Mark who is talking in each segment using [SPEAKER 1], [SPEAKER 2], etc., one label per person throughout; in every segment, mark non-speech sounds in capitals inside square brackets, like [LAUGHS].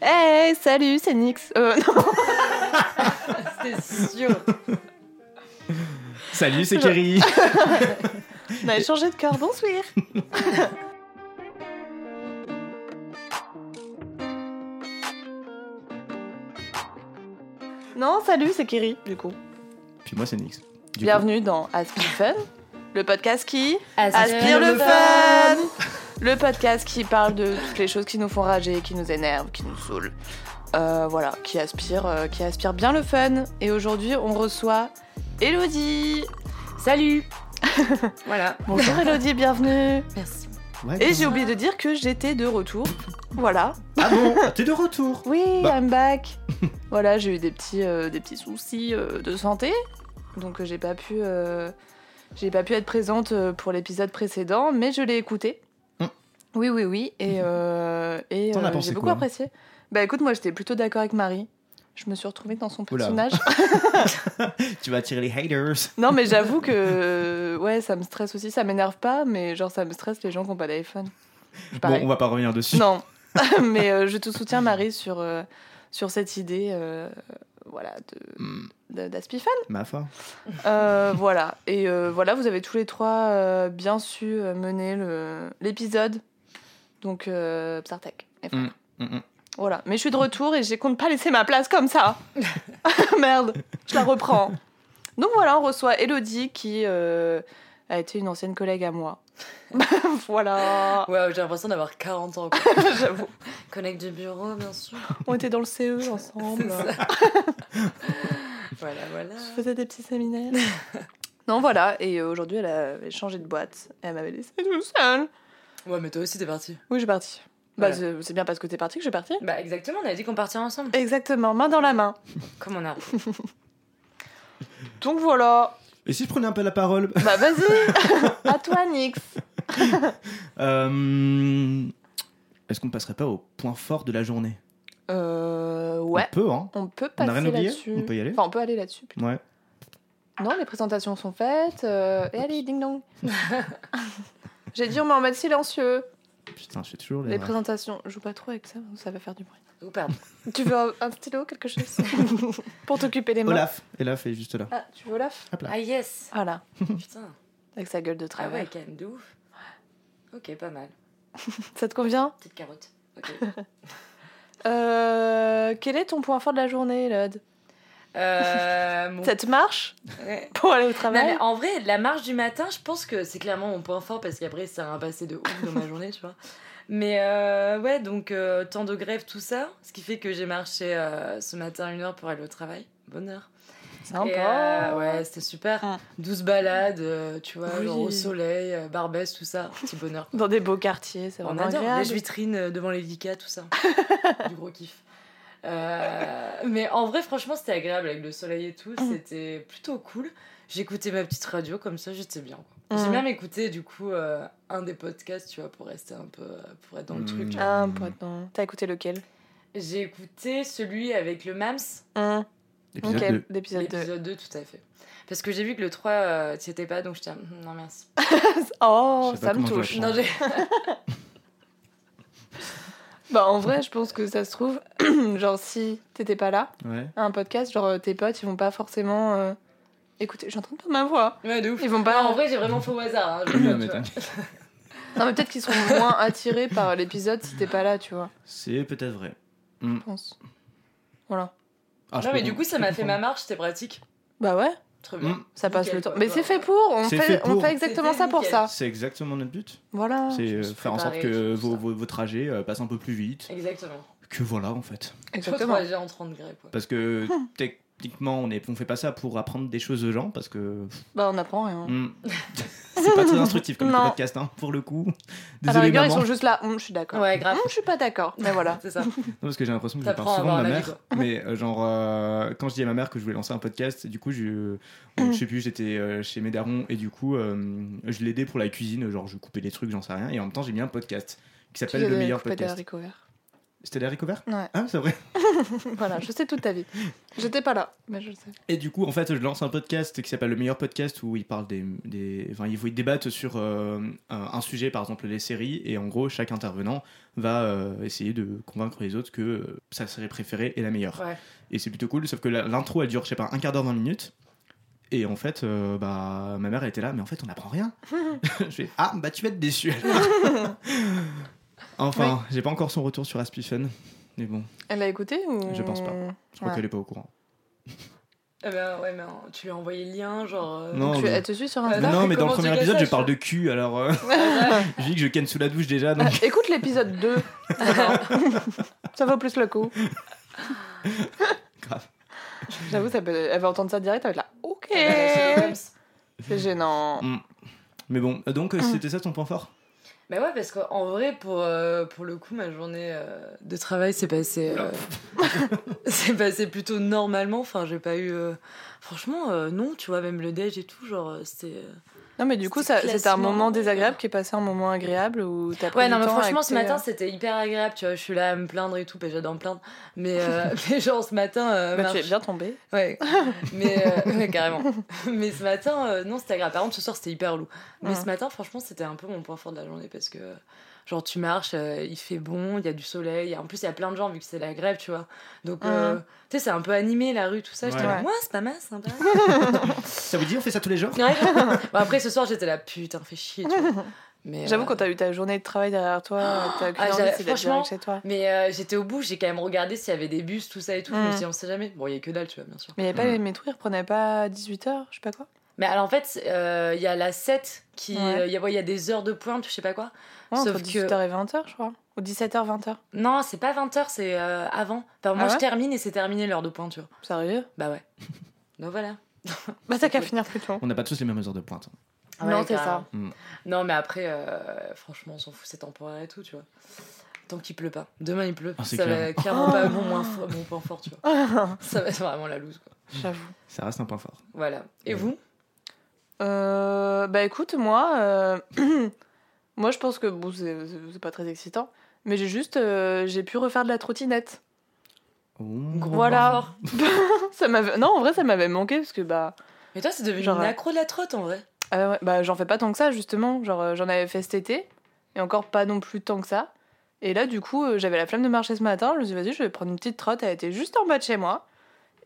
[SPEAKER 1] Hey, salut, c'est Nix. Euh, [LAUGHS] non.
[SPEAKER 2] C'était sûr.
[SPEAKER 3] Salut, c'est Kerry.
[SPEAKER 1] On a changé de cordon, Swir. [LAUGHS] non, salut, c'est Kiri, du coup.
[SPEAKER 3] [LAUGHS] Puis moi, c'est Nix. Du coup,
[SPEAKER 1] Bienvenue dans Aspire Fun, le podcast qui
[SPEAKER 2] Aspire
[SPEAKER 1] aspire le
[SPEAKER 2] le
[SPEAKER 1] fun. Le podcast qui parle de toutes les choses qui nous font rager, qui nous énervent, qui nous saoulent. Euh, voilà, qui aspire, euh, qui aspire bien le fun. Et aujourd'hui, on reçoit Elodie.
[SPEAKER 2] Salut. voilà.
[SPEAKER 1] Bonjour Elodie, bienvenue.
[SPEAKER 2] Merci.
[SPEAKER 3] ouais,
[SPEAKER 1] Et
[SPEAKER 3] bien.
[SPEAKER 1] j'ai oublié de dire que j'étais de retour. Voilà.
[SPEAKER 3] Ah bon,
[SPEAKER 1] [LAUGHS]
[SPEAKER 3] t'es de retour.
[SPEAKER 1] Oui,
[SPEAKER 3] Bah.
[SPEAKER 1] I'm
[SPEAKER 3] [LAUGHS]
[SPEAKER 1] back. voilà, j'ai eu des petits, euh, des petits soucis euh, de santé, donc euh, j'ai pas pu, euh, j'ai pas pu être présente euh, pour l'épisode précédent, mais je l'ai écouté.
[SPEAKER 3] Hum.
[SPEAKER 1] Oui, oui, oui, et, euh, et
[SPEAKER 3] Mm-hmm. T'en as
[SPEAKER 1] euh,
[SPEAKER 3] pensé
[SPEAKER 1] j'ai beaucoup
[SPEAKER 3] quoi
[SPEAKER 1] apprécié. Bah écoute, moi j'étais plutôt d'accord avec Marie. Je me suis retrouvée dans son
[SPEAKER 3] Oula. [LAUGHS]
[SPEAKER 1] personnage.
[SPEAKER 3] Tu vas attirer les haters.
[SPEAKER 1] non, mais j'avoue que euh, ouais, ça me stresse aussi. Ça m'énerve pas, mais genre ça me stresse les gens qui ont pas d'iPhone.
[SPEAKER 3] Bon,
[SPEAKER 1] Pareil.
[SPEAKER 3] on va pas revenir dessus.
[SPEAKER 1] Non, [LAUGHS] mais euh, je te soutiens, Marie, sur, euh, sur cette idée euh, voilà, de-
[SPEAKER 3] Hmm,
[SPEAKER 1] de- d'Aspifan.
[SPEAKER 3] ma foi.
[SPEAKER 1] Euh, voilà, et euh, voilà, vous avez tous les trois euh, bien su euh, mener le- l'épisode. Donc, euh, Psartek. et frère.
[SPEAKER 3] Mm. Hmm, hmm.
[SPEAKER 1] Voilà, mais je suis de retour et je compte pas laisser ma place comme ça. [LAUGHS] Merde, je la reprends. Donc voilà, on reçoit Elodie qui euh, a été une ancienne collègue à moi. [LAUGHS] voilà,
[SPEAKER 2] Ouais, j'ai l'impression d'avoir 40 [LAUGHS] ans. quoi.
[SPEAKER 1] j'avoue.
[SPEAKER 2] Collègue du bureau, bien sûr.
[SPEAKER 1] On était dans le CE ensemble.
[SPEAKER 2] C'est ça. voilà, voilà.
[SPEAKER 1] Je faisais des petits séminaires. [LAUGHS] non, voilà, et euh, aujourd'hui, elle avait changé de boîte. Elle m'avait laissée toute seule.
[SPEAKER 2] Ouais, mais toi aussi, t'es parti.
[SPEAKER 1] Oui, je suis partie. Bah,
[SPEAKER 2] Voilà.
[SPEAKER 1] c'est- c'est bien parce que t'es partie que je suis partie.
[SPEAKER 2] Bah, exactement, on avait dit qu'on partirait ensemble.
[SPEAKER 1] Exactement, main dans la main.
[SPEAKER 2] Comme on a.
[SPEAKER 1] Donc voilà.
[SPEAKER 3] Et si je prenais un peu la parole [LAUGHS]
[SPEAKER 1] Bah, vas-y. [LAUGHS] à toi, Nix.
[SPEAKER 3] Euh, Est-ce qu'on passerait pas au point fort de la journée
[SPEAKER 1] Euh, ouais.
[SPEAKER 3] On peut, hein
[SPEAKER 1] On peut
[SPEAKER 3] On n'a rien
[SPEAKER 1] passer
[SPEAKER 3] oublié
[SPEAKER 1] là-dessus.
[SPEAKER 3] On peut y aller
[SPEAKER 1] Enfin, on peut aller là-dessus. plutôt.
[SPEAKER 3] Ouais.
[SPEAKER 1] Non, les présentations sont faites. euh, et allez, ding dong. [LAUGHS] J'ai dit, on met en mode silencieux.
[SPEAKER 3] Putain, je fais toujours les.
[SPEAKER 1] Les présentations. Joue pas trop avec ça, ça va faire du bruit.
[SPEAKER 2] Ou pardon.
[SPEAKER 1] Tu veux un- un stylo, quelque [LAUGHS] chose Pour t'occuper les mains.
[SPEAKER 3] Olaf. Olaf est juste là.
[SPEAKER 1] Ah, tu veux Olaf
[SPEAKER 3] Hop là.
[SPEAKER 2] Ah, yes.
[SPEAKER 1] Voilà.
[SPEAKER 2] Putain.
[SPEAKER 1] Avec sa gueule de
[SPEAKER 2] Ah ouais,
[SPEAKER 1] travail.
[SPEAKER 2] quand même, de ouf. Ok, pas mal.
[SPEAKER 1] Ça te convient
[SPEAKER 2] Petite carotte. [LAUGHS] Ok.
[SPEAKER 1] Euh, Quel est ton point fort de la journée, Lod
[SPEAKER 2] Euh, mon-
[SPEAKER 1] Cette marche
[SPEAKER 2] Ouais.
[SPEAKER 1] pour aller au
[SPEAKER 2] Non,
[SPEAKER 1] travail
[SPEAKER 2] mais en vrai, la marche du matin, je pense que c'est clairement mon point fort parce qu'après, ça a un passé de
[SPEAKER 1] [LAUGHS]
[SPEAKER 2] ouf dans ma journée, tu vois. Mais euh, ouais, donc euh, temps de grève, tout ça, ce qui fait que j'ai marché euh, ce matin une heure pour aller au travail. Bonheur. Et, euh, ouais, c'était super.
[SPEAKER 1] Ah.
[SPEAKER 2] Douze balades, euh, tu vois,
[SPEAKER 1] Oui.
[SPEAKER 2] genre au soleil, euh, Barbès, tout ça. Petit bonheur.
[SPEAKER 1] Dans des beaux quartiers, c'est
[SPEAKER 2] On
[SPEAKER 1] vraiment
[SPEAKER 2] adore
[SPEAKER 1] agréable.
[SPEAKER 2] les vitrines euh, devant les Lyca, tout ça. du gros kiff. Euh, mais en vrai, franchement, c'était agréable avec le soleil et tout. C'était plutôt cool. J'écoutais ma petite radio comme ça, j'étais bien. quoi. J'ai
[SPEAKER 1] Mm.
[SPEAKER 2] même écouté du coup euh, un des podcasts, tu vois, pour rester un peu, euh, pour être dans le
[SPEAKER 3] Mm.
[SPEAKER 2] truc. tu vois.
[SPEAKER 1] Ah, pote, non. T'as écouté lequel
[SPEAKER 2] J'ai écouté celui avec le MAMS,
[SPEAKER 1] Un.
[SPEAKER 3] Épisode
[SPEAKER 1] Ok,
[SPEAKER 3] deux.
[SPEAKER 1] l'épisode 2.
[SPEAKER 2] l'épisode 2, tout à fait. Parce que j'ai vu que le 3, euh, t'y étais pas, donc j'étais, ah, non merci.
[SPEAKER 1] [LAUGHS] Oh,
[SPEAKER 3] Je sais pas
[SPEAKER 1] ça me
[SPEAKER 3] comment je
[SPEAKER 1] touche.
[SPEAKER 3] l'apprends.
[SPEAKER 2] Non, j'ai-
[SPEAKER 1] Bah, en vrai, je pense que ça se trouve, [CLEARS THROAT] genre, si t'étais pas là,
[SPEAKER 3] Ouais.
[SPEAKER 1] à un podcast, genre, euh, tes potes, ils vont pas forcément. euh, Écoutez, j'entends pas ma voix.
[SPEAKER 2] Ouais, de ouf.
[SPEAKER 1] Ils vont
[SPEAKER 2] Non,
[SPEAKER 1] pas.
[SPEAKER 2] bah, en vrai, j'ai vraiment faux au hasard. hein, je-
[SPEAKER 3] Non,
[SPEAKER 2] tu
[SPEAKER 3] mais
[SPEAKER 2] vois.
[SPEAKER 3] t'as-
[SPEAKER 1] Non, mais peut-être qu'ils seront moins attirés par l'épisode si t'es pas là, tu vois,
[SPEAKER 3] C'est peut-être vrai.
[SPEAKER 1] je pense. Voilà.
[SPEAKER 3] Ah, je
[SPEAKER 2] non,
[SPEAKER 3] peux
[SPEAKER 2] mais du
[SPEAKER 3] com-
[SPEAKER 2] coup, ça
[SPEAKER 3] je
[SPEAKER 2] m'a
[SPEAKER 3] peux
[SPEAKER 2] fait ma
[SPEAKER 3] comprendre.
[SPEAKER 2] marche, c'était pratique.
[SPEAKER 1] Bah ouais,
[SPEAKER 2] Très bien.
[SPEAKER 3] Mm.
[SPEAKER 1] ça passe
[SPEAKER 2] Nickel,
[SPEAKER 1] le temps.
[SPEAKER 2] quoi.
[SPEAKER 1] Mais c'est fait pour, on
[SPEAKER 3] C'est
[SPEAKER 1] fait,
[SPEAKER 3] fait
[SPEAKER 1] on
[SPEAKER 3] pour.
[SPEAKER 1] fait exactement ça
[SPEAKER 2] C'était
[SPEAKER 1] pour
[SPEAKER 2] nickel.
[SPEAKER 1] ça.
[SPEAKER 3] C'est exactement notre but.
[SPEAKER 1] Voilà.
[SPEAKER 3] C'est euh,
[SPEAKER 2] suis
[SPEAKER 3] faire en sorte
[SPEAKER 2] préparée,
[SPEAKER 3] que
[SPEAKER 2] je suis
[SPEAKER 3] vos,
[SPEAKER 2] ça.
[SPEAKER 3] vos, vos trajets euh, passent un peu plus vite.
[SPEAKER 2] Exactement.
[SPEAKER 3] Que voilà, en fait.
[SPEAKER 1] Exactement.
[SPEAKER 2] J'ai en 30 degrés, quoi.
[SPEAKER 1] [LAUGHS]
[SPEAKER 3] Parce que techniquement, on, est, on fait pas ça pour apprendre des choses aux gens, parce que.
[SPEAKER 1] Bah, on apprend rien.
[SPEAKER 3] hmm, c'est pas très instructif comme
[SPEAKER 1] Non.
[SPEAKER 3] podcast, hein, pour le coup.
[SPEAKER 1] [LAUGHS] À la
[SPEAKER 3] Désolé,
[SPEAKER 1] rigueur,
[SPEAKER 3] maman.
[SPEAKER 1] ils sont juste là. Hum, je suis d'accord.
[SPEAKER 2] Ouais, grave.
[SPEAKER 1] Hum, je suis pas d'accord. Mais
[SPEAKER 3] [LAUGHS]
[SPEAKER 1] voilà.
[SPEAKER 2] C'est ça.
[SPEAKER 3] Non, parce que j'ai l'impression que je
[SPEAKER 2] T'apprends
[SPEAKER 3] parle
[SPEAKER 2] à
[SPEAKER 3] souvent de ma
[SPEAKER 2] avoir un
[SPEAKER 3] mère. Mais euh, genre, euh, quand je dis à ma mère que je voulais lancer un podcast, du
[SPEAKER 1] [LAUGHS]
[SPEAKER 3] coup, je, je sais plus, j'étais euh, chez mes darons et du coup, euh, je l'aidais pour la cuisine. Genre, je coupais des trucs, j'en sais rien. Et en même temps, j'ai mis un podcast
[SPEAKER 1] Tu
[SPEAKER 3] qui s'appelle Le
[SPEAKER 1] devais
[SPEAKER 3] meilleur
[SPEAKER 1] couper des
[SPEAKER 3] podcast.
[SPEAKER 1] haricots verts. [LAUGHS]
[SPEAKER 3] C'était les haricots verts
[SPEAKER 1] Ouais.
[SPEAKER 3] Ah, c'est vrai.
[SPEAKER 1] voilà, je sais toute ta vie. J'étais pas là, mais je le sais.
[SPEAKER 3] Et du coup, en fait, je lance un podcast qui s'appelle Le meilleur podcast où ils parlent des. des enfin, ils, ils débattent sur euh, un un sujet, par exemple les séries, et en gros, chaque intervenant va euh, essayer de convaincre les autres que euh, sa série préférée est la
[SPEAKER 2] [LAUGHS]
[SPEAKER 3] meilleure.
[SPEAKER 2] Ouais.
[SPEAKER 3] Et c'est plutôt cool, sauf que la- l'intro, elle dure, je sais pas, un quart d'heure, 20 minutes. Et en fait, euh, bah, ma mère elle était là, mais en fait, on
[SPEAKER 2] [LAUGHS]
[SPEAKER 3] n'apprend rien. je fais Ah, bah, tu vas être déçu alors. enfin, j'ai pas encore son retour sur Aspifun, mais bon,
[SPEAKER 1] Elle l'a écouté ou
[SPEAKER 3] Je pense pas. je crois
[SPEAKER 1] Ouais.
[SPEAKER 3] qu'elle est pas au courant.
[SPEAKER 2] Ah bah ouais, mais hein, tu lui as envoyé le lien, genre. euh, [LAUGHS]
[SPEAKER 3] Non.
[SPEAKER 1] Tu-
[SPEAKER 3] mais-
[SPEAKER 1] Elle te suit sur
[SPEAKER 2] Euh,
[SPEAKER 3] Mais
[SPEAKER 1] Insta
[SPEAKER 2] non,
[SPEAKER 3] non,
[SPEAKER 2] mais
[SPEAKER 3] mais dans le
[SPEAKER 2] comment tu
[SPEAKER 3] premier
[SPEAKER 2] la
[SPEAKER 3] épisode, je
[SPEAKER 2] saches
[SPEAKER 3] parle de cul, alors euh,
[SPEAKER 2] [LAUGHS]
[SPEAKER 3] je dis que je ken sous la douche déjà, donc
[SPEAKER 1] Ah, Écoute l'épisode 2.
[SPEAKER 2] [LAUGHS]
[SPEAKER 1] Alors, ça vaut plus le coup.
[SPEAKER 3] [LAUGHS] grave.
[SPEAKER 1] J'avoue, ça peut- elle va entendre ça direct, elle va être là. Ok.
[SPEAKER 2] euh,
[SPEAKER 3] [LAUGHS]
[SPEAKER 2] c'est Holmes.
[SPEAKER 1] C'est gênant.
[SPEAKER 3] Mais bon, euh,
[SPEAKER 1] Ah.
[SPEAKER 3] donc euh, c'était ça ton point fort
[SPEAKER 2] Bah ouais, parce qu'en vrai, pour, euh, pour le coup, ma journée euh, de travail s'est passée,
[SPEAKER 1] [LAUGHS]
[SPEAKER 2] euh, s'est passée plutôt normalement. Enfin, j'ai pas eu. euh, Franchement, euh, non, tu vois, même le déj et tout, genre, euh, c'était. euh,
[SPEAKER 1] Non, mais du coup,
[SPEAKER 2] C'était
[SPEAKER 1] ça- c'était un
[SPEAKER 2] classement.
[SPEAKER 1] moment désagréable qui est passé un moment agréable où t'as pris
[SPEAKER 2] Ouais,
[SPEAKER 1] du
[SPEAKER 2] non, mais
[SPEAKER 1] temps à
[SPEAKER 2] franchement, ce
[SPEAKER 1] écouter,
[SPEAKER 2] matin,
[SPEAKER 1] euh,
[SPEAKER 2] c'était hyper agréable, tu vois. Je suis là à me plaindre et tout, parce que j'adore me plaindre. Mais, euh, [LAUGHS] mais genre, ce matin. euh,
[SPEAKER 1] bah,
[SPEAKER 2] marche-
[SPEAKER 1] tu es bien tombé. [LAUGHS]
[SPEAKER 2] Ouais, mais euh, ouais, carrément. [LAUGHS] Mais ce matin, euh, non, c'était agréable. Par contre, ce soir, c'était hyper lourd. Mais
[SPEAKER 1] Ouais.
[SPEAKER 2] ce matin, franchement, c'était un peu mon point fort de la journée parce que, genre, tu marches, euh, il fait bon, il y a du soleil. En plus, il y a plein de gens vu que c'est la grève, tu vois. Donc, euh, tu sais, c'est un peu animé la rue, tout ça. J'étais
[SPEAKER 3] Ouais.
[SPEAKER 2] là, moi, c'est pas mal, c'est sympa. [LAUGHS]
[SPEAKER 3] Ça vous dit, on fait ça tous les jours
[SPEAKER 2] Ouais, grave. Bon, après, ce soir, j'étais là, putain, fais chier, tu
[SPEAKER 1] [LAUGHS]
[SPEAKER 2] vois. Mais,
[SPEAKER 1] J'avoue,
[SPEAKER 2] euh,
[SPEAKER 1] quand t'as eu ta journée de travail derrière toi, t'as
[SPEAKER 2] ah,
[SPEAKER 1] qu'une envie,
[SPEAKER 2] j'avais-
[SPEAKER 1] c'est d'être
[SPEAKER 2] franchement,
[SPEAKER 1] direct chez toi.
[SPEAKER 2] Mais euh, j'étais au bout, j'ai quand même regardé s'il y avait des bus, tout ça et tout. Je me
[SPEAKER 1] Mm.
[SPEAKER 2] suis dit, on sait jamais. Bon, il y a que dalle, tu vois, bien sûr.
[SPEAKER 1] Mais il avait pas
[SPEAKER 3] Mm.
[SPEAKER 1] les métro, ils reprenaient pas 18h, je sais pas quoi.
[SPEAKER 2] Mais alors en fait, euh, il y a la 7 qui.
[SPEAKER 1] Ouais.
[SPEAKER 2] euh, Il y a ouais, il y a des heures de pointe, je sais pas quoi.
[SPEAKER 1] Ouais, entre
[SPEAKER 2] Sauf que-
[SPEAKER 1] 18h et 20h, je crois. Ou 17h, 20h.
[SPEAKER 2] Non, c'est pas 20h, c'est euh, avant. Enfin, moi
[SPEAKER 1] Ah ouais
[SPEAKER 2] je termine et c'est terminé l'heure de pointe, tu vois.
[SPEAKER 1] Sérieux
[SPEAKER 2] Bah
[SPEAKER 1] [LAUGHS]
[SPEAKER 2] ouais. Donc voilà.
[SPEAKER 1] Bah, t'as qu'à finir plus
[SPEAKER 2] [LAUGHS]
[SPEAKER 1] tôt.
[SPEAKER 3] On n'a pas tous les mêmes heures de pointe.
[SPEAKER 2] Ouais,
[SPEAKER 1] non, c'est ça.
[SPEAKER 2] carrément.
[SPEAKER 3] Mm.
[SPEAKER 2] Non, mais après, euh, franchement, on s'en fout, c'est temporaire et tout, tu vois. Tant qu'il pleut pas. Demain il pleut.
[SPEAKER 3] Ah, c'est
[SPEAKER 2] ça
[SPEAKER 3] clair.
[SPEAKER 2] va clairement pas
[SPEAKER 1] Oh.
[SPEAKER 2] mon, moins fort- mon point fort, tu vois.
[SPEAKER 1] [LAUGHS]
[SPEAKER 2] Ça va être vraiment la loose, quoi.
[SPEAKER 1] J'avoue.
[SPEAKER 3] Ça reste un point fort.
[SPEAKER 2] Voilà. Et
[SPEAKER 3] Ouais.
[SPEAKER 2] vous
[SPEAKER 1] Euh, bah écoute, moi, euh, [CLEARS THROAT] moi je pense que bon, c'est c'est- c'est pas très excitant, mais j'ai juste, euh, j'ai pu refaire de la trottinette.
[SPEAKER 3] Oh.
[SPEAKER 2] Gros point
[SPEAKER 1] Voilà.
[SPEAKER 2] fort.
[SPEAKER 1] ça m'avait, non en vrai ça m'avait manqué parce que bah,
[SPEAKER 2] Mais toi, c'est devenu
[SPEAKER 1] Genre,
[SPEAKER 2] une
[SPEAKER 1] euh,
[SPEAKER 2] accro de la trotte en vrai.
[SPEAKER 1] ah ouais, bah j'en fais pas tant que ça justement, genre euh, j'en avais fait cet été et encore pas non plus tant que ça. Et là du coup euh, j'avais la flemme de marcher ce matin, je me suis dit vas-y je vais prendre une petite trotte, elle était juste en bas de chez moi.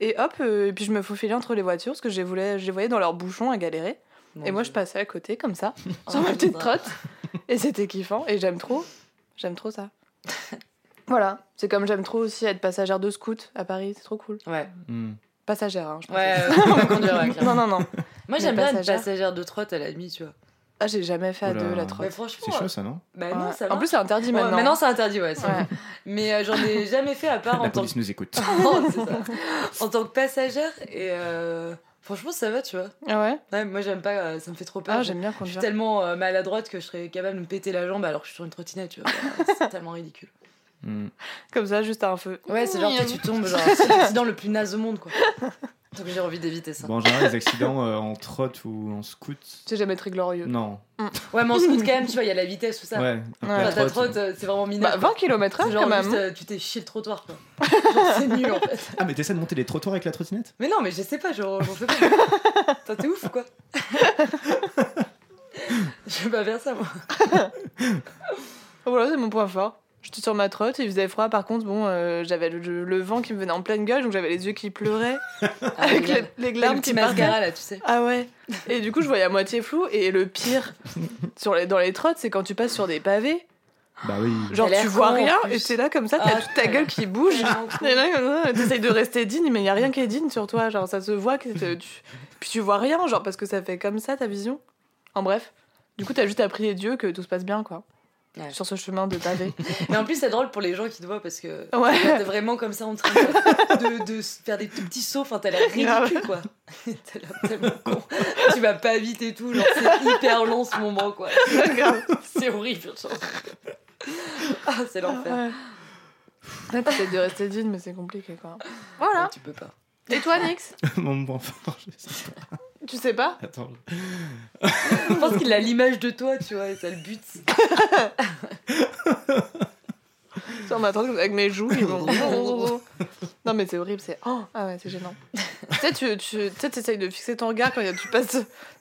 [SPEAKER 1] Et hop, euh, et puis je me faufilais entre les voitures parce que je les, voulais, je les voyais dans leurs bouchons à galérer. Et moi, je passais à côté comme
[SPEAKER 2] [LAUGHS]
[SPEAKER 1] ça,
[SPEAKER 2] Oh
[SPEAKER 1] sur ma petite trotte. Et c'était kiffant. Et j'aime trop. J'aime trop
[SPEAKER 2] [LAUGHS]
[SPEAKER 1] ça. Voilà. C'est comme j'aime trop aussi être passagère de scout à Paris. C'est trop cool.
[SPEAKER 2] Ouais.
[SPEAKER 3] Hmm.
[SPEAKER 1] Passagère, hein, je
[SPEAKER 2] Ouais,
[SPEAKER 1] pense. [LAUGHS]
[SPEAKER 2] ouais, faut pas conduire, ouais, clairement.
[SPEAKER 1] non, non, non.
[SPEAKER 2] Moi,
[SPEAKER 1] Mais
[SPEAKER 2] j'aime bien
[SPEAKER 1] passagère.
[SPEAKER 2] une passagère de trotte à la demi, tu vois.
[SPEAKER 1] Ah, j'ai jamais fait à
[SPEAKER 3] Oula.
[SPEAKER 1] deux la
[SPEAKER 2] Mais
[SPEAKER 1] trotte.
[SPEAKER 2] franchement,
[SPEAKER 3] C'est chaud ça, non
[SPEAKER 2] bah
[SPEAKER 1] Ouais.
[SPEAKER 2] non, ça
[SPEAKER 1] Euh, en plus, c'est interdit
[SPEAKER 2] maintenant,
[SPEAKER 1] maintenant.
[SPEAKER 2] maintenant c'est interdit, ouais. c'est
[SPEAKER 1] Ouais.
[SPEAKER 2] vrai. Mais euh, j'en [LAUGHS] ai jamais fait à
[SPEAKER 1] Ah,
[SPEAKER 2] part en
[SPEAKER 3] La
[SPEAKER 2] tant que... [LAUGHS]
[SPEAKER 3] police nous écoute.
[SPEAKER 2] Oh, c'est [LAUGHS] ça. en tant que passagère et euh, franchement, ça va, tu vois.
[SPEAKER 1] Ah ouais
[SPEAKER 2] Ouais, moi, j'aime pas, euh, ça me fait trop peur.
[SPEAKER 1] Ah,
[SPEAKER 2] je
[SPEAKER 1] j'aime bien
[SPEAKER 2] je suis
[SPEAKER 1] conduire.
[SPEAKER 2] tellement euh, maladroite que je serais capable de me péter la jambe alors que je suis sur une trottinette, [LAUGHS] tu vois. Ouais, C'est tellement ridicule.
[SPEAKER 3] Hmm.
[SPEAKER 1] Comme ça, juste à un feu. Mm,
[SPEAKER 2] Ouais, c'est genre que tu tombes, [LAUGHS] genre, c'est l'accident le plus naze au monde, quoi. [LAUGHS] Donc j'ai envie d'éviter ça.
[SPEAKER 3] Bon, en général, les accidents euh, en trotte ou en scoot.
[SPEAKER 1] C'est jamais très glorieux.
[SPEAKER 3] Non.
[SPEAKER 2] Ouais, mais on se doute quand même, tu vois, il y a la vitesse, tout ça.
[SPEAKER 3] Ouais.
[SPEAKER 1] Ouais.
[SPEAKER 2] Enfin,
[SPEAKER 3] La
[SPEAKER 2] ta trotte, euh, c'est vraiment minable.
[SPEAKER 1] Bah, 20 km
[SPEAKER 2] C'est
[SPEAKER 1] h
[SPEAKER 2] genre
[SPEAKER 1] quand même.
[SPEAKER 2] juste, euh, tu t'es chié le trottoir, quoi. [LAUGHS] Genre, c'est nul, en fait.
[SPEAKER 3] Ah, mais t'essaies de monter les trottoirs avec la trottinette
[SPEAKER 2] Mais non, mais je sais pas, j'en j'en fais pas. [LAUGHS] Toi, t'es ouf ou quoi Je vais pas faire ça, moi.
[SPEAKER 1] euh, Voilà, c'est mon point fort. J'étais sur ma trotte, il faisait froid. Par contre, bon, euh, j'avais le, le vent qui me venait en pleine gueule, donc j'avais les yeux qui pleuraient.
[SPEAKER 2] Ah,
[SPEAKER 1] avec les, les
[SPEAKER 2] le
[SPEAKER 1] larmes
[SPEAKER 2] petit
[SPEAKER 1] qui partaient.
[SPEAKER 2] mascara, là, tu sais.
[SPEAKER 1] Ah ouais. Et du coup, je voyais à moitié flou. Et le pire sur les, dans les trottes, c'est quand tu passes sur des pavés.
[SPEAKER 3] Bah
[SPEAKER 1] [GASPS]
[SPEAKER 3] oui.
[SPEAKER 1] Genre,
[SPEAKER 2] T'as l'air
[SPEAKER 1] tu vois
[SPEAKER 2] con, en
[SPEAKER 1] rien
[SPEAKER 2] plus.
[SPEAKER 1] et t'es là comme ça, t'as
[SPEAKER 2] Ah,
[SPEAKER 1] toute ta gueule qui bouge. T'es là comme ça, t'essayes de rester digne, mais y a rien qui est digne sur toi. Genre, ça se voit que te- tu. Puis tu vois rien, genre, parce que ça fait comme ça ta vision. En bref. Du coup, t'as juste à prier Dieu que tout se passe bien, quoi.
[SPEAKER 2] Ouais.
[SPEAKER 1] Sur ce chemin de
[SPEAKER 2] [LAUGHS]
[SPEAKER 1] pavé.
[SPEAKER 2] Mais en plus, c'est drôle pour les gens qui te voient parce que
[SPEAKER 1] Ouais.
[SPEAKER 2] [LAUGHS] t'es vraiment comme ça en train de, de, de se faire des tout petits sauts. Enfin, t'as l'air ridicule, quoi. [LAUGHS] t'as l'air tellement con. Tu vas pas vite et tout. Genre, c'est hyper long ce moment, quoi. [LAUGHS] c'est horrible, genre. Ah, c'est l'enfer.
[SPEAKER 1] Ouais. Là, t'essayes de rester digne, mais c'est compliqué, quoi. Voilà.
[SPEAKER 2] Tu peux pas.
[SPEAKER 1] Et toi, Nix
[SPEAKER 3] Mon point fort, je sais pas.
[SPEAKER 1] Tu sais pas
[SPEAKER 3] Attends.
[SPEAKER 2] Je pense qu'il a l'image de toi, tu vois, et ça le but.
[SPEAKER 1] Sur ma tente, avec mes joues, [LAUGHS] ils oh, vont. non, mais c'est horrible, c'est. Oh, ah ouais, c'est [LAUGHS] gênant. tu sais, tu, tu tu sais, t'essayes de fixer ton regard quand il y a- tu passes.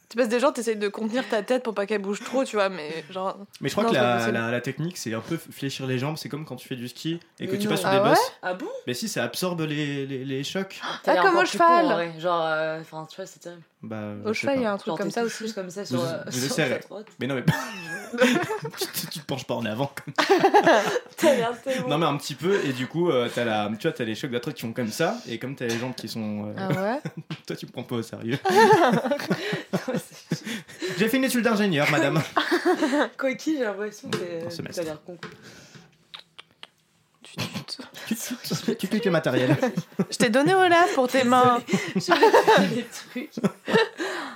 [SPEAKER 1] Tu passes des gens, t'essayes de contenir ta tête pour pas qu'elle bouge trop, tu vois, mais genre.
[SPEAKER 3] Mais je crois
[SPEAKER 1] Non,
[SPEAKER 3] que
[SPEAKER 1] c'est pas
[SPEAKER 3] la,
[SPEAKER 1] possible.
[SPEAKER 3] la- la technique, c'est un peu fléchir les jambes. C'est comme quand tu fais du ski et que
[SPEAKER 2] Mais
[SPEAKER 3] tu
[SPEAKER 2] non.
[SPEAKER 3] passes sur
[SPEAKER 1] Ah
[SPEAKER 3] des
[SPEAKER 1] ouais
[SPEAKER 3] bosses.
[SPEAKER 2] Ah bon
[SPEAKER 3] Mais si, ça absorbe les, les, les chocs.
[SPEAKER 2] T'as l'air
[SPEAKER 1] comme
[SPEAKER 2] encore
[SPEAKER 1] au
[SPEAKER 2] plus
[SPEAKER 1] cheval.
[SPEAKER 2] con, en vrai. Genre, euh, enfin, tu vois, c'est terrible.
[SPEAKER 3] Bah, je
[SPEAKER 1] Au
[SPEAKER 3] sais
[SPEAKER 1] cheval,
[SPEAKER 3] pas.
[SPEAKER 1] il y a un truc
[SPEAKER 2] Genre,
[SPEAKER 1] comme
[SPEAKER 2] t'es
[SPEAKER 1] ça
[SPEAKER 2] tout
[SPEAKER 1] aussi.
[SPEAKER 2] juste comme ça sur,
[SPEAKER 3] Vous-
[SPEAKER 2] euh,
[SPEAKER 3] vous
[SPEAKER 2] sur
[SPEAKER 3] essayez.
[SPEAKER 2] ta droite. [LAUGHS]
[SPEAKER 3] Mais non, mais [LAUGHS] tu, te- tu te penches pas en avant. comme-
[SPEAKER 2] T'as l'air tellement.
[SPEAKER 3] Non, mais un petit peu. Et du coup, euh, t'as la, tu vois, t'as les chocs d'attrait qui font comme ça. Et comme t'as les jambes qui sont. euh,
[SPEAKER 1] Ah
[SPEAKER 2] [LAUGHS]
[SPEAKER 1] ouais
[SPEAKER 3] [LAUGHS] Toi, tu me prends pas
[SPEAKER 1] [LAUGHS]
[SPEAKER 3] au sérieux.
[SPEAKER 2] Ouais, c'est-
[SPEAKER 3] J'ai fait une étude d'ingénieur,
[SPEAKER 1] [LAUGHS]
[SPEAKER 3] madame.
[SPEAKER 2] Coquille, j'ai l'impression que t'es-
[SPEAKER 3] Un semestre.
[SPEAKER 2] t'as l'air
[SPEAKER 3] [LAUGHS]
[SPEAKER 2] con.
[SPEAKER 1] Tu- tu- tu-
[SPEAKER 3] tu tu- tu cliques
[SPEAKER 1] [LAUGHS]
[SPEAKER 3] le matériel.
[SPEAKER 1] Je t'ai donné Olaf pour tes [LAUGHS] mains.
[SPEAKER 2] Je [LAUGHS] des trucs.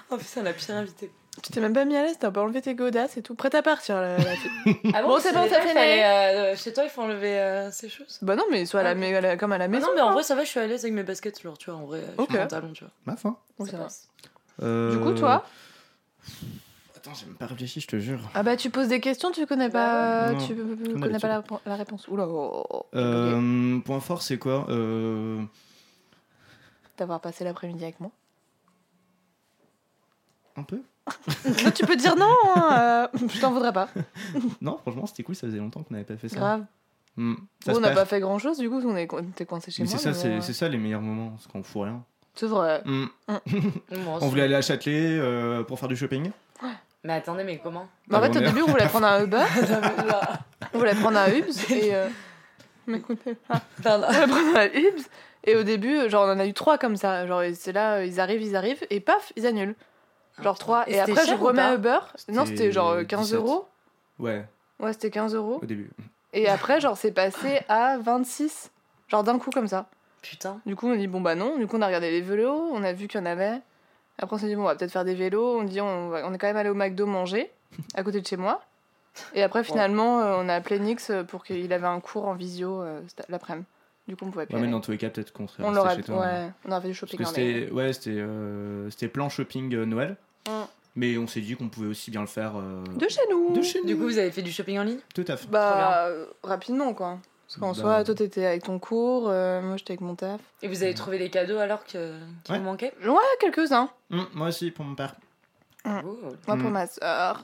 [SPEAKER 2] Oh putain, la pire invitée.
[SPEAKER 1] Tu t'es même pas mis à l'aise, t'as pas enlevé tes godasses et tout. Prête à partir, la, la fille.
[SPEAKER 2] Ah
[SPEAKER 1] Bon, c'est bon,
[SPEAKER 2] les
[SPEAKER 1] ça
[SPEAKER 2] meufs,
[SPEAKER 1] fait
[SPEAKER 2] elles, euh, Chez toi, il faut enlever euh, ces choses.
[SPEAKER 1] Bah non, mais soit à la,
[SPEAKER 2] Ah,
[SPEAKER 1] mais à la- comme à la
[SPEAKER 2] Mais
[SPEAKER 1] maison.
[SPEAKER 2] non, mais en
[SPEAKER 1] hein.
[SPEAKER 2] vrai, ça va, je suis à l'aise avec mes baskets, genre, tu vois, en vrai, je
[SPEAKER 1] Ok.
[SPEAKER 2] suis en pantalon, tu vois.
[SPEAKER 3] Ma fin.
[SPEAKER 1] Bon,
[SPEAKER 2] ça
[SPEAKER 1] ça va.
[SPEAKER 2] passe.
[SPEAKER 3] Euh,
[SPEAKER 1] Du coup, toi
[SPEAKER 3] Attends, j'ai même pas réfléchi, je te jure.
[SPEAKER 1] Ah bah tu poses des questions, tu connais pas,
[SPEAKER 3] Ouais. Non.
[SPEAKER 1] tu
[SPEAKER 3] Comme
[SPEAKER 1] connais pas la, la réponse. Oula, oh, oh, oh. Ok.
[SPEAKER 3] Euh, Point fort, c'est quoi Euh,
[SPEAKER 1] d'avoir passé l'après-midi avec moi.
[SPEAKER 3] Un peu [LAUGHS]
[SPEAKER 1] Non, tu peux dire non, hein, euh, je t'en voudrais pas.
[SPEAKER 3] Non, franchement, c'était cool, ça faisait longtemps qu'on n'avait pas fait ça.
[SPEAKER 1] Grave.
[SPEAKER 3] Hmm, ça
[SPEAKER 1] Bon,
[SPEAKER 3] se
[SPEAKER 1] on n'a
[SPEAKER 3] perd.
[SPEAKER 1] pas fait grand-chose, du coup, on est on était coincé chez
[SPEAKER 3] Mais
[SPEAKER 1] moi.
[SPEAKER 3] c'est ça,
[SPEAKER 1] mais
[SPEAKER 3] c'est
[SPEAKER 1] bon,
[SPEAKER 3] c'est ça les meilleurs moments, parce qu'on fout rien.
[SPEAKER 1] C'est vrai.
[SPEAKER 3] Hmm.
[SPEAKER 2] Bon,
[SPEAKER 3] On voulait aller à Châtelet euh, pour faire du shopping.
[SPEAKER 2] Mais attendez, mais comment
[SPEAKER 1] [LAUGHS] Mais en
[SPEAKER 3] Ah,
[SPEAKER 1] fait, au
[SPEAKER 3] bon,
[SPEAKER 1] début, on voulait prendre un
[SPEAKER 3] [LAUGHS]
[SPEAKER 1] Uber,
[SPEAKER 2] Là,
[SPEAKER 1] on voulait prendre un Ubs, et... euh, Mais écoutez,
[SPEAKER 2] pardon.
[SPEAKER 1] on voulait prendre un Ubs, et au début, genre, on en a eu trois comme ça. Genre, et c'est là, euh, ils arrivent, ils arrivent, et paf, ils annulent. Genre trois. Et,
[SPEAKER 2] Ah, c'était
[SPEAKER 1] après, je
[SPEAKER 2] cher ou
[SPEAKER 1] remets
[SPEAKER 2] pas
[SPEAKER 1] un Uber. Non, c'était genre euh,
[SPEAKER 3] C'était
[SPEAKER 1] 15
[SPEAKER 3] 17.
[SPEAKER 1] euros.
[SPEAKER 3] Ouais,
[SPEAKER 1] Ouais, c'était 15 euros.
[SPEAKER 3] au début.
[SPEAKER 1] Et après, genre, c'est passé à 26. Genre, d'un coup, comme ça.
[SPEAKER 2] Putain.
[SPEAKER 1] Du coup, on a dit bon bah non. Du coup, on a regardé les vélos, on a vu qu'il y en avait. Après, on s'est dit bon, on va peut-être faire des vélos. On dit on, va- on est quand même allé au McDo
[SPEAKER 3] [LAUGHS]
[SPEAKER 1] manger à côté de chez moi. Et après, finalement, euh, on a appelé Nix euh, pour qu'il avait un cours en visio euh, cet- l'après-midi. Du coup, on pouvait plus.
[SPEAKER 3] Ouais, mais
[SPEAKER 1] aller.
[SPEAKER 3] dans tous les cas, peut-être qu'on serait
[SPEAKER 1] on
[SPEAKER 3] resté
[SPEAKER 1] leur a,
[SPEAKER 3] chez toi. hein.
[SPEAKER 1] ouais, on aurait fait du
[SPEAKER 3] Parce
[SPEAKER 1] shopping.
[SPEAKER 3] que
[SPEAKER 1] en vrai.
[SPEAKER 3] c'était ouais, c'était, euh, c'était plan shopping euh, Noël.
[SPEAKER 1] Mm.
[SPEAKER 3] Mais on s'est dit qu'on pouvait aussi bien le faire euh,
[SPEAKER 1] De chez nous.
[SPEAKER 3] de chez nous.
[SPEAKER 2] Du coup, vous avez fait du shopping en ligne
[SPEAKER 3] Tout à fait.
[SPEAKER 1] Bah euh, rapidement quoi. Parce qu'en
[SPEAKER 3] Bah,
[SPEAKER 1] soi, toi t'étais avec ton cours, euh, moi j'étais avec mon taf.
[SPEAKER 2] Et vous avez trouvé les cadeaux alors que... qui
[SPEAKER 3] Ouais.
[SPEAKER 2] vous manquaient
[SPEAKER 1] Ouais, quelques-uns. hein,
[SPEAKER 3] hmm, moi aussi, pour mon père.
[SPEAKER 2] Oh.
[SPEAKER 1] Moi pour
[SPEAKER 3] Mm.
[SPEAKER 1] ma soeur.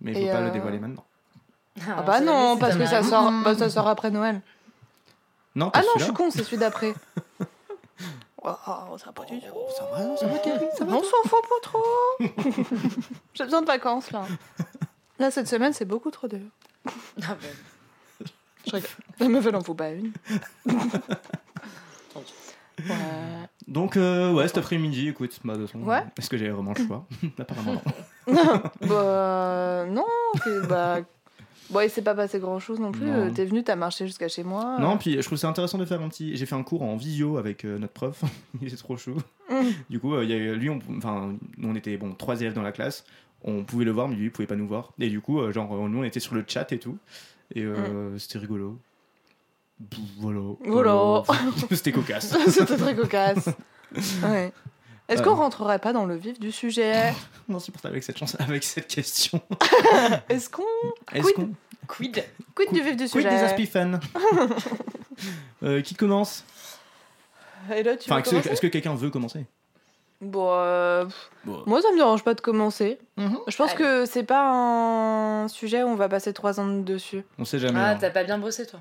[SPEAKER 3] Mais il faut
[SPEAKER 1] Et,
[SPEAKER 3] pas le
[SPEAKER 1] euh,
[SPEAKER 3] dévoiler maintenant.
[SPEAKER 1] Ah, bah
[SPEAKER 2] c'est-
[SPEAKER 1] non,
[SPEAKER 2] c'est
[SPEAKER 1] parce que
[SPEAKER 2] un
[SPEAKER 1] ça
[SPEAKER 2] arbre.
[SPEAKER 1] [LAUGHS] sort, bah, ça sort après Noël.
[SPEAKER 3] Non, pas
[SPEAKER 1] Ah non, je
[SPEAKER 3] celui-là.
[SPEAKER 1] suis con, c'est celui d'après. [LAUGHS] oh, ça va pas du tout.
[SPEAKER 3] Oh, ça va, non, ça va, Karine, ça va.
[SPEAKER 1] On s'en fout pas trop. [LAUGHS] J'ai besoin de vacances là. Là, cette semaine, c'est beaucoup trop dur.
[SPEAKER 2] Ah bah,
[SPEAKER 1] Je rigole. La meuf, elle en fout pas une.
[SPEAKER 2] Tant pis.
[SPEAKER 1] [LAUGHS] Ouais.
[SPEAKER 3] Donc, euh, ouais, cet après-midi, écoute, bah, de toute façon,
[SPEAKER 1] Ouais.
[SPEAKER 3] euh, est-ce que j'avais vraiment le choix [LAUGHS] Apparemment, non.
[SPEAKER 1] Bah, euh, non, c'est- bah. Bon, il s'est pas passé grand chose non plus.
[SPEAKER 3] Non.
[SPEAKER 1] Euh, T'es venu, t'as marché jusqu'à chez moi.
[SPEAKER 3] Non, puis je trouve ça intéressant de faire un petit. J'ai fait un cours en visio avec euh, notre prof. [LAUGHS] Il était trop chou.
[SPEAKER 1] Mm.
[SPEAKER 3] Du coup, euh, il y a- lui, on... enfin, nous, on était bon trois élèves dans la classe. On pouvait le voir, mais lui, il pouvait pas nous voir. Et du coup, euh, genre, euh, nous, on était sur le chat et tout. Et euh, c'était rigolo. Pff, Voilà.
[SPEAKER 1] Mm. Voilà. [LAUGHS]
[SPEAKER 3] Euh, [LAUGHS] c'était cocasse.
[SPEAKER 1] [LAUGHS] C'était très cocasse. Ouais. Est-ce
[SPEAKER 3] Euh.
[SPEAKER 1] qu'on rentrerait pas dans le vif du sujet
[SPEAKER 3] Non, c'est pour ça avec cette chance, avec cette question.
[SPEAKER 1] Est-ce qu'on.
[SPEAKER 3] Est-ce
[SPEAKER 1] Quid-
[SPEAKER 3] qu'on
[SPEAKER 2] Quid
[SPEAKER 1] Quid du vif du
[SPEAKER 3] quid
[SPEAKER 1] sujet [LAUGHS]
[SPEAKER 3] des aspifans Euh, Qui commence
[SPEAKER 1] Et là, tu
[SPEAKER 3] Enfin,
[SPEAKER 1] veux
[SPEAKER 3] est-ce que-
[SPEAKER 1] commencer
[SPEAKER 3] est-ce que quelqu'un veut commencer
[SPEAKER 1] Bon, euh, pff, moi ça me dérange pas de commencer.
[SPEAKER 3] Mhm.
[SPEAKER 1] Je pense
[SPEAKER 2] Allez.
[SPEAKER 1] que c'est pas un sujet où on va passer trois ans dessus.
[SPEAKER 3] On sait jamais.
[SPEAKER 2] Ah,
[SPEAKER 3] hein.
[SPEAKER 2] t'as pas bien bossé, toi.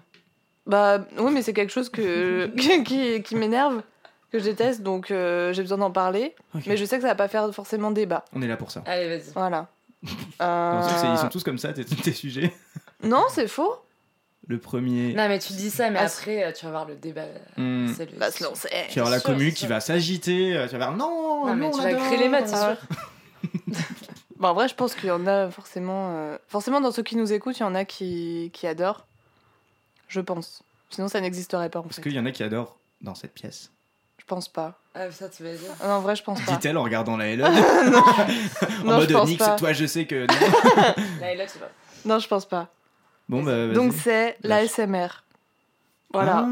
[SPEAKER 1] Bah oui, mais c'est quelque chose [LAUGHS] que qui, qui m'énerve, que je déteste, donc euh, j'ai besoin d'en parler.
[SPEAKER 3] Ok.
[SPEAKER 1] Mais je sais que ça va pas faire forcément débat.
[SPEAKER 3] On est là pour ça.
[SPEAKER 2] Allez, vas-y.
[SPEAKER 3] [LAUGHS]
[SPEAKER 1] Voilà.
[SPEAKER 3] Non, c'est- c'est-
[SPEAKER 1] Euh,
[SPEAKER 3] Ils sont tous comme ça, tes, tes sujets.
[SPEAKER 1] Non, c'est faux.
[SPEAKER 3] Le premier.
[SPEAKER 2] Non, mais tu dis ça, mais
[SPEAKER 1] Ah, Bah,
[SPEAKER 2] après, euh, tu vas voir le débat. euh,
[SPEAKER 3] Hmm.
[SPEAKER 2] c'est le-
[SPEAKER 1] Va se lancer.
[SPEAKER 3] Tu vas avoir la
[SPEAKER 2] sûr,
[SPEAKER 3] commu
[SPEAKER 2] c'est
[SPEAKER 3] qui
[SPEAKER 2] sûr.
[SPEAKER 3] va s'agiter, euh, tu vas voir
[SPEAKER 1] Oh,
[SPEAKER 2] Non,
[SPEAKER 3] non, nous,
[SPEAKER 2] mais
[SPEAKER 3] on
[SPEAKER 2] tu vas
[SPEAKER 3] adore.
[SPEAKER 2] créer les maths, c'est
[SPEAKER 1] Ah.
[SPEAKER 2] sûr.
[SPEAKER 1] Bon, en vrai, je pense qu'il y en a forcément. euh, Forcément, dans ceux qui nous écoutent, il y en a qui, qui adorent. Je pense. Sinon, ça n'existerait pas en
[SPEAKER 3] Parce
[SPEAKER 1] fait.
[SPEAKER 3] qu'il y en a qui adorent dans cette pièce.
[SPEAKER 1] Je pense pas.
[SPEAKER 2] Ah, putain, tu vas dire.
[SPEAKER 1] Ah Non, en vrai, je pense pas.
[SPEAKER 3] Dit-elle en regardant la
[SPEAKER 1] [LAUGHS]
[SPEAKER 3] LOL. en
[SPEAKER 1] Non,
[SPEAKER 3] mode
[SPEAKER 1] je pense
[SPEAKER 3] Nix,
[SPEAKER 1] pas.
[SPEAKER 3] toi je sais que. non.
[SPEAKER 2] Là, et là, tu vas.
[SPEAKER 1] Non, je pense pas.
[SPEAKER 3] bon bah. vas-y.
[SPEAKER 1] Donc c'est
[SPEAKER 3] Lâche.
[SPEAKER 1] l'ASMR.
[SPEAKER 2] Ah.
[SPEAKER 1] Voilà.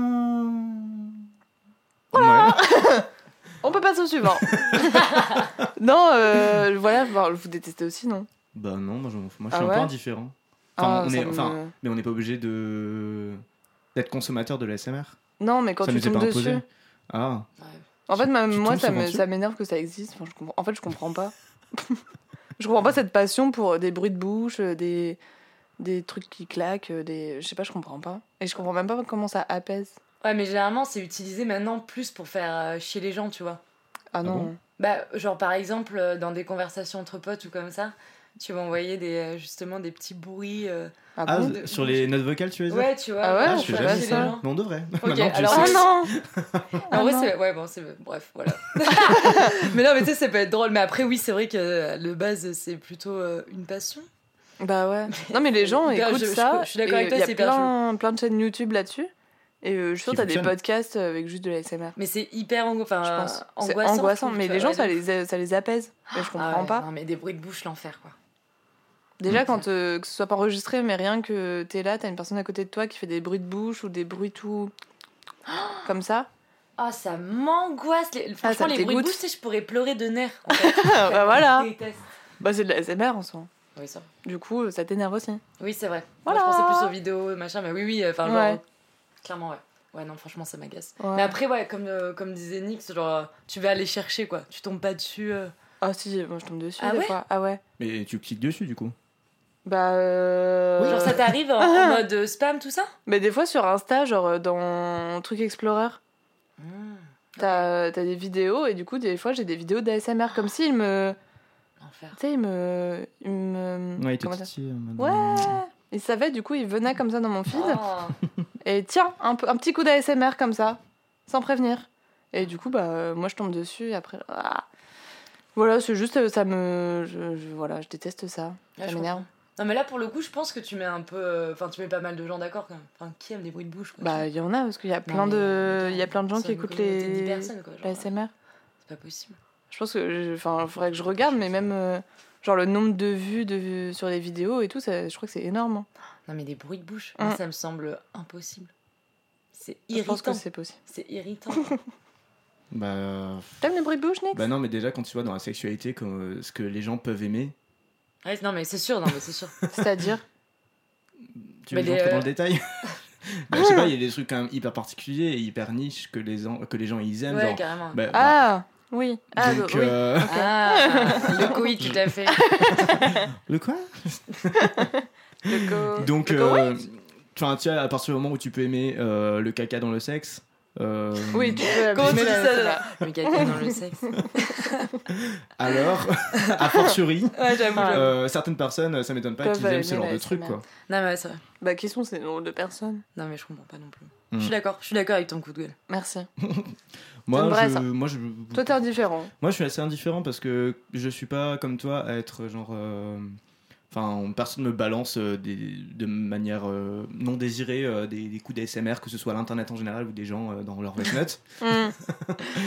[SPEAKER 3] Ah. Ouais.
[SPEAKER 1] On peut passer au
[SPEAKER 2] [LAUGHS]
[SPEAKER 1] suivant. [LAUGHS] non, euh, voilà, bon, vous détestez aussi, non
[SPEAKER 3] Bah non, moi, je, moi, je suis
[SPEAKER 1] Ah
[SPEAKER 3] un
[SPEAKER 1] ouais
[SPEAKER 3] peu indifférent. Enfin,
[SPEAKER 1] Ah,
[SPEAKER 3] on
[SPEAKER 1] ça
[SPEAKER 3] est,
[SPEAKER 1] me-
[SPEAKER 3] enfin mais on n'est pas obligé de. D'être consommateur de l'ASMR
[SPEAKER 1] Non, mais quand
[SPEAKER 3] Ça
[SPEAKER 1] tu
[SPEAKER 3] nous est
[SPEAKER 1] tombes
[SPEAKER 3] pas
[SPEAKER 1] dessus.
[SPEAKER 3] imposé. Ah,
[SPEAKER 1] En fait,
[SPEAKER 3] Tu-
[SPEAKER 1] même
[SPEAKER 3] tu
[SPEAKER 1] moi,
[SPEAKER 3] tombes
[SPEAKER 1] ça
[SPEAKER 3] souvent
[SPEAKER 1] me-
[SPEAKER 3] dessus
[SPEAKER 1] ça m'énerve que ça existe. Enfin, je comprends- En fait, je comprends pas. [LAUGHS] je comprends pas cette passion pour des bruits de bouche, euh, des, des trucs qui claquent, euh, des... je sais pas, je comprends pas. Et je comprends même pas comment ça apaise.
[SPEAKER 2] Ouais, mais généralement, c'est utilisé maintenant plus pour faire euh, chier les gens, tu vois.
[SPEAKER 1] Ah non.
[SPEAKER 3] bon
[SPEAKER 2] Bah, genre par exemple, euh, dans des conversations entre potes ou comme ça, tu vas envoyer des, euh, justement des petits bruits. euh,
[SPEAKER 1] Ah,
[SPEAKER 3] Ah,
[SPEAKER 1] bon
[SPEAKER 2] de-
[SPEAKER 3] sur les notes vocales, tu veux dire
[SPEAKER 2] Ouais, tu vois.
[SPEAKER 1] Ah ouais,
[SPEAKER 3] Ah,
[SPEAKER 2] pour
[SPEAKER 3] je fais
[SPEAKER 2] faire
[SPEAKER 3] jamais
[SPEAKER 2] chier les
[SPEAKER 1] ça.
[SPEAKER 2] gens.
[SPEAKER 3] Mais on devrait.
[SPEAKER 2] Ok,
[SPEAKER 3] [LAUGHS] Maintenant que je
[SPEAKER 2] alors-
[SPEAKER 1] Ah
[SPEAKER 3] sais.
[SPEAKER 1] non
[SPEAKER 2] [LAUGHS] En
[SPEAKER 1] Ah
[SPEAKER 2] vrai,
[SPEAKER 1] non.
[SPEAKER 2] c'est. Ouais, bon, c'est. Bref, voilà. [LAUGHS] mais non, mais tu sais, ça peut être drôle. Mais après, oui, c'est vrai que euh, le base, c'est plutôt euh, une passion.
[SPEAKER 1] Bah ouais. Non, mais
[SPEAKER 2] [LAUGHS]
[SPEAKER 1] les gens
[SPEAKER 2] Bah, je-
[SPEAKER 1] écoutent
[SPEAKER 2] je-
[SPEAKER 1] ça.
[SPEAKER 2] je suis d'accord avec
[SPEAKER 1] et
[SPEAKER 2] toi,
[SPEAKER 1] Il y
[SPEAKER 2] c'est
[SPEAKER 1] a
[SPEAKER 2] hyper
[SPEAKER 1] plein, plein de chaînes YouTube là-dessus. Et euh, je suis sûre
[SPEAKER 3] Qui
[SPEAKER 1] que t'as des
[SPEAKER 3] fonctionnent.
[SPEAKER 1] podcasts euh, avec juste de l'ASMR.
[SPEAKER 2] Mais c'est hyper ango- enfin,
[SPEAKER 1] Je pense. C'est
[SPEAKER 2] Euh, angoissant.
[SPEAKER 1] angoissant.
[SPEAKER 2] je trouve,
[SPEAKER 1] Mais
[SPEAKER 2] tu
[SPEAKER 1] les
[SPEAKER 2] vois,
[SPEAKER 1] gens, ça
[SPEAKER 2] ouais, de-
[SPEAKER 1] les, ça les apaise. Mais je comprends
[SPEAKER 2] Ah ouais,
[SPEAKER 1] pas.
[SPEAKER 2] Non, mais des bruits de bouche, l'enfer, quoi.
[SPEAKER 1] Déjà,
[SPEAKER 2] Mm.
[SPEAKER 1] quand euh, que ce soit pas enregistré, mais rien que t'es là, t'as une personne à côté de toi qui fait des bruits de bouche ou des bruits tout.
[SPEAKER 2] [GASPS]
[SPEAKER 1] comme ça.
[SPEAKER 2] Ah, ça m'angoisse. Les... Franchement,
[SPEAKER 1] Ah, ça me
[SPEAKER 2] les bruits de
[SPEAKER 1] dégoûte.
[SPEAKER 2] bouche, tu sais, je pourrais pleurer de nerfs.
[SPEAKER 1] [LAUGHS]
[SPEAKER 2] En fait.
[SPEAKER 1] bah voilà
[SPEAKER 2] Je déteste.
[SPEAKER 1] Bah c'est de l'ASMR en soi.
[SPEAKER 2] Oui, ça.
[SPEAKER 1] Du coup, euh, ça t'énerve aussi.
[SPEAKER 2] Oui, c'est vrai.
[SPEAKER 1] Voilà.
[SPEAKER 2] Moi, je pensais plus aux vidéos, machin, mais oui, oui, enfin, genre,
[SPEAKER 1] Ouais.
[SPEAKER 2] clairement, ouais. Ouais, non, franchement, ça m'agace.
[SPEAKER 1] Ouais.
[SPEAKER 2] Mais après, ouais, comme, euh, comme disait Nix, genre, euh, tu vas aller chercher, quoi. Tu tombes pas dessus. euh.
[SPEAKER 1] Ah si, moi je tombe dessus
[SPEAKER 2] Ah
[SPEAKER 1] des
[SPEAKER 2] ouais
[SPEAKER 1] fois. Ah ouais.
[SPEAKER 3] Mais tu cliques dessus, du coup.
[SPEAKER 1] Bah. euh,
[SPEAKER 2] Genre, ça t'arrive en, en
[SPEAKER 1] Ah,
[SPEAKER 2] mode euh, spam, tout ça
[SPEAKER 1] Mais des fois sur Insta, genre euh, dans Truc Explorer,
[SPEAKER 2] Mmh,
[SPEAKER 1] t'as t'as des vidéos et du coup, des fois j'ai des vidéos d'ASMR comme s'ils me.
[SPEAKER 2] Enfer.
[SPEAKER 1] Tu sais, ils me. Ils me.
[SPEAKER 3] Ouais, il te
[SPEAKER 1] comment dire
[SPEAKER 3] titille, euh,
[SPEAKER 1] Ouais
[SPEAKER 3] madame.
[SPEAKER 1] Ils savaient, du coup, ils venaient comme ça dans mon feed.
[SPEAKER 2] Ah.
[SPEAKER 1] Et tiens, un, peu- un petit coup d'ASMR comme ça, sans prévenir. Et du coup, bah, euh, moi, je tombe dessus et après. ah. Voilà, c'est juste, euh, ça me. Je, je- voilà, je déteste ça.
[SPEAKER 2] Ouais,
[SPEAKER 1] ça
[SPEAKER 2] Ah, je
[SPEAKER 1] m'énerve.
[SPEAKER 2] comprends. Non, mais là, pour le coup, je pense que tu mets un peu. euh, Enfin, tu mets pas mal de gens d'accord, quand même. Enfin, qui aime les bruits de bouche, quoi.
[SPEAKER 1] Bah, il y en a, parce qu'il y a
[SPEAKER 2] Non,
[SPEAKER 1] plein
[SPEAKER 2] mais,
[SPEAKER 1] de.
[SPEAKER 2] euh,
[SPEAKER 1] Il y a plein de gens
[SPEAKER 2] sur
[SPEAKER 1] qui
[SPEAKER 2] une
[SPEAKER 1] écoutent
[SPEAKER 2] communauté de 10
[SPEAKER 1] les.
[SPEAKER 2] personnes, quoi. genre, euh,
[SPEAKER 1] L'ASMR.
[SPEAKER 2] C'est pas possible.
[SPEAKER 1] Je pense que. je- Enfin, il faudrait que je regarde, mais même. euh, genre, le nombre de vues de, sur les vidéos et tout, ça, je crois que c'est énorme. hein.
[SPEAKER 2] Non, mais des bruits de bouche,
[SPEAKER 1] Mm.
[SPEAKER 2] moi, ça me semble impossible. C'est
[SPEAKER 1] Je pense que
[SPEAKER 2] irritant.
[SPEAKER 1] c'est possible.
[SPEAKER 2] C'est irritant. [LAUGHS]
[SPEAKER 3] Bah, euh,
[SPEAKER 1] T'aimes les bruits de bouche, Nick
[SPEAKER 3] bah non, mais déjà, quand tu vois dans la sexualité comme, euh, ce que les gens peuvent aimer,
[SPEAKER 2] Ouais, non, mais c'est sûr, non, mais c'est sûr.
[SPEAKER 1] C'est-à-dire.
[SPEAKER 3] tu
[SPEAKER 2] Mais
[SPEAKER 3] veux que
[SPEAKER 2] les,
[SPEAKER 3] j'entre dans
[SPEAKER 2] euh,
[SPEAKER 3] le détail
[SPEAKER 1] [LAUGHS]
[SPEAKER 3] Bah, Je sais pas, il y a des trucs quand même hyper particuliers et hyper niches que les, en- que les gens ils aiment.
[SPEAKER 2] Ouais,
[SPEAKER 3] genre,
[SPEAKER 2] carrément.
[SPEAKER 3] [LAUGHS] bah, bah,
[SPEAKER 1] Ah Oui. Ah,
[SPEAKER 3] donc,
[SPEAKER 1] oui.
[SPEAKER 3] euh,
[SPEAKER 1] [LAUGHS]
[SPEAKER 2] Ah, le couille, tout à fait.
[SPEAKER 3] [LAUGHS] Le quoi
[SPEAKER 1] Le co-
[SPEAKER 3] Donc,
[SPEAKER 1] le co-
[SPEAKER 3] euh, enfin, tu vois, à partir du moment où tu peux aimer euh, le caca dans le sexe. euh,
[SPEAKER 1] Oui, tu peux
[SPEAKER 2] Comment tu
[SPEAKER 1] abîmer
[SPEAKER 2] dis
[SPEAKER 1] la-
[SPEAKER 2] ça là Le caca dans le sexe.
[SPEAKER 3] Alors, [LAUGHS] a fortiori,
[SPEAKER 2] Ouais, j'avoue.
[SPEAKER 1] Ah.
[SPEAKER 2] j'avoue.
[SPEAKER 3] euh, certaines personnes, ça m'étonne pas
[SPEAKER 1] Peuvent
[SPEAKER 3] qu'ils aiment ce
[SPEAKER 1] aimer
[SPEAKER 3] genre
[SPEAKER 1] la
[SPEAKER 3] de truc,
[SPEAKER 1] SMR.
[SPEAKER 3] quoi.
[SPEAKER 2] Non, mais ouais, c'est vrai.
[SPEAKER 1] Bah, qui sont ces noms de personnes
[SPEAKER 2] Non, mais je comprends pas non plus.
[SPEAKER 3] Mm.
[SPEAKER 2] Je suis d'accord, je suis d'accord avec ton coup de gueule.
[SPEAKER 1] Merci.
[SPEAKER 3] Moi,
[SPEAKER 1] vrai,
[SPEAKER 3] je,
[SPEAKER 1] ça.
[SPEAKER 3] moi, je,
[SPEAKER 1] Toi, t'es
[SPEAKER 2] [LAUGHS]
[SPEAKER 1] indifférent.
[SPEAKER 3] moi, je suis assez indifférent parce que je suis pas comme toi à être genre. euh, Enfin, personne me balance euh, des, de manière euh, non désirée euh, des, des coups d'ASMR, que ce soit à l'internet en général ou des gens euh, dans leur webnet.
[SPEAKER 1] Hmm.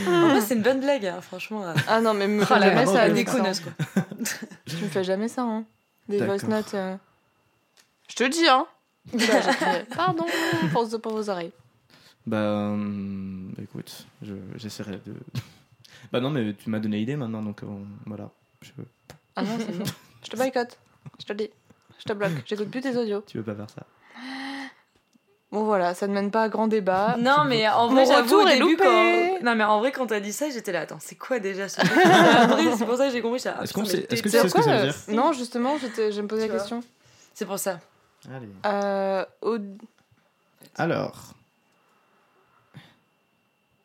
[SPEAKER 2] En vrai, c'est une bonne blague, hein, [LAUGHS] franchement. euh.
[SPEAKER 1] Ah non, mais me
[SPEAKER 2] Oh,
[SPEAKER 1] fais
[SPEAKER 2] la
[SPEAKER 1] jamais
[SPEAKER 3] mort
[SPEAKER 1] ça.
[SPEAKER 3] de
[SPEAKER 1] Nick.
[SPEAKER 2] déconneuse, quoi.
[SPEAKER 1] Tu me fais jamais ça, hein. Des
[SPEAKER 3] D'accord.
[SPEAKER 1] voice notes. euh. Je te le dis,
[SPEAKER 2] [LAUGHS]
[SPEAKER 1] hein. Là, j'ai crié, Pardon pour, pour vos oreilles.
[SPEAKER 3] Bah, euh, bah écoute, je- j'essaierai de. [LAUGHS] bah non, mais tu m'as donné idée maintenant, donc euh, voilà. Je-
[SPEAKER 1] Ah non, c'est bon. [LAUGHS] Je te boycotte. Je te le dis. Je te bloque. J'écoute plus tes audios.
[SPEAKER 3] tu veux pas faire ça.
[SPEAKER 1] Bon, voilà, ça ne mène pas à grand débat.
[SPEAKER 2] Non, mais en
[SPEAKER 1] Mon
[SPEAKER 2] vrai, j'avoue,
[SPEAKER 1] retour
[SPEAKER 2] au
[SPEAKER 1] est
[SPEAKER 2] début,
[SPEAKER 1] loupé.
[SPEAKER 2] quand... Non, mais en vrai, quand t'as dit ça, j'étais là, attends, c'est quoi déjà ce truc C'est un bruit, C'est pour ça que j'ai compris. j'étais là, ah,
[SPEAKER 3] Est-ce qu'on
[SPEAKER 2] putain, mais
[SPEAKER 3] sait- est-ce que
[SPEAKER 2] t'es-
[SPEAKER 3] tu sais ce que ça veut
[SPEAKER 1] euh,
[SPEAKER 3] dire
[SPEAKER 1] Non, justement, j'étais- je me posais
[SPEAKER 2] Tu
[SPEAKER 1] la
[SPEAKER 2] vois.
[SPEAKER 1] question.
[SPEAKER 2] C'est pour ça.
[SPEAKER 3] Allez.
[SPEAKER 1] Euh, au-
[SPEAKER 3] Alors.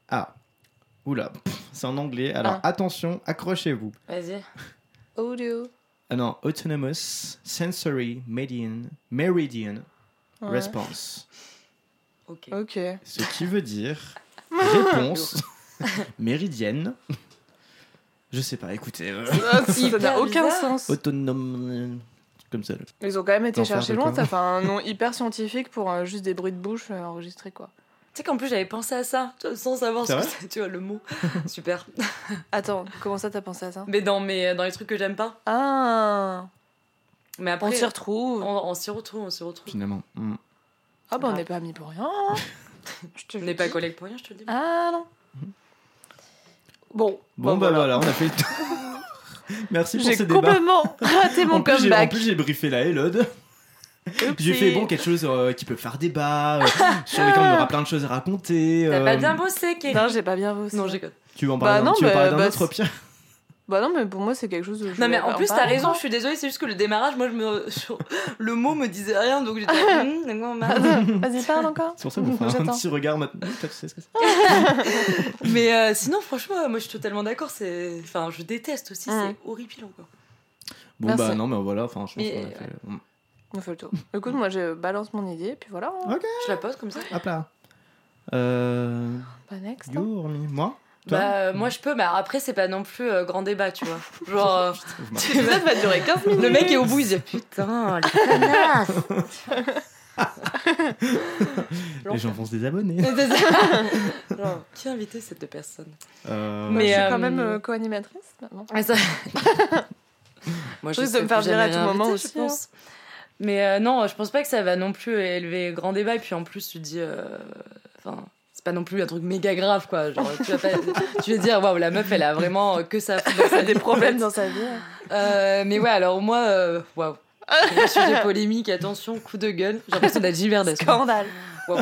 [SPEAKER 3] Ah. Oula, pff, c'est en anglais. Alors attention, accrochez-vous.
[SPEAKER 2] Vas-y.
[SPEAKER 1] Audio.
[SPEAKER 3] Ah non, Autonomous Sensory Median, Meridian
[SPEAKER 1] Ouais.
[SPEAKER 3] Response.
[SPEAKER 2] Ok.
[SPEAKER 1] Ok.
[SPEAKER 3] Ce qui
[SPEAKER 1] [LAUGHS]
[SPEAKER 3] veut dire réponse méridienne. Je sais pas, écoutez. euh,
[SPEAKER 1] ça
[SPEAKER 2] hyper
[SPEAKER 1] n'a aucun
[SPEAKER 2] bizarre.
[SPEAKER 1] sens.
[SPEAKER 3] autonome. Comme ça.
[SPEAKER 1] Ils ont quand même été
[SPEAKER 3] L'enfer
[SPEAKER 1] chercher
[SPEAKER 3] de
[SPEAKER 1] loin,
[SPEAKER 3] Clown.
[SPEAKER 1] ça fait un nom hyper scientifique pour euh, juste des bruits de bouche euh, enregistrés quoi.
[SPEAKER 2] Tu sais qu'en plus, j'avais pensé à ça, tu vois, sans savoir ce
[SPEAKER 3] C'est
[SPEAKER 2] que
[SPEAKER 3] vrai
[SPEAKER 2] c'était, tu vois, le mot. [LAUGHS] Super.
[SPEAKER 1] Attends, comment ça t'as pensé à ça
[SPEAKER 2] Mais dans, mes... dans les trucs que j'aime pas.
[SPEAKER 1] Ah
[SPEAKER 2] Mais après,
[SPEAKER 1] On s'y retrouve.
[SPEAKER 2] on- on s'y retrouve, on s'y retrouve.
[SPEAKER 3] Finalement. Mm.
[SPEAKER 1] Ah bah on
[SPEAKER 2] Ah.
[SPEAKER 1] n'est pas amis pour rien. hein. [LAUGHS] Je te
[SPEAKER 2] On
[SPEAKER 1] le
[SPEAKER 2] n'est pas
[SPEAKER 1] dis.
[SPEAKER 2] collègues pour rien, je te le dis.
[SPEAKER 1] Ah non. Bon.
[SPEAKER 3] Mhm. Bon, bah voilà. on a fait le tour. [LAUGHS] Merci pour
[SPEAKER 1] J'ai
[SPEAKER 3] ce débat.
[SPEAKER 1] complètement raté mon
[SPEAKER 3] [LAUGHS] En plus, j'ai- en
[SPEAKER 1] comeback.
[SPEAKER 3] plus, j'ai briefé la Elode. J'ai fait bon quelque chose euh, qui peut faire
[SPEAKER 1] [LAUGHS]
[SPEAKER 3] débat, euh, sur lequel on aura plein de choses à raconter.
[SPEAKER 2] T'as pas
[SPEAKER 3] euh,
[SPEAKER 2] bien bossé, Kelly
[SPEAKER 1] Non, j'ai pas bien bossé.
[SPEAKER 2] Non, j'écoute.
[SPEAKER 3] tu veux en
[SPEAKER 1] Bah
[SPEAKER 3] parler d'un-
[SPEAKER 1] non,
[SPEAKER 3] tu veux
[SPEAKER 1] bah,
[SPEAKER 3] parler d'un
[SPEAKER 1] bah,
[SPEAKER 3] autre Pierre
[SPEAKER 1] Bah non, mais pour moi, c'est quelque chose. que je
[SPEAKER 2] Non, mais
[SPEAKER 1] voulais
[SPEAKER 2] en
[SPEAKER 1] pas
[SPEAKER 2] plus, t'as
[SPEAKER 1] parler.
[SPEAKER 2] raison, je suis désolée, c'est juste que le démarrage, moi, je me... [LAUGHS] sur- le mot me disait rien, donc j'étais.
[SPEAKER 1] [LAUGHS]
[SPEAKER 2] Hum, d'accord,
[SPEAKER 1] [LAUGHS]
[SPEAKER 2] marre.
[SPEAKER 1] Vas-y,
[SPEAKER 3] [LAUGHS]
[SPEAKER 1] parle encore.
[SPEAKER 3] C'est pour
[SPEAKER 1] [LAUGHS]
[SPEAKER 3] ça qu'on fait un
[SPEAKER 1] J'attends.
[SPEAKER 3] petit regard maintenant. Toi, tu sais ce que c'est
[SPEAKER 2] mais euh, sinon, franchement, moi, je suis totalement d'accord. C'est, enfin, je déteste aussi,
[SPEAKER 1] Mm.
[SPEAKER 2] c'est horripilant. Quoi.
[SPEAKER 3] Bon
[SPEAKER 1] Merci.
[SPEAKER 3] bah non mais voilà, enfin je pense
[SPEAKER 2] Mais, euh,
[SPEAKER 3] qu'on a
[SPEAKER 2] ouais.
[SPEAKER 3] fait... Mm.
[SPEAKER 1] On fait le tour. Écoute, moi, je balance mon idée, puis voilà. hein.
[SPEAKER 3] Ok,
[SPEAKER 2] Je la pose comme ça.
[SPEAKER 3] hop là. Euh...
[SPEAKER 1] Bah, next. hein.
[SPEAKER 3] Yourmi, moi Toi
[SPEAKER 2] Bah, euh, moi, je peux, mais après, c'est pas non plus euh, grand débat, tu vois.
[SPEAKER 1] [LAUGHS]
[SPEAKER 2] Genre, euh,
[SPEAKER 3] Oh, Vous marquez.
[SPEAKER 1] L'épisode Bah. va durer 15 minutes.
[SPEAKER 2] le mec est au bout, il dit
[SPEAKER 1] [LAUGHS]
[SPEAKER 2] putain, les connasses.
[SPEAKER 3] Les gens vont se désabonner.
[SPEAKER 2] [LAUGHS] Genre, qui a invité ces deux personnes
[SPEAKER 1] Moi,
[SPEAKER 3] Euh,
[SPEAKER 1] je
[SPEAKER 2] Mais,
[SPEAKER 1] suis
[SPEAKER 2] euh,
[SPEAKER 1] quand même euh, co-animatrice
[SPEAKER 2] [LAUGHS]
[SPEAKER 1] maintenant.
[SPEAKER 2] Moi,
[SPEAKER 1] Risque de
[SPEAKER 2] sais
[SPEAKER 1] me faire
[SPEAKER 2] plus
[SPEAKER 1] virer à
[SPEAKER 2] jamais
[SPEAKER 1] tout moment
[SPEAKER 2] inviter,
[SPEAKER 1] aussi,
[SPEAKER 2] je pense. Mais euh, non, je pense pas que ça va non plus élever grand débat. Et puis en plus, tu dis. euh, Enfin, c'est pas non plus un truc méga grave, quoi. Genre, tu vas, [LAUGHS] pas- tu vas dire, waouh, la meuf, elle a vraiment que ça. à foutre dans sa [LAUGHS]
[SPEAKER 1] Elle a des
[SPEAKER 2] vie.
[SPEAKER 1] problèmes dans sa vie.
[SPEAKER 2] Euh, mais ouais, alors moi, euh, [LAUGHS] waouh. Gros Sujet polémique, attention, coup de gueule. J'ai l'impression d'être
[SPEAKER 1] Bah,
[SPEAKER 2] Gilbert
[SPEAKER 1] Scandale.
[SPEAKER 2] Wow.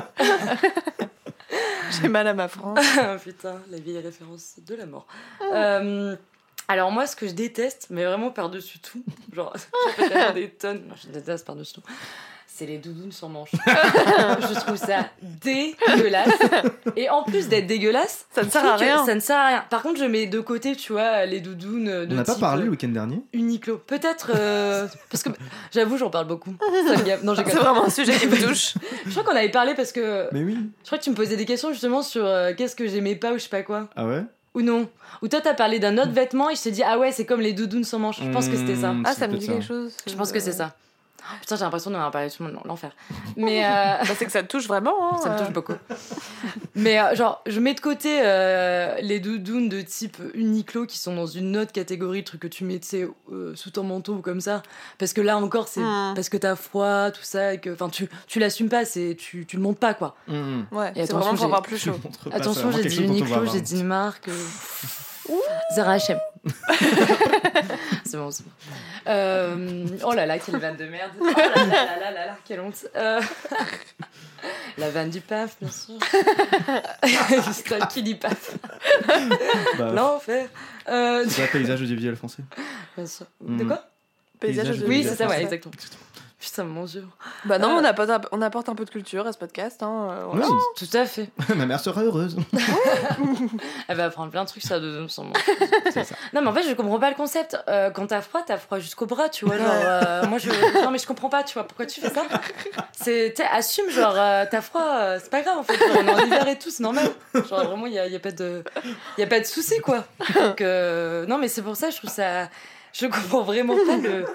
[SPEAKER 1] [LAUGHS] J'ai mal à ma France.
[SPEAKER 3] Ah,
[SPEAKER 2] [LAUGHS] Oh Putain, la vieille référence de la mort. Euh, alors moi, ce que je déteste, mais vraiment par-dessus tout, genre, [LAUGHS] j'en peux faire des tonnes, non, je déteste par-dessus tout, c'est les doudounes
[SPEAKER 1] [LAUGHS]
[SPEAKER 2] sans manches. je trouve ça dégueulasse. Et en plus d'être dégueulasse,
[SPEAKER 1] Ça ne
[SPEAKER 2] je
[SPEAKER 1] sert à
[SPEAKER 2] trouve que
[SPEAKER 1] rien.
[SPEAKER 2] Ça ne sert à rien. Par contre, je mets de côté, tu vois, les doudounes de Bah.
[SPEAKER 3] On n'a pas
[SPEAKER 2] type
[SPEAKER 3] parlé le week-end dernier
[SPEAKER 2] Uniqlo. Peut-être... euh, parce que j'avoue, j'en
[SPEAKER 1] [LAUGHS]
[SPEAKER 2] parle beaucoup. Ça me gave. Non, j'ai
[SPEAKER 1] C'est vraiment un sujet qui me touche.
[SPEAKER 2] Je crois qu'on avait parlé parce que...
[SPEAKER 3] Mais oui.
[SPEAKER 2] Je crois que tu me posais des questions justement sur euh, qu'est-ce que j'aimais pas ou je sais pas quoi.
[SPEAKER 3] Ah ouais
[SPEAKER 2] Ou non Ou toi, t'as parlé d'un autre vêtement et je t'ai dit, ah ouais, c'est comme les doudounes sans manches. Je pense que c'était ça.
[SPEAKER 3] Mm,
[SPEAKER 1] Ah,
[SPEAKER 3] c'est
[SPEAKER 1] ça me
[SPEAKER 3] peut-être
[SPEAKER 1] dit quelque chose. euh,
[SPEAKER 2] Je pense que c'est ça. Oh, Putain, j'ai l'impression d'en avoir parlé tout le monde, l'enfer. Mais euh,
[SPEAKER 1] Bah, c'est que ça te touche vraiment. hein.
[SPEAKER 2] ça me touche beaucoup. Mais euh, genre, je mets de côté euh, les doudounes de type Uniqlo qui sont dans une autre catégorie, le truc que tu mets, tu sais, euh, sous ton manteau ou comme ça. Parce que là encore, c'est
[SPEAKER 1] Mm.
[SPEAKER 2] parce que t'as froid, tout ça, et que. Enfin, tu, tu l'assumes pas, c'est tu, tu le montes pas, quoi.
[SPEAKER 3] Mm, mm.
[SPEAKER 1] Ouais, c'est
[SPEAKER 2] attention,
[SPEAKER 1] vraiment pour
[SPEAKER 2] j'ai-
[SPEAKER 1] avoir plus
[SPEAKER 3] Je
[SPEAKER 1] chaud.
[SPEAKER 3] te montre pas, c'est
[SPEAKER 2] Attention,
[SPEAKER 3] vraiment
[SPEAKER 2] j'ai
[SPEAKER 3] quelque
[SPEAKER 2] dit
[SPEAKER 3] chose dont on va
[SPEAKER 2] Uniqlo,
[SPEAKER 3] avoir
[SPEAKER 2] j'ai
[SPEAKER 3] honte.
[SPEAKER 2] dit une marque. euh, Zara H&M. [LAUGHS] c'est bon, c'est bon. Euh, oh là là, quelle vanne de merde. Oh là là là là là, là, quelle honte. Euh, [LAUGHS] la vanne du paf, bien sûr. Juste un qui dit paf.
[SPEAKER 3] Bah,
[SPEAKER 2] L'enfer. Euh,
[SPEAKER 3] C'est pas paysage audiovisuel français.
[SPEAKER 2] bien sûr. De
[SPEAKER 3] Mm.
[SPEAKER 2] quoi
[SPEAKER 1] Paysage
[SPEAKER 3] Paysage
[SPEAKER 1] de
[SPEAKER 2] Oui,
[SPEAKER 3] Bien
[SPEAKER 2] c'est ça,
[SPEAKER 3] sûr.
[SPEAKER 2] ouais, exactement. Putain, mon dieu.
[SPEAKER 1] Bah
[SPEAKER 2] Euh,
[SPEAKER 1] non, mais on apporte, un- on apporte un peu de culture à ce podcast. Hein. euh, voilà.
[SPEAKER 3] Oui, [LAUGHS]
[SPEAKER 2] Tout à fait.
[SPEAKER 3] ma mère
[SPEAKER 2] [LAUGHS]
[SPEAKER 3] sera heureuse.
[SPEAKER 2] Elle va apprendre plein de trucs sur la deuxième sans moi.
[SPEAKER 3] C'est ça.
[SPEAKER 2] Non, mais en fait, je comprends pas le concept. Euh, quand t'as froid, t'as froid jusqu'au bras, tu vois. Genre,
[SPEAKER 1] Ouais.
[SPEAKER 2] euh, moi, je. Non, mais je comprends pas, tu vois, pourquoi tu fais ça C'est. t'sais, Assume, genre, euh, t'as froid, euh, c'est pas grave, en fait. genre, on est en hiver et tout, c'est normal. Genre, vraiment, il y a, y a pas de. Y a pas de souci, quoi. Donc, euh, non, mais c'est pour ça, je trouve ça. Je comprends vraiment pas le.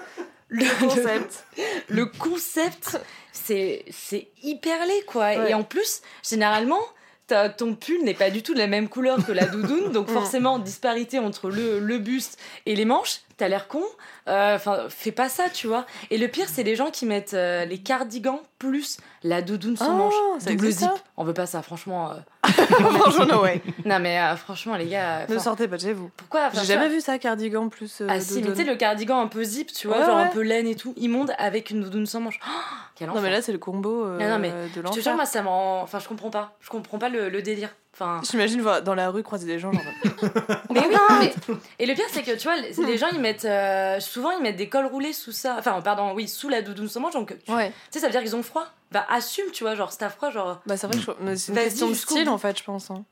[SPEAKER 2] Le le-
[SPEAKER 1] Concept.
[SPEAKER 2] le concept, c'est c'est hyper laid, quoi.
[SPEAKER 1] Ouais.
[SPEAKER 2] Et en plus, généralement, t'as- ton pull n'est pas du tout de la même couleur que la doudoune,
[SPEAKER 1] [LAUGHS]
[SPEAKER 2] donc
[SPEAKER 1] Mm.
[SPEAKER 2] forcément, disparité entre le, le buste et les manches, t'as l'air con. Euh, Enfin, fais pas ça, tu vois. Et le pire, c'est les gens qui mettent euh, les cardigans plus la doudoune sans
[SPEAKER 1] Ah,
[SPEAKER 2] manche,
[SPEAKER 1] ça
[SPEAKER 2] double
[SPEAKER 1] existe,
[SPEAKER 2] zip.
[SPEAKER 1] ça
[SPEAKER 2] On veut pas ça, franchement. euh.
[SPEAKER 1] Bonjour,
[SPEAKER 3] [LAUGHS]
[SPEAKER 1] Noé.
[SPEAKER 2] Non, mais euh, franchement, les
[SPEAKER 1] [LAUGHS]
[SPEAKER 2] gars, euh,
[SPEAKER 1] Ne
[SPEAKER 2] enfin,
[SPEAKER 1] sortez pas de chez vous.
[SPEAKER 2] pourquoi enfin,
[SPEAKER 1] J'ai
[SPEAKER 2] tu
[SPEAKER 1] jamais
[SPEAKER 2] vois-
[SPEAKER 1] vu ça, cardigan plus. euh,
[SPEAKER 2] Ah si, mais
[SPEAKER 1] doudoune.
[SPEAKER 2] tu sais, le cardigan un peu zip, tu vois,
[SPEAKER 1] Ouais,
[SPEAKER 2] genre un
[SPEAKER 1] ouais.
[SPEAKER 2] peu laine et tout, immonde avec une doudoune sans manche. Oh, [GASPS] quel
[SPEAKER 1] Non, mais
[SPEAKER 2] enfer.
[SPEAKER 1] là, c'est le combo euh,
[SPEAKER 2] Ah non, mais
[SPEAKER 1] de
[SPEAKER 2] Je te jure,
[SPEAKER 1] l'enfer.
[SPEAKER 2] moi, ça me rend- Enfin, je comprends pas. Je comprends pas le, le délire. Enfin.
[SPEAKER 1] J'imagine voir dans la rue croiser des gens.
[SPEAKER 2] [LAUGHS]
[SPEAKER 1] Genre...
[SPEAKER 2] Mais [LAUGHS] oui, mais- Et le pire, c'est que tu vois, les, les gens, ils mettent. euh, souvent, ils mettent des cols roulés sous ça. Enfin, pardon, oui, sous la doudoune sans manche. Donc, tu tu
[SPEAKER 1] ouais.
[SPEAKER 2] sais, ça veut dire qu'ils ont froid. Bah, assume, tu vois, genre, si t'as froid, genre.
[SPEAKER 1] Bah, c'est vrai que
[SPEAKER 3] Mm.
[SPEAKER 1] je- mais c'est une
[SPEAKER 2] Vas-y
[SPEAKER 1] question de
[SPEAKER 2] jusqu'au
[SPEAKER 1] style,
[SPEAKER 2] bout.
[SPEAKER 1] en fait, je pense. hein.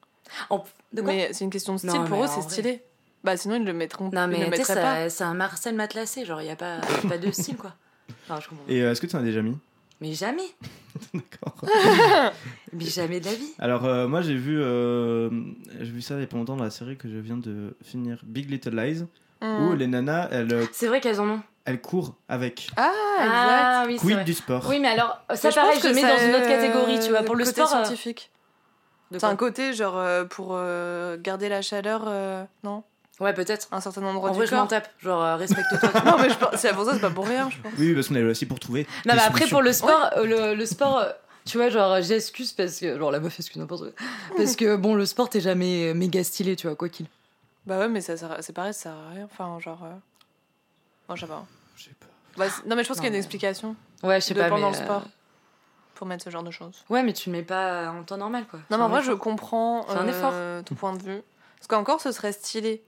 [SPEAKER 2] en- De quoi
[SPEAKER 1] Mais c'est une question de style.
[SPEAKER 2] Non,
[SPEAKER 1] pour
[SPEAKER 2] mais
[SPEAKER 1] eux,
[SPEAKER 2] en
[SPEAKER 1] c'est
[SPEAKER 2] vrai.
[SPEAKER 1] stylé. Bah, sinon, ils le mettront.
[SPEAKER 2] Non,
[SPEAKER 1] ils
[SPEAKER 2] mais
[SPEAKER 1] le
[SPEAKER 2] tu sais,
[SPEAKER 1] mettraient pas.
[SPEAKER 2] ça- c'est un Marcel matelassé. Genre, il n'y a pas, y a pas de style, quoi. Enfin, je comprends. pas.
[SPEAKER 3] Et euh, est-ce que tu en as déjà mis
[SPEAKER 2] Mais jamais.
[SPEAKER 3] D'accord.
[SPEAKER 2] Mais jamais de la vie.
[SPEAKER 3] Alors euh, moi j'ai vu, euh, j'ai vu ça il y a pas longtemps dans la série que je viens de finir Big Little Lies
[SPEAKER 1] Hmm.
[SPEAKER 2] Hum.
[SPEAKER 3] où les nanas elles, euh,
[SPEAKER 2] C'est vrai qu'elles en ont.
[SPEAKER 3] elles courent avec.
[SPEAKER 1] Ah, exact.
[SPEAKER 2] oui, c'est
[SPEAKER 3] Quid
[SPEAKER 2] vrai.
[SPEAKER 3] du sport.
[SPEAKER 2] Oui, mais alors, ça,
[SPEAKER 1] Mais je
[SPEAKER 2] pareil,
[SPEAKER 1] pense
[SPEAKER 2] je
[SPEAKER 1] que
[SPEAKER 2] mets
[SPEAKER 1] ça,
[SPEAKER 2] dans une autre catégorie, tu vois.
[SPEAKER 1] euh,
[SPEAKER 2] Pour le
[SPEAKER 1] côté
[SPEAKER 2] sport. euh,
[SPEAKER 1] scientifique.
[SPEAKER 2] de
[SPEAKER 1] C'est
[SPEAKER 2] quoi
[SPEAKER 1] un côté, genre, euh, pour euh, garder la chaleur, euh, non
[SPEAKER 2] Ouais, peut-être.
[SPEAKER 1] Un certain endroit
[SPEAKER 2] En
[SPEAKER 1] du
[SPEAKER 2] vrai, je
[SPEAKER 1] corps.
[SPEAKER 2] m'en tape. Genre, euh, respecte-toi. tu vois.
[SPEAKER 1] Non, mais je pense- c'est pour ça, c'est pas pour rien, je pense.
[SPEAKER 3] Oui, oui, parce qu'on est là aussi pour trouver.
[SPEAKER 2] Non,
[SPEAKER 3] des
[SPEAKER 2] mais après,
[SPEAKER 3] solutions.
[SPEAKER 2] pour le sport, euh, le, le sport, euh, tu vois, genre, j'excuse parce que, genre, la meuf excuse n'importe quoi. Parce que, bon, le sport, t'es jamais euh, méga stylé, tu vois, quoi qu'il.
[SPEAKER 1] Bah ouais, mais ça sert à- c'est pareil, ça sert à rien. Enfin, genre. euh, Moi, je sais pas.
[SPEAKER 3] Je sais pas.
[SPEAKER 1] Bah, c'est- non, mais je pense
[SPEAKER 2] Non,
[SPEAKER 1] qu'il y a une
[SPEAKER 2] mais-
[SPEAKER 1] explication
[SPEAKER 2] Ouais, je sais
[SPEAKER 1] de
[SPEAKER 2] pas.
[SPEAKER 1] pendant
[SPEAKER 2] mais,
[SPEAKER 1] le
[SPEAKER 2] euh,
[SPEAKER 1] sport pour mettre ce genre de choses.
[SPEAKER 2] Ouais, mais tu le mets pas en temps normal, quoi.
[SPEAKER 1] Non, mais en vrai, je
[SPEAKER 2] Enfin,
[SPEAKER 1] comprends
[SPEAKER 2] C'est un
[SPEAKER 1] euh, ton point de vue. Parce qu'encore, ce serait stylé.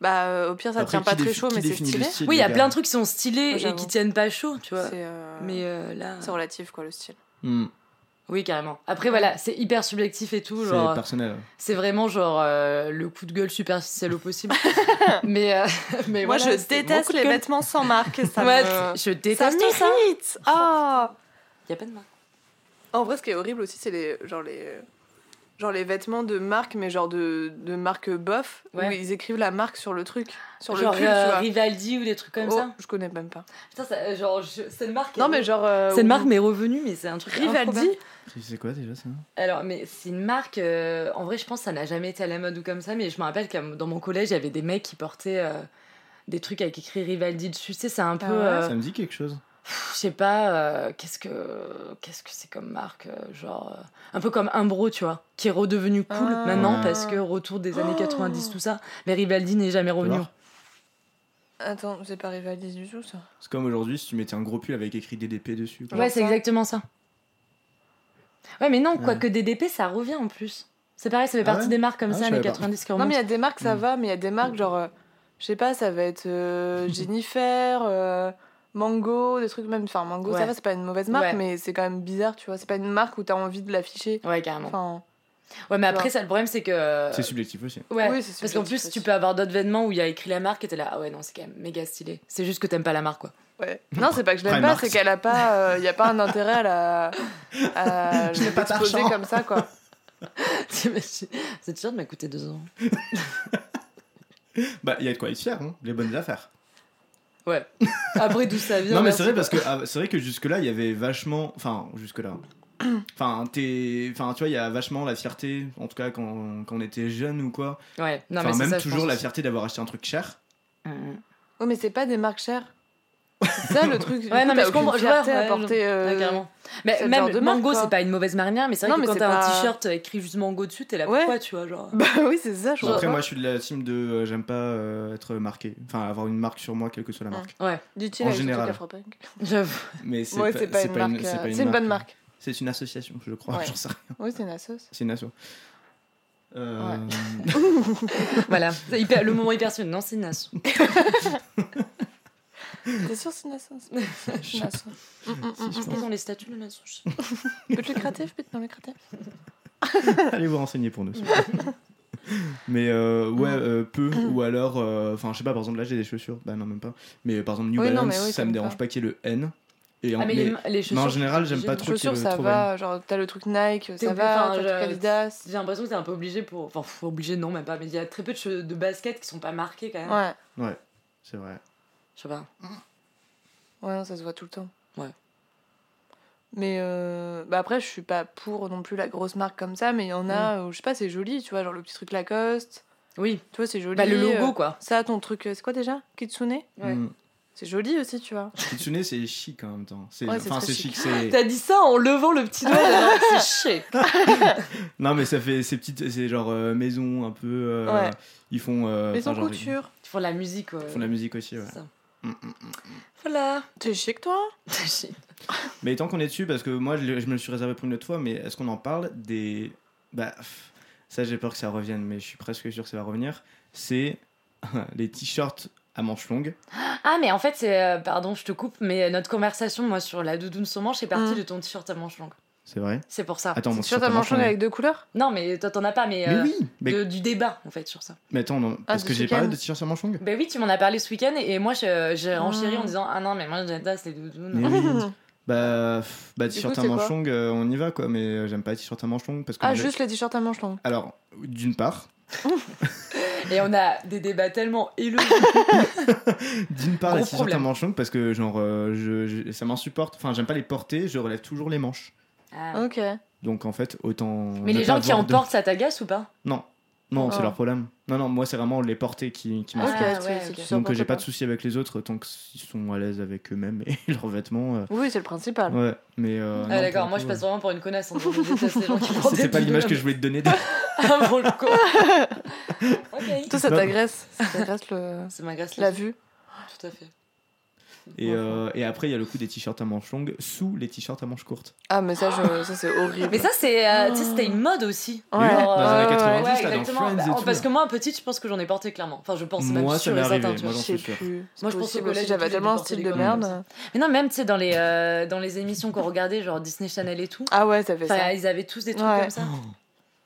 [SPEAKER 1] Bah, euh, au pire, ça
[SPEAKER 3] Après,
[SPEAKER 1] tient
[SPEAKER 3] qui
[SPEAKER 1] pas très
[SPEAKER 3] défi-
[SPEAKER 1] chaud,
[SPEAKER 3] qui
[SPEAKER 1] mais c'est
[SPEAKER 3] définit le
[SPEAKER 1] stylé.
[SPEAKER 3] style,
[SPEAKER 2] Oui, il y a
[SPEAKER 3] les
[SPEAKER 2] plein
[SPEAKER 3] gars
[SPEAKER 2] de trucs qui sont stylés et
[SPEAKER 1] J'avoue.
[SPEAKER 2] qui tiennent pas chaud, tu vois.
[SPEAKER 1] C'est euh,
[SPEAKER 2] Mais euh, là.
[SPEAKER 1] c'est relatif, quoi, le style.
[SPEAKER 3] Hmm,
[SPEAKER 2] Oui, carrément. Après, voilà, c'est hyper subjectif et tout.
[SPEAKER 3] C'est
[SPEAKER 2] Genre,
[SPEAKER 3] personnel.
[SPEAKER 2] c'est vraiment genre euh, le coup de gueule superficiel au [LAUGHS] possible. mais, euh, [LAUGHS] mais
[SPEAKER 1] Moi,
[SPEAKER 2] voilà,
[SPEAKER 1] je
[SPEAKER 2] c'est mon
[SPEAKER 1] déteste
[SPEAKER 2] coup de
[SPEAKER 1] les
[SPEAKER 2] gueule.
[SPEAKER 1] vêtements sans marque. Ça
[SPEAKER 2] Ouais,
[SPEAKER 1] me...
[SPEAKER 2] je
[SPEAKER 1] ça
[SPEAKER 2] déteste ça.
[SPEAKER 1] m'irrite. Ah.
[SPEAKER 2] Il y a pas de marque.
[SPEAKER 1] En vrai, ce qui est horrible aussi, c'est les genre les genre les vêtements de marque, mais genre de, de marque bof, où
[SPEAKER 2] Ouais.
[SPEAKER 1] ils écrivent la marque sur le truc, sur
[SPEAKER 2] genre
[SPEAKER 1] le pull,
[SPEAKER 2] euh,
[SPEAKER 1] tu vois.
[SPEAKER 2] Rivaldi ou des trucs comme
[SPEAKER 1] Oh,
[SPEAKER 2] ça.
[SPEAKER 1] je connais même pas.
[SPEAKER 2] Putain, ça, euh, genre, je- cette marque.
[SPEAKER 1] Non,
[SPEAKER 2] elle-
[SPEAKER 1] mais genre. euh,
[SPEAKER 2] Cette
[SPEAKER 1] où-
[SPEAKER 2] marque m'est revenue, mais c'est un truc.
[SPEAKER 1] Rivaldi
[SPEAKER 2] improbable.
[SPEAKER 3] C'est quoi déjà ça
[SPEAKER 2] Alors, mais c'est une marque. euh, en vrai, je pense que ça n'a jamais été à la mode ou comme ça, mais je me rappelle que dans mon collège, il y avait des mecs qui portaient euh, des trucs avec écrit Rivaldi dessus. Tu sais, c'est un peu.
[SPEAKER 1] Ah ouais
[SPEAKER 2] euh,
[SPEAKER 3] Ça me dit quelque chose.
[SPEAKER 2] pff, je sais pas, euh, qu'est-ce que qu'est-ce que c'est comme marque euh, Genre. euh, un peu comme Umbro, tu vois, qui est redevenu cool
[SPEAKER 1] Ah.
[SPEAKER 2] maintenant
[SPEAKER 3] Ouais.
[SPEAKER 2] parce que retour des années
[SPEAKER 1] Oh.
[SPEAKER 2] 90, tout ça. Mais Rivaldi n'est jamais revenu.
[SPEAKER 3] voir.
[SPEAKER 1] Attends, c'est pas Rivaldi du tout ça.
[SPEAKER 3] C'est comme aujourd'hui si tu mettais un gros pull avec écrit DDP dessus. quoi.
[SPEAKER 1] Genre
[SPEAKER 2] Ouais, c'est
[SPEAKER 1] ça.
[SPEAKER 2] exactement ça. Ouais, mais non,
[SPEAKER 3] Ouais.
[SPEAKER 2] quoique DDP, ça revient en plus. C'est pareil, ça fait
[SPEAKER 3] Ah
[SPEAKER 2] partie
[SPEAKER 3] ouais
[SPEAKER 2] des marques comme
[SPEAKER 3] Ah, je
[SPEAKER 2] ça, années
[SPEAKER 3] savais pas.
[SPEAKER 2] 90 qui
[SPEAKER 1] Non, mais il y
[SPEAKER 2] remontent.
[SPEAKER 1] a des marques, ça
[SPEAKER 3] Mm.
[SPEAKER 1] va, mais il y a des marques genre, euh, je sais pas, ça va être
[SPEAKER 2] [LAUGHS]
[SPEAKER 1] euh, Jennifer, euh, Mango, des trucs même. Enfin, Mango,
[SPEAKER 2] Ouais.
[SPEAKER 1] ça va, c'est pas une mauvaise marque,
[SPEAKER 2] Ouais.
[SPEAKER 1] mais c'est quand même bizarre, tu vois. C'est pas une marque où t'as envie de l'afficher.
[SPEAKER 2] Ouais, carrément.
[SPEAKER 1] Enfin,
[SPEAKER 2] Ouais, mais
[SPEAKER 1] Tu
[SPEAKER 2] après,
[SPEAKER 1] vois.
[SPEAKER 2] ça, le problème, c'est que.
[SPEAKER 3] C'est subjectif aussi.
[SPEAKER 2] Ouais.
[SPEAKER 1] oui, c'est
[SPEAKER 2] Parce qu'en plus,
[SPEAKER 1] subjectif
[SPEAKER 2] tu
[SPEAKER 1] aussi.
[SPEAKER 2] peux avoir d'autres vêtements où il y a écrit la marque et t'es là, ah ouais, non, c'est quand même méga stylé. C'est juste que t'aimes pas la marque, quoi. [LAUGHS]
[SPEAKER 1] Ouais. Non, c'est pas que je l'aime pas,
[SPEAKER 3] Primark.
[SPEAKER 1] c'est qu'elle a pas, il y a pas un intérêt à la, à
[SPEAKER 3] [LAUGHS] Je n'ai pas
[SPEAKER 1] l'exposer
[SPEAKER 3] d'argent.
[SPEAKER 1] comme ça quoi.
[SPEAKER 2] T'imagines Cette t-shirt m'a coûté 2 euros.
[SPEAKER 3] Bah, il y a de quoi être fier, hein, les bonnes affaires.
[SPEAKER 2] Ouais. Après, d'où ça vient
[SPEAKER 3] Non, mais
[SPEAKER 2] merci.
[SPEAKER 3] c'est vrai parce que ah, c'est vrai que jusque là il y avait vachement, enfin
[SPEAKER 2] [CLEARS THROAT]
[SPEAKER 3] jusque là, enfin t'es, enfin tu vois il y a vachement la fierté, en tout cas quand, quand on était jeune ou quoi,
[SPEAKER 2] Ouais, non, mais
[SPEAKER 3] enfin
[SPEAKER 2] c'est
[SPEAKER 3] même
[SPEAKER 2] ça, je
[SPEAKER 3] toujours
[SPEAKER 2] pense.
[SPEAKER 3] la fierté d'avoir acheté un truc cher.
[SPEAKER 2] Mhm.
[SPEAKER 1] Oui, Oh, mais c'est pas des marques chères. C'est ça le truc. Du
[SPEAKER 2] [LAUGHS] Ouais,
[SPEAKER 1] coup,
[SPEAKER 2] non,
[SPEAKER 1] t'as
[SPEAKER 2] mais je
[SPEAKER 1] aucune
[SPEAKER 2] comprends, je
[SPEAKER 1] fierté
[SPEAKER 2] vois,
[SPEAKER 1] à
[SPEAKER 2] ouais,
[SPEAKER 1] porter, euh,
[SPEAKER 2] Ouais, carrément. Mais
[SPEAKER 1] c'est le genre
[SPEAKER 2] même
[SPEAKER 1] de marque,
[SPEAKER 2] Mango,
[SPEAKER 1] quoi.
[SPEAKER 2] c'est pas une mauvaise marinière, mais c'est
[SPEAKER 1] Non,
[SPEAKER 2] vrai
[SPEAKER 1] mais
[SPEAKER 2] que
[SPEAKER 1] c'est
[SPEAKER 2] quand t'as un
[SPEAKER 1] pas-
[SPEAKER 2] t-shirt écrit juste Mango dessus, t'es là,
[SPEAKER 1] Ouais.
[SPEAKER 2] pourquoi, tu vois, genre.
[SPEAKER 1] [LAUGHS] Bah oui, c'est ça, je
[SPEAKER 2] Genre,
[SPEAKER 1] vois.
[SPEAKER 3] Après
[SPEAKER 1] pas.
[SPEAKER 3] moi je suis de la team de euh, j'aime pas euh, être marqué, enfin avoir une marque sur moi quelle que soit la
[SPEAKER 1] Ouais.
[SPEAKER 3] marque.
[SPEAKER 1] Dit-il
[SPEAKER 3] en
[SPEAKER 1] avec son truc
[SPEAKER 3] général.
[SPEAKER 1] Afropunk.
[SPEAKER 2] J'avoue.
[SPEAKER 3] Mais c'est
[SPEAKER 1] Ouais,
[SPEAKER 3] pas,
[SPEAKER 1] c'est pas une marque.
[SPEAKER 3] c'est pas
[SPEAKER 1] euh, C'est une bonne marque.
[SPEAKER 3] C'est une association je crois,
[SPEAKER 1] Ouais.
[SPEAKER 3] [LAUGHS] j'en sais rien.
[SPEAKER 1] Oui, c'est une
[SPEAKER 3] [LAUGHS]
[SPEAKER 1] assos.
[SPEAKER 3] C'est une asso. Euh,
[SPEAKER 2] voilà, C'est hyper- le moment hyper sûr. Non, c'est Nas.
[SPEAKER 1] T'es sûr, c'est une
[SPEAKER 3] [LAUGHS]
[SPEAKER 1] assos C'est une assos. Mm, mm,
[SPEAKER 3] [LAUGHS] Si, je
[SPEAKER 1] mm,
[SPEAKER 3] pense.
[SPEAKER 2] Ils
[SPEAKER 1] mm,
[SPEAKER 2] ont les statues, le Nas.
[SPEAKER 1] mm. Peut-être lucratif, peut-être non lucratif.
[SPEAKER 3] Allez vous renseigner pour nous. s'il vous plaît. [LAUGHS] Mais euh, ouais, euh, peu. Ou alors, euh, enfin, je sais pas, par exemple, là j'ai des chaussures. Bah non, même pas. Mais euh, par exemple, New
[SPEAKER 1] Oui, non,
[SPEAKER 3] Balance,
[SPEAKER 1] mais oui,
[SPEAKER 3] ça
[SPEAKER 1] t'aimes
[SPEAKER 3] me dérange
[SPEAKER 1] pas.
[SPEAKER 3] pas, qu'il y ait le N. Et en,
[SPEAKER 2] Ah, mais
[SPEAKER 3] mais-
[SPEAKER 2] les, les
[SPEAKER 3] mais
[SPEAKER 2] chaussures.
[SPEAKER 3] en général, j'aime
[SPEAKER 2] j'aime-
[SPEAKER 3] pas trop qu'il y ait
[SPEAKER 1] Chaussures,
[SPEAKER 3] le
[SPEAKER 1] ça
[SPEAKER 3] trop
[SPEAKER 1] va. Genre, t'as le truc Nike,
[SPEAKER 2] T'es
[SPEAKER 1] ça
[SPEAKER 2] obligé- enfin,
[SPEAKER 1] va. T'as le truc
[SPEAKER 2] je-
[SPEAKER 1] Adidas.
[SPEAKER 2] J'ai l'impression que t'es un peu obligé pour. Enfin, pff, obligé, non, même pas. Mais il y a très peu de, che- de baskets qui sont pas marquées quand même.
[SPEAKER 1] Ouais.
[SPEAKER 3] C'est vrai.
[SPEAKER 2] Je sais pas.
[SPEAKER 1] Ouais, non, ça se voit tout le temps.
[SPEAKER 2] Ouais.
[SPEAKER 1] Mais euh, bah après, je suis pas pour non plus la grosse marque comme ça, mais il y en a
[SPEAKER 2] Mm.
[SPEAKER 1] où, je sais pas, c'est joli, tu vois, genre le petit truc Lacoste,
[SPEAKER 2] Oui.
[SPEAKER 1] tu vois, c'est joli.
[SPEAKER 2] Bah, le logo,
[SPEAKER 1] euh,
[SPEAKER 2] quoi.
[SPEAKER 1] ça, ton truc, euh, c'est quoi déjà Kitsune
[SPEAKER 2] Ouais.
[SPEAKER 3] Mm.
[SPEAKER 1] C'est joli aussi, tu vois.
[SPEAKER 3] Kitsune, c'est chic hein, en même temps. C'est-
[SPEAKER 1] Ouais, c'est
[SPEAKER 3] Enfin,
[SPEAKER 1] très
[SPEAKER 3] c'est
[SPEAKER 1] chic.
[SPEAKER 3] chic. c'est...
[SPEAKER 2] T'as dit ça en levant le petit doigt. genre, [LAUGHS] c'est chic.
[SPEAKER 3] Non, mais ça fait ces petites. C'est genre euh, maison un peu. euh,
[SPEAKER 1] Ouais.
[SPEAKER 3] Ils font. euh,
[SPEAKER 1] Mais son
[SPEAKER 3] enfin, genre, ils
[SPEAKER 1] couture.
[SPEAKER 2] Ils font de la musique, quoi.
[SPEAKER 3] font de la musique aussi, ouais.
[SPEAKER 2] C'est ça. [LAUGHS]
[SPEAKER 3] Mm, mm, mm.
[SPEAKER 2] Voilà.
[SPEAKER 1] T'es chic, toi
[SPEAKER 3] Mais tant qu'on est dessus, parce que moi je, l'ai- je me le suis réservé pour une autre fois, mais est-ce qu'on en parle des. Bah, pff, ça j'ai peur que ça revienne, mais je suis presque sûr que ça va revenir. C'est [LAUGHS] les t-shirts à manches longues.
[SPEAKER 2] Ah, mais en fait, c'est. euh, pardon, je te coupe, mais notre conversation, moi, sur la doudoune sans manche, est partie
[SPEAKER 1] Mm.
[SPEAKER 2] de ton t-shirt à manches longues.
[SPEAKER 3] C'est vrai
[SPEAKER 2] C'est pour ça.
[SPEAKER 3] Attends, mon
[SPEAKER 1] T-shirt
[SPEAKER 3] t-shirt
[SPEAKER 1] Ah, à
[SPEAKER 3] à
[SPEAKER 1] manches
[SPEAKER 3] manches
[SPEAKER 1] longues
[SPEAKER 3] longues.
[SPEAKER 1] avec deux couleurs
[SPEAKER 2] Non, mais toi, t'en as pas, mais.
[SPEAKER 3] Mais
[SPEAKER 2] euh,
[SPEAKER 3] oui Mais,
[SPEAKER 2] de- du débat, en fait, sur ça.
[SPEAKER 3] mais attends, non, parce
[SPEAKER 1] du
[SPEAKER 3] que j'ai
[SPEAKER 1] chicken.
[SPEAKER 3] parlé de t-shirts à manches longues
[SPEAKER 2] Ben oui, tu m'en as parlé ce week-end et moi je- j'ai
[SPEAKER 1] Ah.
[SPEAKER 2] renchéri en disant Ah non, mais moi j'adore les doudounes.
[SPEAKER 3] Mais oui. Bah, pff, bah
[SPEAKER 1] Du
[SPEAKER 3] t-shirt
[SPEAKER 1] coup,
[SPEAKER 3] à
[SPEAKER 1] c'est
[SPEAKER 3] manches
[SPEAKER 1] quoi
[SPEAKER 3] longues, euh, on y va quoi, mais euh, j'aime pas les t-shirts à manches longues parce
[SPEAKER 1] [LAUGHS]
[SPEAKER 3] que.
[SPEAKER 1] Ah, juste les t-shirts à manches longues.
[SPEAKER 3] Alors, d'une part,
[SPEAKER 2] Et on a des débats tellement
[SPEAKER 3] [LAUGHS]
[SPEAKER 2] élevés.
[SPEAKER 3] d'une part
[SPEAKER 2] Gros
[SPEAKER 3] les t-shirts à
[SPEAKER 2] problème.
[SPEAKER 3] manches longues parce que genre, euh, je, je- ça m'insupporte, enfin j'aime pas les porter, je relève toujours les manches.
[SPEAKER 2] Ah.
[SPEAKER 1] Ok.
[SPEAKER 3] Donc en fait, autant.
[SPEAKER 2] Mais
[SPEAKER 3] ne
[SPEAKER 2] les
[SPEAKER 3] pas
[SPEAKER 2] gens qui
[SPEAKER 3] avoir
[SPEAKER 2] en
[SPEAKER 3] de-
[SPEAKER 2] portent, ça t'agace ou pas
[SPEAKER 3] Non, non,
[SPEAKER 1] Ah.
[SPEAKER 3] c'est leur problème. Non, non, moi c'est vraiment les porter qui, qui
[SPEAKER 1] Ok,
[SPEAKER 3] m'inspire.
[SPEAKER 2] Ah, ouais,
[SPEAKER 1] c'est- c'est
[SPEAKER 2] ok.
[SPEAKER 1] sûr,
[SPEAKER 3] Donc euh, j'ai
[SPEAKER 1] pourquoi
[SPEAKER 3] pas de souci avec les autres tant qu'ils sont à l'aise avec eux-mêmes et [LAUGHS] leurs vêtements. euh,
[SPEAKER 1] Oui, c'est le principal.
[SPEAKER 3] Ouais, mais. euh, non,
[SPEAKER 2] Ah, D'accord,
[SPEAKER 3] pour
[SPEAKER 2] moi
[SPEAKER 3] le
[SPEAKER 2] je
[SPEAKER 3] coup,
[SPEAKER 2] passe vraiment pour une connasse
[SPEAKER 3] [LAUGHS]
[SPEAKER 2] en disant Je déteste les gens qui
[SPEAKER 3] euh,
[SPEAKER 2] portent des
[SPEAKER 3] C'était pas l'image que je
[SPEAKER 2] doudounes.
[SPEAKER 3] voulais te
[SPEAKER 2] [LAUGHS]
[SPEAKER 3] donner.
[SPEAKER 2] Ah, pour le coup. Ok.
[SPEAKER 1] Toi, ça
[SPEAKER 3] [LAUGHS] Bob.
[SPEAKER 1] t'agresse. Ça t'agresse le...
[SPEAKER 2] [LAUGHS] Ça m'agace
[SPEAKER 1] la
[SPEAKER 2] la
[SPEAKER 1] vue.
[SPEAKER 2] Tout à fait.
[SPEAKER 3] Et, euh, et après, il y a le coup des t-shirts à manches longues sous les t-shirts à manches courtes.
[SPEAKER 1] Ah, mais ça, je- ça, c'est horrible.
[SPEAKER 2] Mais ça, c'est, euh, tu sais, c'était
[SPEAKER 3] Ah.
[SPEAKER 2] une mode aussi.
[SPEAKER 1] Ouais.
[SPEAKER 3] Mais oui,
[SPEAKER 1] Ouais,
[SPEAKER 3] dans les années
[SPEAKER 1] ouais,
[SPEAKER 3] 90,
[SPEAKER 1] ouais.
[SPEAKER 3] là, dans Friends et
[SPEAKER 2] Bah,
[SPEAKER 3] tout,
[SPEAKER 2] parce
[SPEAKER 3] là.
[SPEAKER 2] que moi, petite, je pense que j'en ai porté clairement. Enfin, je pense, c'est
[SPEAKER 3] Moi,
[SPEAKER 2] même
[SPEAKER 3] ça
[SPEAKER 2] sûr
[SPEAKER 3] m'est
[SPEAKER 2] et certain.
[SPEAKER 3] arrivé,
[SPEAKER 2] tu
[SPEAKER 1] Je
[SPEAKER 2] vois.
[SPEAKER 3] moi, j'en
[SPEAKER 1] sais
[SPEAKER 3] suis sûr.
[SPEAKER 1] plus.
[SPEAKER 2] Moi, je pense
[SPEAKER 1] Possible
[SPEAKER 2] au collège,
[SPEAKER 1] aussi, j'avais
[SPEAKER 2] j'ai
[SPEAKER 1] tellement un
[SPEAKER 2] dû
[SPEAKER 1] style de
[SPEAKER 2] porter des
[SPEAKER 1] merde.
[SPEAKER 2] Mais non, même, tu sais, dans les, euh, dans les émissions qu'on regardait, genre Disney Channel et tout,
[SPEAKER 1] Ah ouais, ça fait
[SPEAKER 2] enfin,
[SPEAKER 1] ça.
[SPEAKER 2] ils avaient tous des trucs
[SPEAKER 1] Ouais.
[SPEAKER 2] comme ça.
[SPEAKER 3] Oh,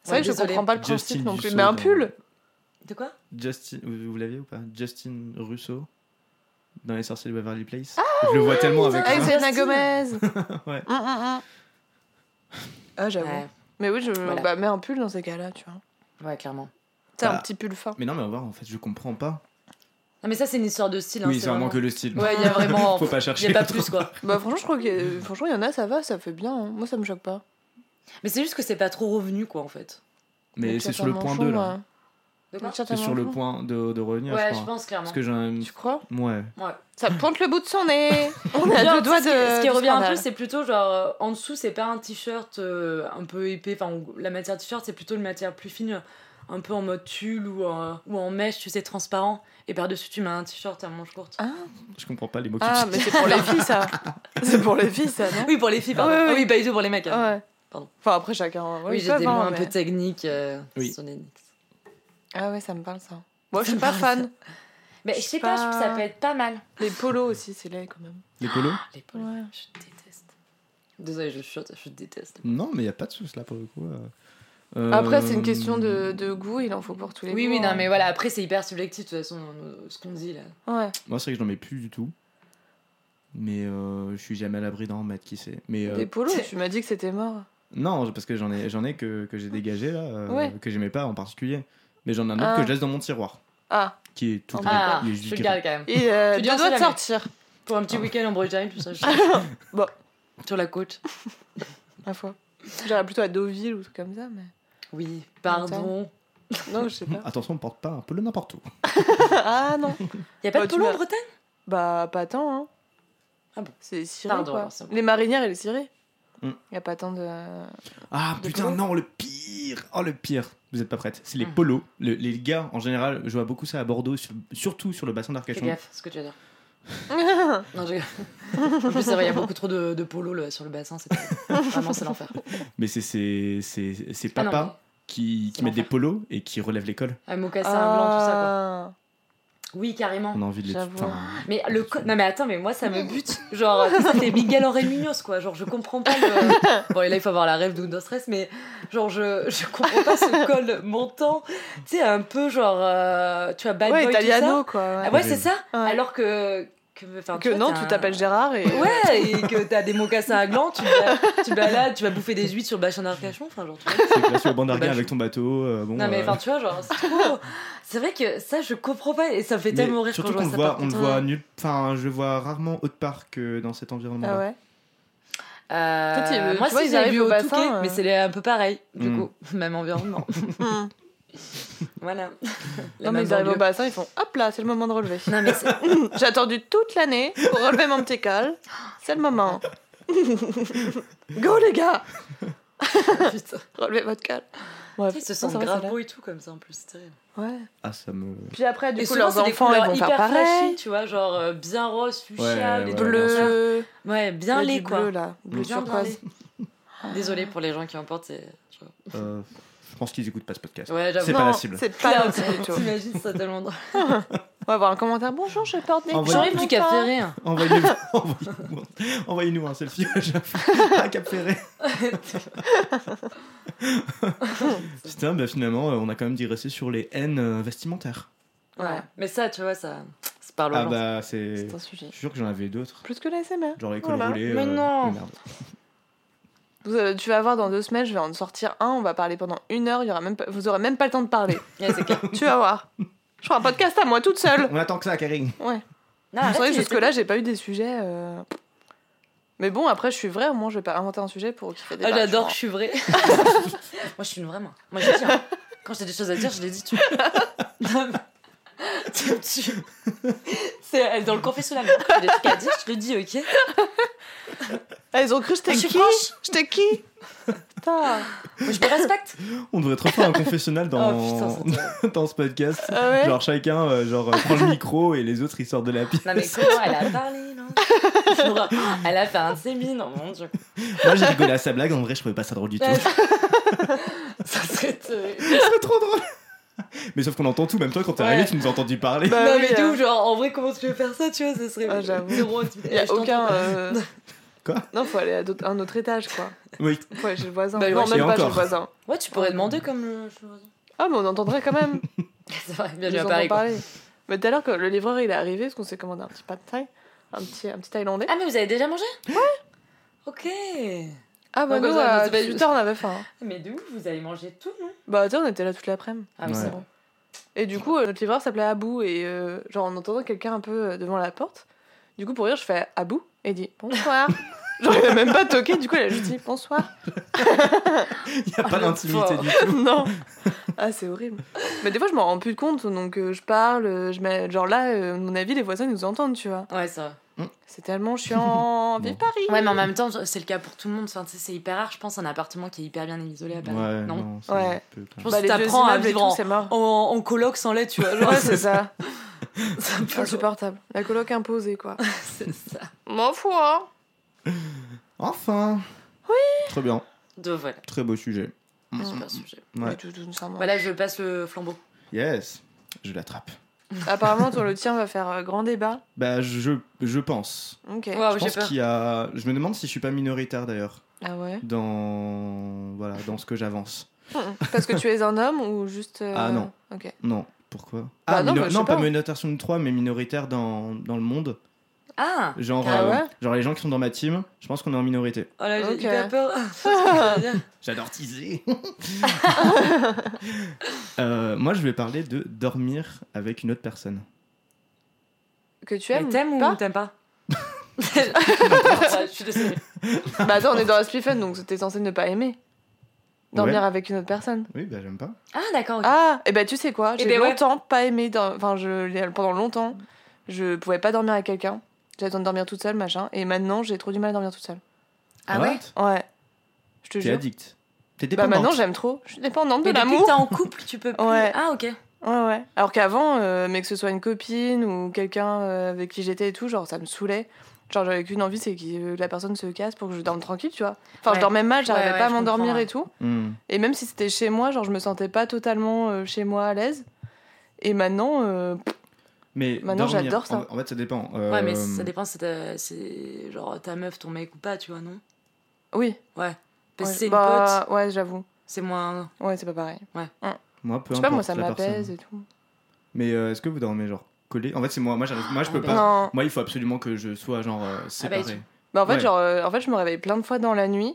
[SPEAKER 1] C'est vrai que je
[SPEAKER 2] désolé.
[SPEAKER 1] comprends pas le
[SPEAKER 3] Justin
[SPEAKER 1] principe non plus.
[SPEAKER 3] Dussault
[SPEAKER 1] Mais un
[SPEAKER 3] dans-
[SPEAKER 1] pull
[SPEAKER 2] De quoi
[SPEAKER 3] Justin, vous, vous l'avez ou pas Justin Russo dans les sorciers de Beverly Place.
[SPEAKER 2] Ah
[SPEAKER 3] je le vois tellement avec
[SPEAKER 1] Ah,
[SPEAKER 2] putain.
[SPEAKER 3] ça.
[SPEAKER 2] c'est-
[SPEAKER 1] Selena Gomez
[SPEAKER 3] [LAUGHS] Ouais.
[SPEAKER 1] Hum, hum, hum. Ah, j'avoue.
[SPEAKER 2] ouais.
[SPEAKER 1] Mais oui, je
[SPEAKER 2] Voilà.
[SPEAKER 1] bah, mets un pull dans ces cas-là, tu vois.
[SPEAKER 2] ouais, clairement.
[SPEAKER 1] T'as un
[SPEAKER 3] Bah.
[SPEAKER 1] petit pull fin.
[SPEAKER 3] Mais non, mais on va voir, en fait, je comprends pas.
[SPEAKER 2] Non, mais ça, c'est une histoire de style. hein,
[SPEAKER 3] oui, c'est vraiment
[SPEAKER 2] vraiment-
[SPEAKER 3] que le style.
[SPEAKER 2] Ouais, il y a vraiment.
[SPEAKER 3] [LAUGHS] Faut pas
[SPEAKER 2] Il
[SPEAKER 3] chercher.
[SPEAKER 2] n'y a pas
[SPEAKER 3] trop.
[SPEAKER 2] plus, quoi.
[SPEAKER 1] Bah, franchement, je crois qu'il y,
[SPEAKER 3] [LAUGHS]
[SPEAKER 1] a- franchement, il y en a, ça va, ça fait bien. hein. Moi, ça me choque pas.
[SPEAKER 2] Mais c'est juste que c'est pas trop revenu, quoi, en fait.
[SPEAKER 3] Mais
[SPEAKER 1] Les
[SPEAKER 3] c'est sur le
[SPEAKER 1] t-shirts à
[SPEAKER 3] point
[SPEAKER 1] manchons,
[SPEAKER 3] 2 là.
[SPEAKER 1] ouais.
[SPEAKER 2] De
[SPEAKER 1] Les
[SPEAKER 2] quoi
[SPEAKER 1] t-shirts à
[SPEAKER 3] C'est sur le
[SPEAKER 1] manchons.
[SPEAKER 3] point de, de revenir,
[SPEAKER 2] Ouais,
[SPEAKER 3] je
[SPEAKER 2] je
[SPEAKER 3] crois.
[SPEAKER 2] pense, clairement.
[SPEAKER 3] Parce que j'ai un.
[SPEAKER 1] Tu crois
[SPEAKER 3] Ouais.
[SPEAKER 1] Ça pointe le bout de son
[SPEAKER 2] [LAUGHS]
[SPEAKER 1] nez On a
[SPEAKER 2] Genre,
[SPEAKER 1] deux doigts
[SPEAKER 2] tu sais, ce qui-
[SPEAKER 1] de.
[SPEAKER 2] Ce qui
[SPEAKER 1] du
[SPEAKER 2] revient un peu,
[SPEAKER 1] scandale.
[SPEAKER 2] c'est plutôt genre euh, en dessous, c'est pas un t-shirt euh, un peu épais, enfin ou- la matière t-shirt, c'est plutôt une matière plus fine, un peu en mode tulle ou, en- ou en mèche, tu sais, transparent. Et par-dessus, tu mets un t-shirt à manches courtes.
[SPEAKER 1] Ah,
[SPEAKER 3] Je comprends pas les mots qui
[SPEAKER 1] Ah, mais c'est pour les filles,
[SPEAKER 3] [LAUGHS]
[SPEAKER 1] ça C'est pour les filles, ça, non
[SPEAKER 2] Oui, pour les filles, pardon.
[SPEAKER 1] Ouais, ouais,
[SPEAKER 2] Ah
[SPEAKER 1] oui.
[SPEAKER 2] oui, pas du tout pour les mecs. hein.
[SPEAKER 1] Ouais.
[SPEAKER 2] Pardon.
[SPEAKER 1] Enfin, après, chacun. ouais,
[SPEAKER 2] oui,
[SPEAKER 1] ils
[SPEAKER 2] j'ai
[SPEAKER 1] peuvent,
[SPEAKER 2] des
[SPEAKER 1] hein,
[SPEAKER 2] mots un
[SPEAKER 1] mais-
[SPEAKER 2] peu techniques. euh,
[SPEAKER 3] Oui.
[SPEAKER 2] sur les nicks.
[SPEAKER 1] Ah, ouais, ça me parle, ça. Moi, je
[SPEAKER 2] Ça
[SPEAKER 1] suis
[SPEAKER 2] me
[SPEAKER 1] pas
[SPEAKER 2] parle,
[SPEAKER 1] fan.
[SPEAKER 2] Mais je sais pas, je trouve que ça peut être pas mal.
[SPEAKER 1] Les polos aussi, c'est laid quand même.
[SPEAKER 3] Les polos
[SPEAKER 2] Les polos,
[SPEAKER 1] Ouais.
[SPEAKER 2] je déteste. Désolée, je chute, je déteste.
[SPEAKER 3] Non, mais il y a pas de soucis là pour le coup. euh. Euh,
[SPEAKER 1] Après, c'est une question de, de goût, il en faut pour tous les
[SPEAKER 2] Oui,
[SPEAKER 1] goûts,
[SPEAKER 2] oui, non,
[SPEAKER 1] hein.
[SPEAKER 2] mais voilà, après, c'est hyper subjectif, de toute façon, euh, ce qu'on dit là.
[SPEAKER 1] Ouais.
[SPEAKER 3] Moi, c'est vrai que je n'en mets plus du tout. Mais euh, je suis jamais à l'abri d'en remettre, qui sait. Mais euh,
[SPEAKER 1] Des polos, tu m'as dit que c'était mort.
[SPEAKER 3] non, parce que j'en ai, j'en ai que, que j'ai dégagé là, euh,
[SPEAKER 1] Ouais.
[SPEAKER 3] que j'aimais pas en particulier. Mais j'en ai un autre
[SPEAKER 1] Ah.
[SPEAKER 3] que je laisse dans mon tiroir,
[SPEAKER 1] Ah,
[SPEAKER 3] qui est tout.
[SPEAKER 1] Ah.
[SPEAKER 3] gris.
[SPEAKER 2] Ah,
[SPEAKER 3] Il est
[SPEAKER 2] je
[SPEAKER 3] juste Ah.
[SPEAKER 2] le
[SPEAKER 3] gris.
[SPEAKER 2] garde quand même.
[SPEAKER 1] et euh,
[SPEAKER 2] Tu
[SPEAKER 1] deux
[SPEAKER 2] dis, on
[SPEAKER 1] doigts
[SPEAKER 2] sait
[SPEAKER 1] de
[SPEAKER 2] jamais.
[SPEAKER 1] sortir,
[SPEAKER 2] Pour un petit week-end en Bretagne, tout [LAUGHS] ça. je-
[SPEAKER 1] Bon.
[SPEAKER 2] Sur la côte.
[SPEAKER 1] ma foi. J'irais plutôt à Deauville ou un truc comme ça, mais.
[SPEAKER 2] Oui, pardon.
[SPEAKER 1] Non, je sais pas.
[SPEAKER 3] Attention, on porte pas un polo n'importe où.
[SPEAKER 1] [LAUGHS] ah non
[SPEAKER 2] Y a pas
[SPEAKER 1] Bah,
[SPEAKER 2] de
[SPEAKER 1] tu
[SPEAKER 2] polo en
[SPEAKER 1] vas-
[SPEAKER 2] Bretagne
[SPEAKER 1] Bah, pas tant, hein.
[SPEAKER 2] Ah bon.
[SPEAKER 1] C'est ciré,
[SPEAKER 2] Pardon,
[SPEAKER 1] quoi.
[SPEAKER 2] alors, c'est bon. Mm.
[SPEAKER 1] Les marinières et les cirés.
[SPEAKER 3] Hmm.
[SPEAKER 1] Y a pas tant de.
[SPEAKER 3] Ah
[SPEAKER 1] Des
[SPEAKER 3] putain,
[SPEAKER 1] polos
[SPEAKER 3] non, le pire Oh, le pire Vous êtes pas prête. C'est les
[SPEAKER 2] Mm.
[SPEAKER 3] polos. Le- les gars, en général, je vois beaucoup ça à Bordeaux, sur- surtout sur le bassin
[SPEAKER 2] Fais
[SPEAKER 3] d'Arcachon.
[SPEAKER 2] gaffe, ce que tu vas [LAUGHS] dire.
[SPEAKER 1] ah
[SPEAKER 2] Non, je... en plus, c'est vrai, y a beaucoup trop de, de polo là, sur le bassin. c'est
[SPEAKER 1] [LAUGHS]
[SPEAKER 2] Vraiment, c'est l'enfer.
[SPEAKER 3] Mais c'est ces c'est, c'est
[SPEAKER 2] Ah non,
[SPEAKER 3] papas qui, qui
[SPEAKER 2] C'est
[SPEAKER 3] mettent des
[SPEAKER 2] l'enfer.
[SPEAKER 3] polos et qui relèvent l'école.
[SPEAKER 2] mais Un mocassin blanc, tout ça, quoi.
[SPEAKER 1] Ah.
[SPEAKER 2] Oui, carrément.
[SPEAKER 3] On a envie de les
[SPEAKER 1] J'avoue.
[SPEAKER 3] Putain.
[SPEAKER 2] Mais le co- non mais attends mais moi ça me bute genre c'était Miguel Henry Munoz quoi genre je comprends pas
[SPEAKER 1] [LAUGHS]
[SPEAKER 2] le bon et là il faut avoir la rêve de No Stress mais genre je, je comprends pas ce col montant tu sais un peu genre euh, tu vois bad
[SPEAKER 1] Ouais,
[SPEAKER 2] boy tout ça
[SPEAKER 1] italiano, quoi. ouais.
[SPEAKER 2] ah ouais c'est ça
[SPEAKER 1] Ouais.
[SPEAKER 2] alors que que, enfin,
[SPEAKER 1] Que
[SPEAKER 2] tu vois,
[SPEAKER 1] euh, non,
[SPEAKER 2] t'as
[SPEAKER 1] tu
[SPEAKER 2] un-
[SPEAKER 1] t'appelles Gérard et.
[SPEAKER 2] ouais et que t'as des mocassins à gland tu vas tu vas là tu vas bouffer des huîtres sur le bassin d'Arcachon enfin genre tu vois.
[SPEAKER 3] C'est classé au Bandarguin
[SPEAKER 2] Bah, je-
[SPEAKER 3] avec ton bateau. euh, bon,
[SPEAKER 2] non mais
[SPEAKER 3] euh,
[SPEAKER 2] enfin tu vois genre c'est trop c'est vrai que ça je comprends pas et ça me fait
[SPEAKER 3] mais
[SPEAKER 2] tellement rire quand
[SPEAKER 3] surtout
[SPEAKER 2] je vois
[SPEAKER 3] qu'on
[SPEAKER 2] ça
[SPEAKER 3] le
[SPEAKER 2] par
[SPEAKER 3] voit, on le
[SPEAKER 2] contre.
[SPEAKER 3] voit nulle. Enfin, je le vois rarement autre part que dans cet
[SPEAKER 1] [LAUGHS]
[SPEAKER 3] environnement.
[SPEAKER 1] Ah ouais.
[SPEAKER 2] Euh,
[SPEAKER 1] Peut-être, euh,
[SPEAKER 2] moi,
[SPEAKER 1] tu vois,
[SPEAKER 2] si
[SPEAKER 1] ils
[SPEAKER 2] j'ai
[SPEAKER 1] arrivent
[SPEAKER 2] vu
[SPEAKER 1] au
[SPEAKER 2] au
[SPEAKER 1] bassin,
[SPEAKER 2] Touquet,
[SPEAKER 1] euh.
[SPEAKER 2] mais c'est les- un peu pareil, du
[SPEAKER 3] Mm.
[SPEAKER 2] coup, [LAUGHS] même environnement.
[SPEAKER 1] [LAUGHS] Hmm.
[SPEAKER 2] [LAUGHS] voilà. La
[SPEAKER 1] Non, mais
[SPEAKER 2] même
[SPEAKER 1] ils arrivent au
[SPEAKER 2] banlieue.
[SPEAKER 1] bassin, ils font hop là, c'est le moment de relever. [LAUGHS]
[SPEAKER 2] Non, [LAUGHS] mais c'est-
[SPEAKER 1] J'ai attendu toute l'année pour relever mon petit col. C'est le moment. [LAUGHS] Go les gars,
[SPEAKER 2] putain.
[SPEAKER 1] relevez votre col.
[SPEAKER 2] Tu
[SPEAKER 1] Ouais,
[SPEAKER 2] sais, Ils se
[SPEAKER 1] ça
[SPEAKER 2] sentent
[SPEAKER 1] va,
[SPEAKER 2] grave
[SPEAKER 1] c'est
[SPEAKER 2] beaux et tout, comme ça, en plus, c'est terrible.
[SPEAKER 1] là. Ouais.
[SPEAKER 3] Ah, ça me.
[SPEAKER 1] Puis après, du
[SPEAKER 2] et
[SPEAKER 1] coup,
[SPEAKER 2] souvent,
[SPEAKER 1] leurs
[SPEAKER 2] c'est des
[SPEAKER 1] enfants, ils
[SPEAKER 2] couleurs
[SPEAKER 1] vont
[SPEAKER 2] hyper
[SPEAKER 1] faire pareil.
[SPEAKER 2] flashy, tu vois, genre euh, bien rose, fuchsia,
[SPEAKER 3] Ouais,
[SPEAKER 2] des trucs
[SPEAKER 3] ouais, bien
[SPEAKER 2] comme ça.
[SPEAKER 1] bleu,
[SPEAKER 2] Ouais, bien
[SPEAKER 1] il y a
[SPEAKER 2] laid,
[SPEAKER 1] du
[SPEAKER 2] quoi.
[SPEAKER 1] bleu là, bleu
[SPEAKER 2] Bien
[SPEAKER 1] turquoise.
[SPEAKER 2] blindé. Désolée pour les gens qui en portent, c'est. je vois.
[SPEAKER 3] euh, je pense qu'ils écoutent pas ce podcast.
[SPEAKER 2] Ouais,
[SPEAKER 3] C'est
[SPEAKER 2] j'avoue.
[SPEAKER 3] pas
[SPEAKER 1] Non,
[SPEAKER 3] la cible.
[SPEAKER 1] C'est
[SPEAKER 2] [LAUGHS]
[SPEAKER 1] pas
[SPEAKER 2] Claire,
[SPEAKER 1] notre cible du tout.
[SPEAKER 2] T'imagines, c'est tellement drôle.
[SPEAKER 1] On va avoir un commentaire. Bonjour, je porte des.
[SPEAKER 3] Envoyez-
[SPEAKER 1] J'en ai
[SPEAKER 2] J'aurais
[SPEAKER 1] mon
[SPEAKER 2] plus qu'à
[SPEAKER 1] temps.
[SPEAKER 2] faire rire.
[SPEAKER 3] Envoyez-nous [LAUGHS] envoyez-nous un- envoyez-nous un selfie à Jaffa, à Cap Ferret.
[SPEAKER 2] [LAUGHS]
[SPEAKER 3] Putain, bah finalement, euh, on a quand même digressé sur les haines euh, vestimentaires.
[SPEAKER 2] Ouais. Mais ça, tu vois, ça. C'est par
[SPEAKER 3] Ah
[SPEAKER 2] l'urgence.
[SPEAKER 3] bah, c'est.
[SPEAKER 2] Oh C'est un
[SPEAKER 3] Je
[SPEAKER 2] sujet.
[SPEAKER 3] suis sûr que j'en avais d'autres.
[SPEAKER 1] Plus que la SMR.
[SPEAKER 3] Genre les
[SPEAKER 1] Voilà.
[SPEAKER 3] cols roulés.
[SPEAKER 2] Mais
[SPEAKER 3] euh,
[SPEAKER 2] non.
[SPEAKER 3] merde.
[SPEAKER 1] Vous, euh, tu vas voir dans deux semaines, je vais en sortir un. On va parler pendant une heure. Il y aura même pas- vous aurez même pas le temps de [LAUGHS] parler.
[SPEAKER 2] Ouais, c'est clair.
[SPEAKER 1] tu vas voir. Je ferai un podcast à moi toute seule.
[SPEAKER 3] On attend que ça, Karine.
[SPEAKER 2] Non,
[SPEAKER 1] C'est
[SPEAKER 2] arrête,
[SPEAKER 1] vrai
[SPEAKER 2] il
[SPEAKER 1] que
[SPEAKER 2] est-
[SPEAKER 1] jusque-là, j'ai pas eu des sujets. euh, Mais bon, après, je suis vraie, au moins, je vais pas inventer un sujet pour qu'il fait des
[SPEAKER 2] Ah, j'adore, je suis vraie. [LAUGHS] moi, je suis une vraie, moi. Moi, je dis, hein. Quand j'ai des choses à dire, je les dis, tu Non,
[SPEAKER 1] [LAUGHS]
[SPEAKER 2] mais- [LAUGHS] tu me tues. C'est elle, dans le confessionnal. Quand j'ai des trucs à dire, je le dis, ok
[SPEAKER 1] Elles Ah, ont cru que j'étais
[SPEAKER 2] Ah, Je suis
[SPEAKER 1] qui
[SPEAKER 2] franche.
[SPEAKER 1] J'étais qui [LAUGHS] Putain
[SPEAKER 2] Moi, je me respecte.
[SPEAKER 3] On devrait trop faire
[SPEAKER 2] [LAUGHS]
[SPEAKER 3] un confessionnal dans, [LAUGHS]
[SPEAKER 2] Oh putain, ça te-
[SPEAKER 3] dans ce podcast.
[SPEAKER 1] Ah ouais
[SPEAKER 3] Genre chacun euh, genre, euh, prend le micro et les autres ils sortent de la pièce.
[SPEAKER 2] Non, mais comment elle a parlé, non Genre, Ah, Elle a fait un séminaire, mon dieu.
[SPEAKER 3] Moi j'ai rigolé à sa blague, en vrai je trouvais pas ça drôle du tout.
[SPEAKER 2] Ouais. Ça serait terrible.
[SPEAKER 3] [LAUGHS] C'est trop drôle Mais sauf qu'on entend tout, même toi quand t'es
[SPEAKER 2] Ouais.
[SPEAKER 3] arrivé tu nous as entendu parler.
[SPEAKER 1] Bah
[SPEAKER 2] non,
[SPEAKER 1] oui,
[SPEAKER 2] mais
[SPEAKER 1] hein.
[SPEAKER 2] d'où, genre, en vrai, comment tu veux faire ça, tu vois, ça serait
[SPEAKER 1] Ah, j'avoue.
[SPEAKER 2] zéro
[SPEAKER 1] Il y a aucun. euh,
[SPEAKER 3] [LAUGHS] Quoi
[SPEAKER 1] Non, faut aller à d'autres- un autre étage, quoi.
[SPEAKER 3] Oui.
[SPEAKER 1] Faut aller chez le voisin.
[SPEAKER 2] Bah,
[SPEAKER 1] non,
[SPEAKER 2] ouais,
[SPEAKER 3] et
[SPEAKER 1] même pas chez le
[SPEAKER 3] encore.
[SPEAKER 1] voisin.
[SPEAKER 2] Ouais, tu pourrais demander comme le
[SPEAKER 1] [LAUGHS]
[SPEAKER 2] chose.
[SPEAKER 1] Ah, mais on entendrait quand même.
[SPEAKER 2] C'est vrai, bien
[SPEAKER 1] Ils
[SPEAKER 2] lui à
[SPEAKER 1] en ont
[SPEAKER 2] Paris. quoi.
[SPEAKER 1] parlé. Mais tout à l'heure, quand le livreur il est arrivé, parce qu'on s'est commandé un petit pas de taille, un petit, un petit thaïlandais.
[SPEAKER 2] Ah, mais vous avez déjà mangé Ouais Ok
[SPEAKER 1] Ah, bah
[SPEAKER 2] bah,
[SPEAKER 1] nous,
[SPEAKER 2] ça,
[SPEAKER 1] à
[SPEAKER 2] c'est pas
[SPEAKER 1] 18h, on avait faim. hein.
[SPEAKER 2] Mais d'où vous avez mangé tout, non
[SPEAKER 1] Bah, tu sais, on était là toute l'après-midi.
[SPEAKER 2] Ah, mais
[SPEAKER 3] Ouais.
[SPEAKER 2] c'est bon.
[SPEAKER 1] Et du coup, euh, notre livreur s'appelait Abou, et euh, genre en entendant quelqu'un un peu euh, devant la porte, du coup, pour rire, je fais Abou, et il dit bonsoir. [LAUGHS] genre, il a même pas toqué, du coup, elle a juste dit bonsoir.
[SPEAKER 3] Il y
[SPEAKER 1] [LAUGHS]
[SPEAKER 2] Ah,
[SPEAKER 3] a pas
[SPEAKER 2] le
[SPEAKER 3] d'intimité
[SPEAKER 2] pauvre.
[SPEAKER 3] du tout.
[SPEAKER 1] non. Ah, c'est horrible. Mais des fois, je m'en rends plus compte, donc euh, je parle, euh, je mets... genre là, euh, à mon avis, les voisins ils nous entendent, tu vois.
[SPEAKER 2] Ouais, ça.
[SPEAKER 1] C'est tellement chiant. [LAUGHS] Vive
[SPEAKER 3] Bon.
[SPEAKER 1] Paris
[SPEAKER 2] Ouais, mais en même temps, c'est le cas pour tout le monde. Enfin, tu sais, c'est hyper rare, je pense, un appartement qui est hyper bien isolé à Paris.
[SPEAKER 3] Ouais, non, c'est
[SPEAKER 1] Ouais.
[SPEAKER 3] un peu
[SPEAKER 2] Je
[SPEAKER 3] quand
[SPEAKER 2] pense
[SPEAKER 3] même.
[SPEAKER 1] Bah,
[SPEAKER 2] que
[SPEAKER 1] les deux
[SPEAKER 2] t'apprends à
[SPEAKER 1] immeubles et
[SPEAKER 2] vivre
[SPEAKER 1] tout,
[SPEAKER 2] en,
[SPEAKER 1] c'est mort.
[SPEAKER 2] en, en coloc sans lait, tu vois.
[SPEAKER 1] [LAUGHS]
[SPEAKER 2] Genre,
[SPEAKER 1] Ouais, c'est ça.
[SPEAKER 2] [LAUGHS] c'est un peu chaud.
[SPEAKER 1] Insupportable. La coloc imposée, quoi.
[SPEAKER 2] [LAUGHS] C'est ça.
[SPEAKER 1] M'en fous, hein.
[SPEAKER 3] Enfin Très bien,
[SPEAKER 2] Donc voilà,
[SPEAKER 3] très beau sujet. Mm,
[SPEAKER 2] super
[SPEAKER 3] mm,
[SPEAKER 2] sujet.
[SPEAKER 3] mm. Ouais.
[SPEAKER 1] Mais tout- tout sincèrement.
[SPEAKER 2] Voilà, je passe le flambeau.
[SPEAKER 3] Yes, je l'attrape.
[SPEAKER 1] [LAUGHS] Apparemment, toi, le tien va faire euh, grand débat.
[SPEAKER 3] Bah je, je pense.
[SPEAKER 1] Ok.
[SPEAKER 2] Waouh,
[SPEAKER 3] je
[SPEAKER 2] j'ai
[SPEAKER 3] pense
[SPEAKER 2] peur.
[SPEAKER 3] qu'il y a... Je me demande si je suis pas minoritaire d'ailleurs
[SPEAKER 1] Ah ouais
[SPEAKER 3] dans... Voilà, dans ce que j'avance.
[SPEAKER 1] Parce que tu es un homme ou juste. euh,
[SPEAKER 3] Ah, non.
[SPEAKER 1] Ok.
[SPEAKER 3] Non. Pourquoi
[SPEAKER 1] Bah
[SPEAKER 3] Ah,
[SPEAKER 1] non,
[SPEAKER 3] mino-
[SPEAKER 1] bah, je sais
[SPEAKER 3] pas,
[SPEAKER 1] pas.
[SPEAKER 3] minoritaire sur 3, mais minoritaire dans, dans le monde.
[SPEAKER 2] Ah
[SPEAKER 3] Genre,
[SPEAKER 1] Ah
[SPEAKER 3] euh,
[SPEAKER 1] ouais
[SPEAKER 3] genre les gens qui sont dans ma team, je pense qu'on est en minorité.
[SPEAKER 2] Oh là, j'ai
[SPEAKER 1] Ok.
[SPEAKER 2] hyper [LAUGHS] peur. Ça vient.
[SPEAKER 1] [LAUGHS]
[SPEAKER 3] J'adore teaser Euh, Moi, je vais parler de dormir avec une autre personne.
[SPEAKER 1] Que tu
[SPEAKER 2] [LAUGHS] Mais
[SPEAKER 1] aimes
[SPEAKER 2] t'aimes
[SPEAKER 1] pas
[SPEAKER 2] ou t'aimes [LAUGHS] pas Je suis désolée.
[SPEAKER 1] Bah attends, on est dans la Spiffen, donc c'était censé ne pas aimer. Dormir
[SPEAKER 3] Ouais.
[SPEAKER 1] avec une autre personne.
[SPEAKER 3] Oui, bah j'aime pas.
[SPEAKER 2] Ah, d'accord. ok.
[SPEAKER 1] Ah, et ben tu sais quoi,
[SPEAKER 2] Eh
[SPEAKER 1] j'ai
[SPEAKER 2] ben ouais.
[SPEAKER 1] longtemps pas aimé, dor- enfin je l'ai- pendant longtemps, je pouvais pas dormir avec quelqu'un, j'avais besoin de dormir toute seule, machin, et maintenant j'ai trop du mal à dormir toute seule.
[SPEAKER 2] Ah ouais
[SPEAKER 1] Ouais, je te
[SPEAKER 3] T'es
[SPEAKER 1] jure.
[SPEAKER 3] addict. T'es
[SPEAKER 1] Bah
[SPEAKER 3] dépendante.
[SPEAKER 1] maintenant j'aime trop, je suis dépendante de
[SPEAKER 2] Mais depuis que
[SPEAKER 1] l'amour.
[SPEAKER 2] t'es en couple, tu peux plus.
[SPEAKER 1] Ouais.
[SPEAKER 2] Ah, ok.
[SPEAKER 1] Ouais, ouais. Alors qu'avant, euh, mais que ce soit une copine ou quelqu'un euh, avec qui j'étais et tout, genre ça me saoulait. Genre j'avais qu'une envie, c'est que euh, la personne se casse pour que je dorme tranquille, tu vois. Enfin,
[SPEAKER 2] Ouais.
[SPEAKER 1] je dormais mal, j'arrivais
[SPEAKER 2] Ouais, ouais,
[SPEAKER 1] pas à
[SPEAKER 2] je
[SPEAKER 1] m'endormir
[SPEAKER 2] comprends, ouais.
[SPEAKER 1] et tout.
[SPEAKER 3] Hmm.
[SPEAKER 1] Et même si c'était chez moi, genre je me sentais pas totalement euh, chez moi à l'aise. Et maintenant, euh,
[SPEAKER 3] Mais
[SPEAKER 1] Maintenant,
[SPEAKER 3] dormir-
[SPEAKER 1] j'adore ça.
[SPEAKER 3] En, en fait, ça dépend. Euh,
[SPEAKER 2] Ouais, mais ça dépend si t'as- c'est genre ta meuf, ton mec ou pas, tu vois, non
[SPEAKER 1] oui.
[SPEAKER 2] Parce que
[SPEAKER 1] Ouais,
[SPEAKER 2] c'est une
[SPEAKER 1] bah,
[SPEAKER 2] pote,
[SPEAKER 1] Ouais, j'avoue.
[SPEAKER 2] c'est moins.
[SPEAKER 1] Ouais, c'est pas pareil.
[SPEAKER 3] Moi, peu
[SPEAKER 1] Je sais pas, moi
[SPEAKER 3] importe
[SPEAKER 1] ça
[SPEAKER 3] la
[SPEAKER 1] m'apaise
[SPEAKER 3] personne.
[SPEAKER 1] et tout.
[SPEAKER 3] Mais euh, est-ce que vous dormez genre collé En fait, c'est moi. Moi, j'arrive- moi je
[SPEAKER 2] Ah,
[SPEAKER 3] peux
[SPEAKER 2] mais
[SPEAKER 3] pas.
[SPEAKER 1] Non. Ah,
[SPEAKER 3] Moi, il faut absolument que je sois genre euh, séparé.
[SPEAKER 2] tu-
[SPEAKER 1] Bah en fait,
[SPEAKER 3] Ouais.
[SPEAKER 1] genre, euh, en fait, je me réveille plein de fois dans la nuit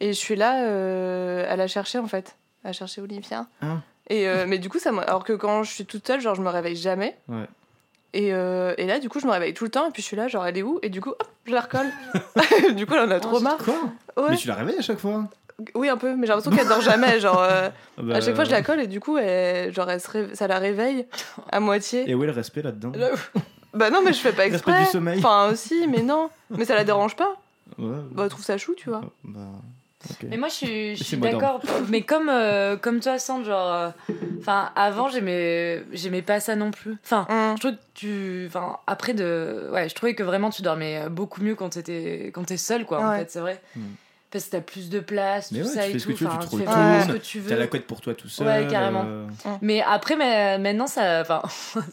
[SPEAKER 1] et je suis là euh, à la chercher en fait, à chercher Olivia.
[SPEAKER 3] Ah.
[SPEAKER 1] Et euh, mais du coup, ça, me- alors que quand je suis toute seule, genre, je me réveille jamais.
[SPEAKER 3] Ouais.
[SPEAKER 1] Et, euh, et là, du coup, je me réveille tout le temps et puis je suis là, genre, elle est où Et du coup, hop, je la recolle. [LAUGHS] du coup, elle en a trop
[SPEAKER 2] c'est
[SPEAKER 1] marre.
[SPEAKER 3] Quoi
[SPEAKER 1] Ouais.
[SPEAKER 3] Mais tu la réveilles à chaque fois
[SPEAKER 1] Oui, un peu, mais j'ai l'impression qu'elle dort jamais. Genre, euh,
[SPEAKER 3] Ah [LAUGHS] bah,
[SPEAKER 1] à chaque fois, je la colle et du coup, elle, genre, elle se réve- ça la réveille à moitié.
[SPEAKER 3] Et où est le respect là-dedans
[SPEAKER 1] Bah non, mais je fais pas
[SPEAKER 3] Respect
[SPEAKER 1] exprès.
[SPEAKER 3] du sommeil.
[SPEAKER 1] Enfin, aussi, mais non. Mais ça la dérange pas.
[SPEAKER 3] Ouais.
[SPEAKER 1] Bah, elle trouve ça chou, tu vois.
[SPEAKER 3] Ah, bah, ok.
[SPEAKER 2] Mais moi, je suis, je suis
[SPEAKER 3] Laissez-moi [LAUGHS]
[SPEAKER 2] d'accord. Mais comme, euh, comme toi, Sandre, genre. euh, Enfin, avant, j'aimais j'aimais pas ça non plus. Enfin,
[SPEAKER 1] Hum.
[SPEAKER 2] je trouvais que tu. Enfin, après de. Ouais, je trouvais que vraiment tu dormais euh, beaucoup mieux quand t'étais quand t'es seule, quoi, en
[SPEAKER 1] Ouais.
[SPEAKER 2] fait, c'est vrai.
[SPEAKER 3] Mm.
[SPEAKER 2] Parce que t'as plus de place,
[SPEAKER 3] Mais
[SPEAKER 2] tout
[SPEAKER 3] ouais,
[SPEAKER 2] ça
[SPEAKER 3] tu
[SPEAKER 2] et
[SPEAKER 3] fais ce
[SPEAKER 2] tout.
[SPEAKER 3] que tu veux, tu
[SPEAKER 2] Enfin,
[SPEAKER 3] te
[SPEAKER 2] tu fais
[SPEAKER 1] retournes,
[SPEAKER 2] vraiment ce que tu
[SPEAKER 3] T'as la
[SPEAKER 2] veux.
[SPEAKER 3] couette pour toi tout seul.
[SPEAKER 2] Ouais, carrément.
[SPEAKER 3] euh,
[SPEAKER 2] Mais après, ma- maintenant, ça, enfin,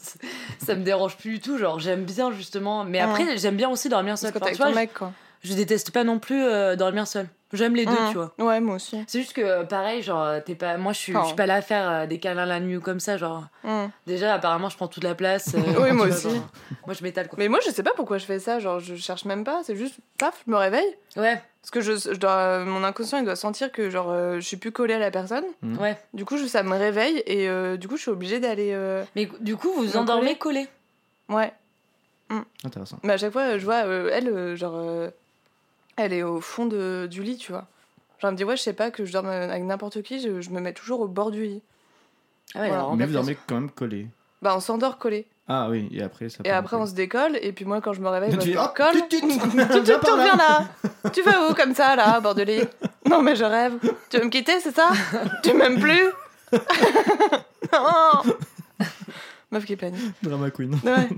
[SPEAKER 2] [LAUGHS] ça me dérange plus du tout. Genre, j'aime bien justement. Mais
[SPEAKER 1] Mm.
[SPEAKER 2] après, j'aime bien aussi dormir
[SPEAKER 1] Parce
[SPEAKER 2] seule.
[SPEAKER 1] que t'es
[SPEAKER 2] Enfin,
[SPEAKER 1] avec
[SPEAKER 2] tu vois,
[SPEAKER 1] ton mec, quoi.
[SPEAKER 2] je, je déteste pas non plus euh, dormir seule. J'aime les deux,
[SPEAKER 1] Mm.
[SPEAKER 2] tu vois.
[SPEAKER 1] Ouais, moi aussi.
[SPEAKER 2] C'est juste que euh, pareil, genre, euh, t'es pas. Moi, je suis, je
[SPEAKER 1] Enfin.
[SPEAKER 2] suis pas là à faire euh, des câlins la nuit ou comme ça. Genre,
[SPEAKER 1] Hum.
[SPEAKER 2] déjà, apparemment, je prends toute la place. euh,
[SPEAKER 1] [LAUGHS] Oui, moi
[SPEAKER 2] tu vois,
[SPEAKER 1] aussi.
[SPEAKER 2] genre, moi, je m'étale quoi.
[SPEAKER 1] Mais moi, je sais pas pourquoi je fais ça. Genre, je cherche même pas. C'est juste, paf, je me réveille.
[SPEAKER 2] Ouais,
[SPEAKER 1] Parce que je, je dois, mon inconscient, il doit sentir que genre, euh, je suis plus collée à la personne.
[SPEAKER 2] ouais.
[SPEAKER 1] Du coup, je, ça me réveille et euh, du coup, je suis obligée d'aller. euh,
[SPEAKER 2] Mais du coup, vous
[SPEAKER 1] Vous
[SPEAKER 2] endormez collés.
[SPEAKER 1] Ouais.
[SPEAKER 3] Intéressant.
[SPEAKER 1] Mais à chaque fois, je vois, euh, elle, euh, genre, euh, elle est au fond de, du lit, tu vois. Genre, elle me dit, ouais, je sais pas que je dorme avec n'importe qui, je, je me mets toujours au bord du lit.
[SPEAKER 2] Ah ouais,
[SPEAKER 1] Voilà.
[SPEAKER 2] alors, en [LAUGHS]
[SPEAKER 3] Mais
[SPEAKER 2] fait,
[SPEAKER 3] vous dormez quand même collé.
[SPEAKER 1] Bah, on s'endort collé.
[SPEAKER 3] Ah oui, et après ça.
[SPEAKER 1] Et
[SPEAKER 3] part
[SPEAKER 1] après,
[SPEAKER 3] un peu.
[SPEAKER 1] on se décolle. Et puis moi, quand je me réveille,
[SPEAKER 3] Et
[SPEAKER 1] moi, je
[SPEAKER 3] tu
[SPEAKER 1] me
[SPEAKER 3] dis, Ah,
[SPEAKER 1] décolle.
[SPEAKER 3] tut,
[SPEAKER 1] [LAUGHS]
[SPEAKER 3] tut,
[SPEAKER 1] Tu
[SPEAKER 3] viens par
[SPEAKER 1] te
[SPEAKER 3] là.
[SPEAKER 1] viens là Tu vas où comme ça, là, bordelier Non, mais je rêve. Tu veux me quitter, c'est ça Tu m'aimes plus [LAUGHS] Non Meuf qui panique. [LAUGHS]
[SPEAKER 3] Drama queen.
[SPEAKER 1] Ouais.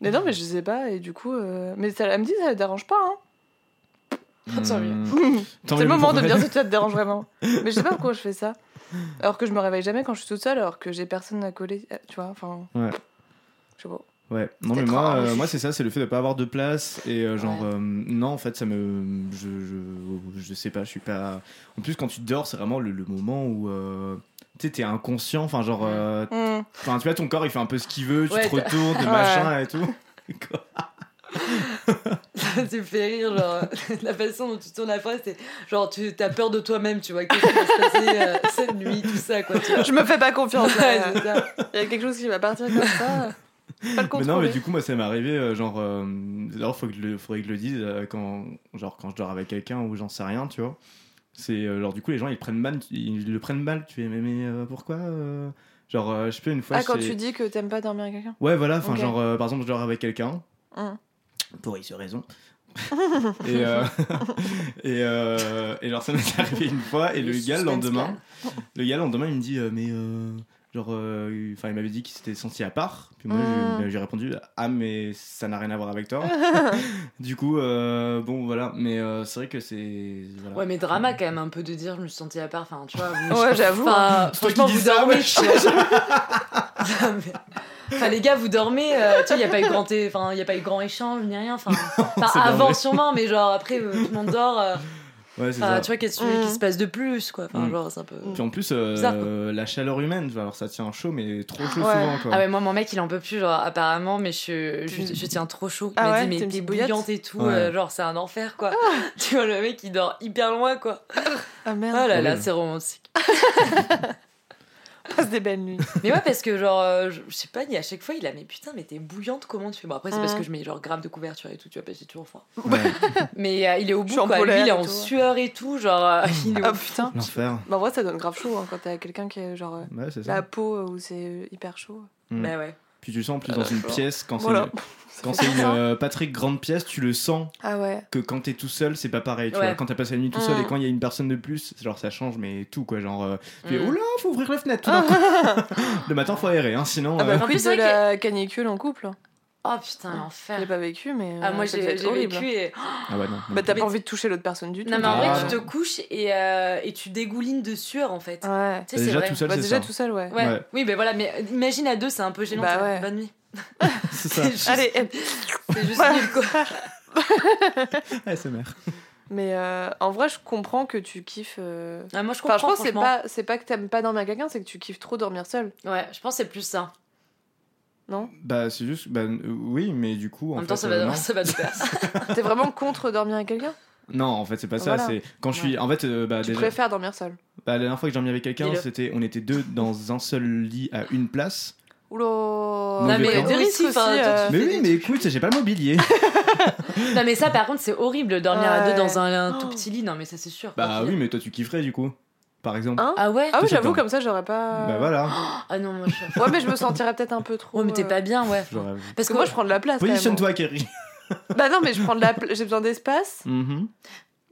[SPEAKER 1] Mais non, mais je sais pas, et du coup. euh, Mais ça, elle me dit, ça la dérange pas, hein.
[SPEAKER 2] Ah, tant
[SPEAKER 1] [LAUGHS]
[SPEAKER 2] mieux.
[SPEAKER 3] Hmm. Tant
[SPEAKER 1] C'est le
[SPEAKER 3] mieux
[SPEAKER 1] moment
[SPEAKER 3] pour
[SPEAKER 1] de
[SPEAKER 3] elle.
[SPEAKER 1] me dire si ça te dérange
[SPEAKER 3] [LAUGHS]
[SPEAKER 1] vraiment. Mais je sais pas pourquoi je fais ça. Alors que je me réveille jamais quand je suis toute seule, alors que j'ai personne à coller, euh, tu vois, enfin.
[SPEAKER 3] Ouais.
[SPEAKER 1] Je sais pas.
[SPEAKER 3] Ouais, non mais
[SPEAKER 2] Peut-être
[SPEAKER 3] moi,
[SPEAKER 2] un-
[SPEAKER 3] euh, moi c'est ça, c'est le fait de pas avoir de place et euh, genre
[SPEAKER 2] Ouais.
[SPEAKER 3] euh, non en fait ça me, je, je, je sais pas, je suis pas. En plus quand tu dors c'est vraiment le, le moment où euh, tu sais t'es inconscient, enfin genre, euh,
[SPEAKER 1] Hmm.
[SPEAKER 3] enfin tu vois ton corps il fait un peu ce qu'il veut, tu
[SPEAKER 2] Ouais,
[SPEAKER 3] te
[SPEAKER 1] [LAUGHS]
[SPEAKER 3] retournes, de machin et tout. [LAUGHS]
[SPEAKER 2] Ça te fait rire, genre, [LAUGHS] la façon dont tu tournes la phrase, c'est genre, tu as peur de toi-même, tu vois, qu'est-ce qui va se passer euh, cette nuit, tout ça, quoi, tu vois.
[SPEAKER 1] Je me fais pas confiance.
[SPEAKER 2] Ouais,
[SPEAKER 1] là.
[SPEAKER 2] c'est ça.
[SPEAKER 1] Il y a quelque chose qui va partir comme ça. Faut Pas le
[SPEAKER 3] Mais
[SPEAKER 1] contrôler.
[SPEAKER 3] non mais du coup moi ça m'est arrivé euh, genre, euh, d'ailleurs faut que je le, faudrait que je le dise euh, quand, genre quand je dors avec quelqu'un ou j'en sais rien, tu vois. C'est euh, genre du coup les gens ils prennent mal, ils le prennent mal, tu es mais, mais euh, pourquoi euh, Genre euh, je sais pas une fois.
[SPEAKER 1] ah, quand
[SPEAKER 3] c'est-
[SPEAKER 1] tu dis que t'aimes pas dormir avec quelqu'un
[SPEAKER 3] Ouais, voilà, enfin,
[SPEAKER 1] Ok.
[SPEAKER 3] genre, euh, par exemple, je dors avec quelqu'un,
[SPEAKER 1] Hum.
[SPEAKER 3] pour X raison. et, euh, [LAUGHS] et, euh, et genre, ça m'est arrivé une fois, et le,
[SPEAKER 2] Le
[SPEAKER 3] gars, le
[SPEAKER 2] suspense,
[SPEAKER 3] lendemain, le gars, le lendemain, il me dit, euh, mais. euh, Genre, euh, enfin, il m'avait dit qu'il s'était senti à part. Puis moi,
[SPEAKER 1] Mm.
[SPEAKER 3] j'ai- j'ai répondu Ah, mais ça n'a rien à voir
[SPEAKER 2] [LAUGHS]
[SPEAKER 3] avec toi. du coup, euh, bon, voilà. Mais euh, c'est vrai que c'est. voilà.
[SPEAKER 2] Ouais, mais drama quand même, un peu de dire, je me sentais à part, enfin,
[SPEAKER 1] [LAUGHS]
[SPEAKER 2] tu vois. vous-
[SPEAKER 1] Ouais, j'avoue.
[SPEAKER 2] Enfin,
[SPEAKER 3] C'est toi qui
[SPEAKER 2] franchement,
[SPEAKER 3] dis
[SPEAKER 2] vous
[SPEAKER 3] ça,
[SPEAKER 2] dormez,
[SPEAKER 3] wesh.
[SPEAKER 2] tu
[SPEAKER 3] [LAUGHS]
[SPEAKER 2] vois. Non, mais- Enfin, les gars, vous dormez, euh, tu sais, il n'y a pas eu grand, é- enfin, y a pas eu grand échange ni rien.
[SPEAKER 3] [LAUGHS]
[SPEAKER 2] Enfin, enfin,
[SPEAKER 3] C'est bien
[SPEAKER 2] avant
[SPEAKER 3] vrai.
[SPEAKER 2] sûrement, mais genre après, euh, tout le monde dort. euh,
[SPEAKER 3] Ouais, c'est
[SPEAKER 2] enfin,
[SPEAKER 3] ça.
[SPEAKER 2] tu vois, qu'est-ce qui-
[SPEAKER 1] Mm.
[SPEAKER 2] qui se passe de plus, quoi. Enfin,
[SPEAKER 3] Mm.
[SPEAKER 2] genre, c'est un peu.
[SPEAKER 3] Puis en plus, euh,
[SPEAKER 2] Bizarre, quoi.
[SPEAKER 3] la chaleur humaine, alors ça tient chaud, mais trop chaud
[SPEAKER 1] Ouais.
[SPEAKER 3] souvent, quoi.
[SPEAKER 2] Ah ouais, moi mon mec il en peut plus, genre apparemment, mais je, je,
[SPEAKER 1] Tu-
[SPEAKER 2] je tiens trop chaud. Il
[SPEAKER 1] Ah
[SPEAKER 2] m'a
[SPEAKER 1] ouais,
[SPEAKER 2] dit,
[SPEAKER 1] t'es
[SPEAKER 2] mais
[SPEAKER 1] une
[SPEAKER 2] t'es
[SPEAKER 1] petite bouillotte
[SPEAKER 2] bouillante et tout,
[SPEAKER 3] Ouais.
[SPEAKER 2] euh, genre c'est un enfer quoi. [LAUGHS] tu vois, le mec il dort hyper loin quoi.
[SPEAKER 1] Ah
[SPEAKER 2] Oh
[SPEAKER 1] merde,
[SPEAKER 2] là là,
[SPEAKER 3] Horrible.
[SPEAKER 2] c'est romantique.
[SPEAKER 1] passe des belles nuits.
[SPEAKER 2] Mais ouais, parce que genre, euh, je je sais pas, il- à chaque fois il a, mais putain, mais t'es bouillante, comment tu fais Bon, après c'est parce
[SPEAKER 1] Mhm.
[SPEAKER 2] que je mets genre grave de couverture et tout, tu vois, parce que j'ai toujours froid. [LAUGHS]
[SPEAKER 3] Ouais,
[SPEAKER 2] Mais euh, il est au
[SPEAKER 1] Je
[SPEAKER 2] bout
[SPEAKER 1] suis en
[SPEAKER 2] quoi, lui
[SPEAKER 1] polaire
[SPEAKER 2] il est
[SPEAKER 1] et
[SPEAKER 2] en
[SPEAKER 1] tout.
[SPEAKER 2] sueur et tout, genre euh, [LAUGHS] il est
[SPEAKER 1] [LAUGHS] Ah
[SPEAKER 2] au
[SPEAKER 1] putain.
[SPEAKER 3] l'enfer.
[SPEAKER 1] Bah, en vrai, ça donne grave chaud hein, quand t'as quelqu'un qui est genre. euh,
[SPEAKER 3] Ouais, c'est ça.
[SPEAKER 1] La peau euh, où c'est hyper chaud.
[SPEAKER 2] Bah ouais.
[SPEAKER 3] Puis tu le sens en plus
[SPEAKER 1] Ah,
[SPEAKER 3] dans une
[SPEAKER 1] d'accord.
[SPEAKER 3] pièce quand
[SPEAKER 1] Voilà. [LAUGHS]
[SPEAKER 3] c'est Quand c'est une
[SPEAKER 1] Ça.
[SPEAKER 3] euh, pas très grande pièce, tu le sens
[SPEAKER 1] Ah ouais.
[SPEAKER 3] que quand t'es tout seul, c'est pas pareil. Tu
[SPEAKER 2] Ouais.
[SPEAKER 3] vois, quand t'as passé la nuit tout seul
[SPEAKER 1] Mm.
[SPEAKER 3] et quand il y a une personne de plus, c'est genre ça change, mais tout quoi. Genre, euh, tu
[SPEAKER 1] Mm.
[SPEAKER 3] fais
[SPEAKER 2] Mhm.
[SPEAKER 3] oula, faut ouvrir la fenêtre. Tout d'un coup.
[SPEAKER 1] ah [LAUGHS]
[SPEAKER 3] Le matin, faut aérer, hein, sinon.
[SPEAKER 1] bah,
[SPEAKER 3] euh,
[SPEAKER 2] En
[SPEAKER 1] quid
[SPEAKER 2] plus,
[SPEAKER 1] de
[SPEAKER 2] c'est vrai
[SPEAKER 1] la canicule en couple. hein.
[SPEAKER 2] Oh putain, l'enfer.
[SPEAKER 1] Je l'ai Ah. pas vécu, mais.
[SPEAKER 2] Ah,
[SPEAKER 1] euh,
[SPEAKER 2] moi
[SPEAKER 1] ça devait
[SPEAKER 2] j'ai
[SPEAKER 1] être
[SPEAKER 2] j'ai
[SPEAKER 1] horrible.
[SPEAKER 2] vécu et.
[SPEAKER 3] Ah ouais, non.
[SPEAKER 1] Bah, t'as
[SPEAKER 2] Mais
[SPEAKER 1] pas envie de toucher l'autre personne du tout.
[SPEAKER 2] Non, mais en vrai,
[SPEAKER 3] Ah.
[SPEAKER 2] tu te couches et, euh, et tu dégoulines de sueur en
[SPEAKER 1] Ouais.
[SPEAKER 2] fait. Tu sais,
[SPEAKER 3] Bah,
[SPEAKER 2] c'est
[SPEAKER 3] déjà
[SPEAKER 2] vrai.
[SPEAKER 3] tout seul,
[SPEAKER 1] Bah,
[SPEAKER 3] c'est
[SPEAKER 1] déjà
[SPEAKER 3] [LAUGHS] ça.
[SPEAKER 1] tout seul, ouais.
[SPEAKER 2] Ouais.
[SPEAKER 3] Ouais.
[SPEAKER 2] Oui, mais voilà, mais euh, imagine à deux, c'est un peu gênant.
[SPEAKER 1] Bah
[SPEAKER 2] t'as
[SPEAKER 1] ouais.
[SPEAKER 2] Bonne nuit.
[SPEAKER 3] C'est ça.
[SPEAKER 2] C'est [LAUGHS] juste,
[SPEAKER 3] [LAUGHS]
[SPEAKER 1] Allez, eh,
[SPEAKER 2] c'est juste
[SPEAKER 1] Ouais. [LAUGHS]
[SPEAKER 2] nul, quoi.
[SPEAKER 3] ASMR.
[SPEAKER 1] mais euh, en vrai, je comprends que tu kiffes. euh,
[SPEAKER 2] Ah, moi, je comprends.
[SPEAKER 1] Enfin, je pense que c'est
[SPEAKER 2] franchement.
[SPEAKER 1] pas, c'est pas que t'aimes pas dormir avec quelqu'un, c'est que tu kiffes trop dormir seul.
[SPEAKER 2] Ouais, je pense que c'est plus ça.
[SPEAKER 3] [LAUGHS] Bah, c'est juste. Bah, euh, oui, mais du coup.
[SPEAKER 2] En,
[SPEAKER 3] En,
[SPEAKER 2] même temps,
[SPEAKER 3] fait,
[SPEAKER 2] ça
[SPEAKER 3] euh,
[SPEAKER 2] va,
[SPEAKER 3] non.
[SPEAKER 2] ça va de
[SPEAKER 3] [LAUGHS]
[SPEAKER 2] faire.
[SPEAKER 1] T'es vraiment contre dormir avec quelqu'un
[SPEAKER 3] non. en fait, c'est pas ça.
[SPEAKER 1] Voilà.
[SPEAKER 3] C'est quand je suis. En fait, euh, bah,
[SPEAKER 1] Tu
[SPEAKER 3] déjà.
[SPEAKER 1] préfères dormir seul
[SPEAKER 3] bah, la dernière fois que j'ai dormi avec quelqu'un,
[SPEAKER 2] Dis-le.
[SPEAKER 3] c'était. On était deux dans un seul lit à une place.
[SPEAKER 1] Oula
[SPEAKER 3] Non,
[SPEAKER 1] Non,
[SPEAKER 3] mais
[SPEAKER 1] mais
[SPEAKER 3] oui,
[SPEAKER 1] des risques aussi.
[SPEAKER 2] enfin, toi,
[SPEAKER 1] euh,
[SPEAKER 2] tu-
[SPEAKER 3] Mais
[SPEAKER 2] fais
[SPEAKER 3] oui,
[SPEAKER 2] des
[SPEAKER 3] mais écoute, j'ai pas le mobilier.
[SPEAKER 2] non, mais ça, par contre, c'est horrible dormir à
[SPEAKER 1] Ouais.
[SPEAKER 2] deux dans un, un tout
[SPEAKER 1] Oh.
[SPEAKER 2] petit lit. Non, mais ça, c'est sûr.
[SPEAKER 3] bah
[SPEAKER 2] Au
[SPEAKER 3] oui,
[SPEAKER 2] final.
[SPEAKER 3] mais toi, tu kifferais du coup. Par exemple.
[SPEAKER 1] Hein Oh.
[SPEAKER 2] Ah ouais
[SPEAKER 1] Ah oui,
[SPEAKER 3] Tout
[SPEAKER 1] j'avoue,
[SPEAKER 3] septembre.
[SPEAKER 1] comme ça, j'aurais pas.
[SPEAKER 3] Bah voilà.
[SPEAKER 2] Ah non, moi, je.
[SPEAKER 1] Ouais, mais je me sentirais peut-être un peu trop.
[SPEAKER 2] Ouais, mais t'es
[SPEAKER 1] euh,
[SPEAKER 2] pas bien, ouais.
[SPEAKER 3] Genre, euh,
[SPEAKER 2] Parce
[SPEAKER 1] Parce
[SPEAKER 2] que
[SPEAKER 1] que moi, je prends de la place. quand même.
[SPEAKER 3] Positionne-toi,
[SPEAKER 1] [LAUGHS]
[SPEAKER 3] Kerry.
[SPEAKER 1] Bah non, mais je prends de la pla- j'ai besoin d'espace,
[SPEAKER 3] Mhm.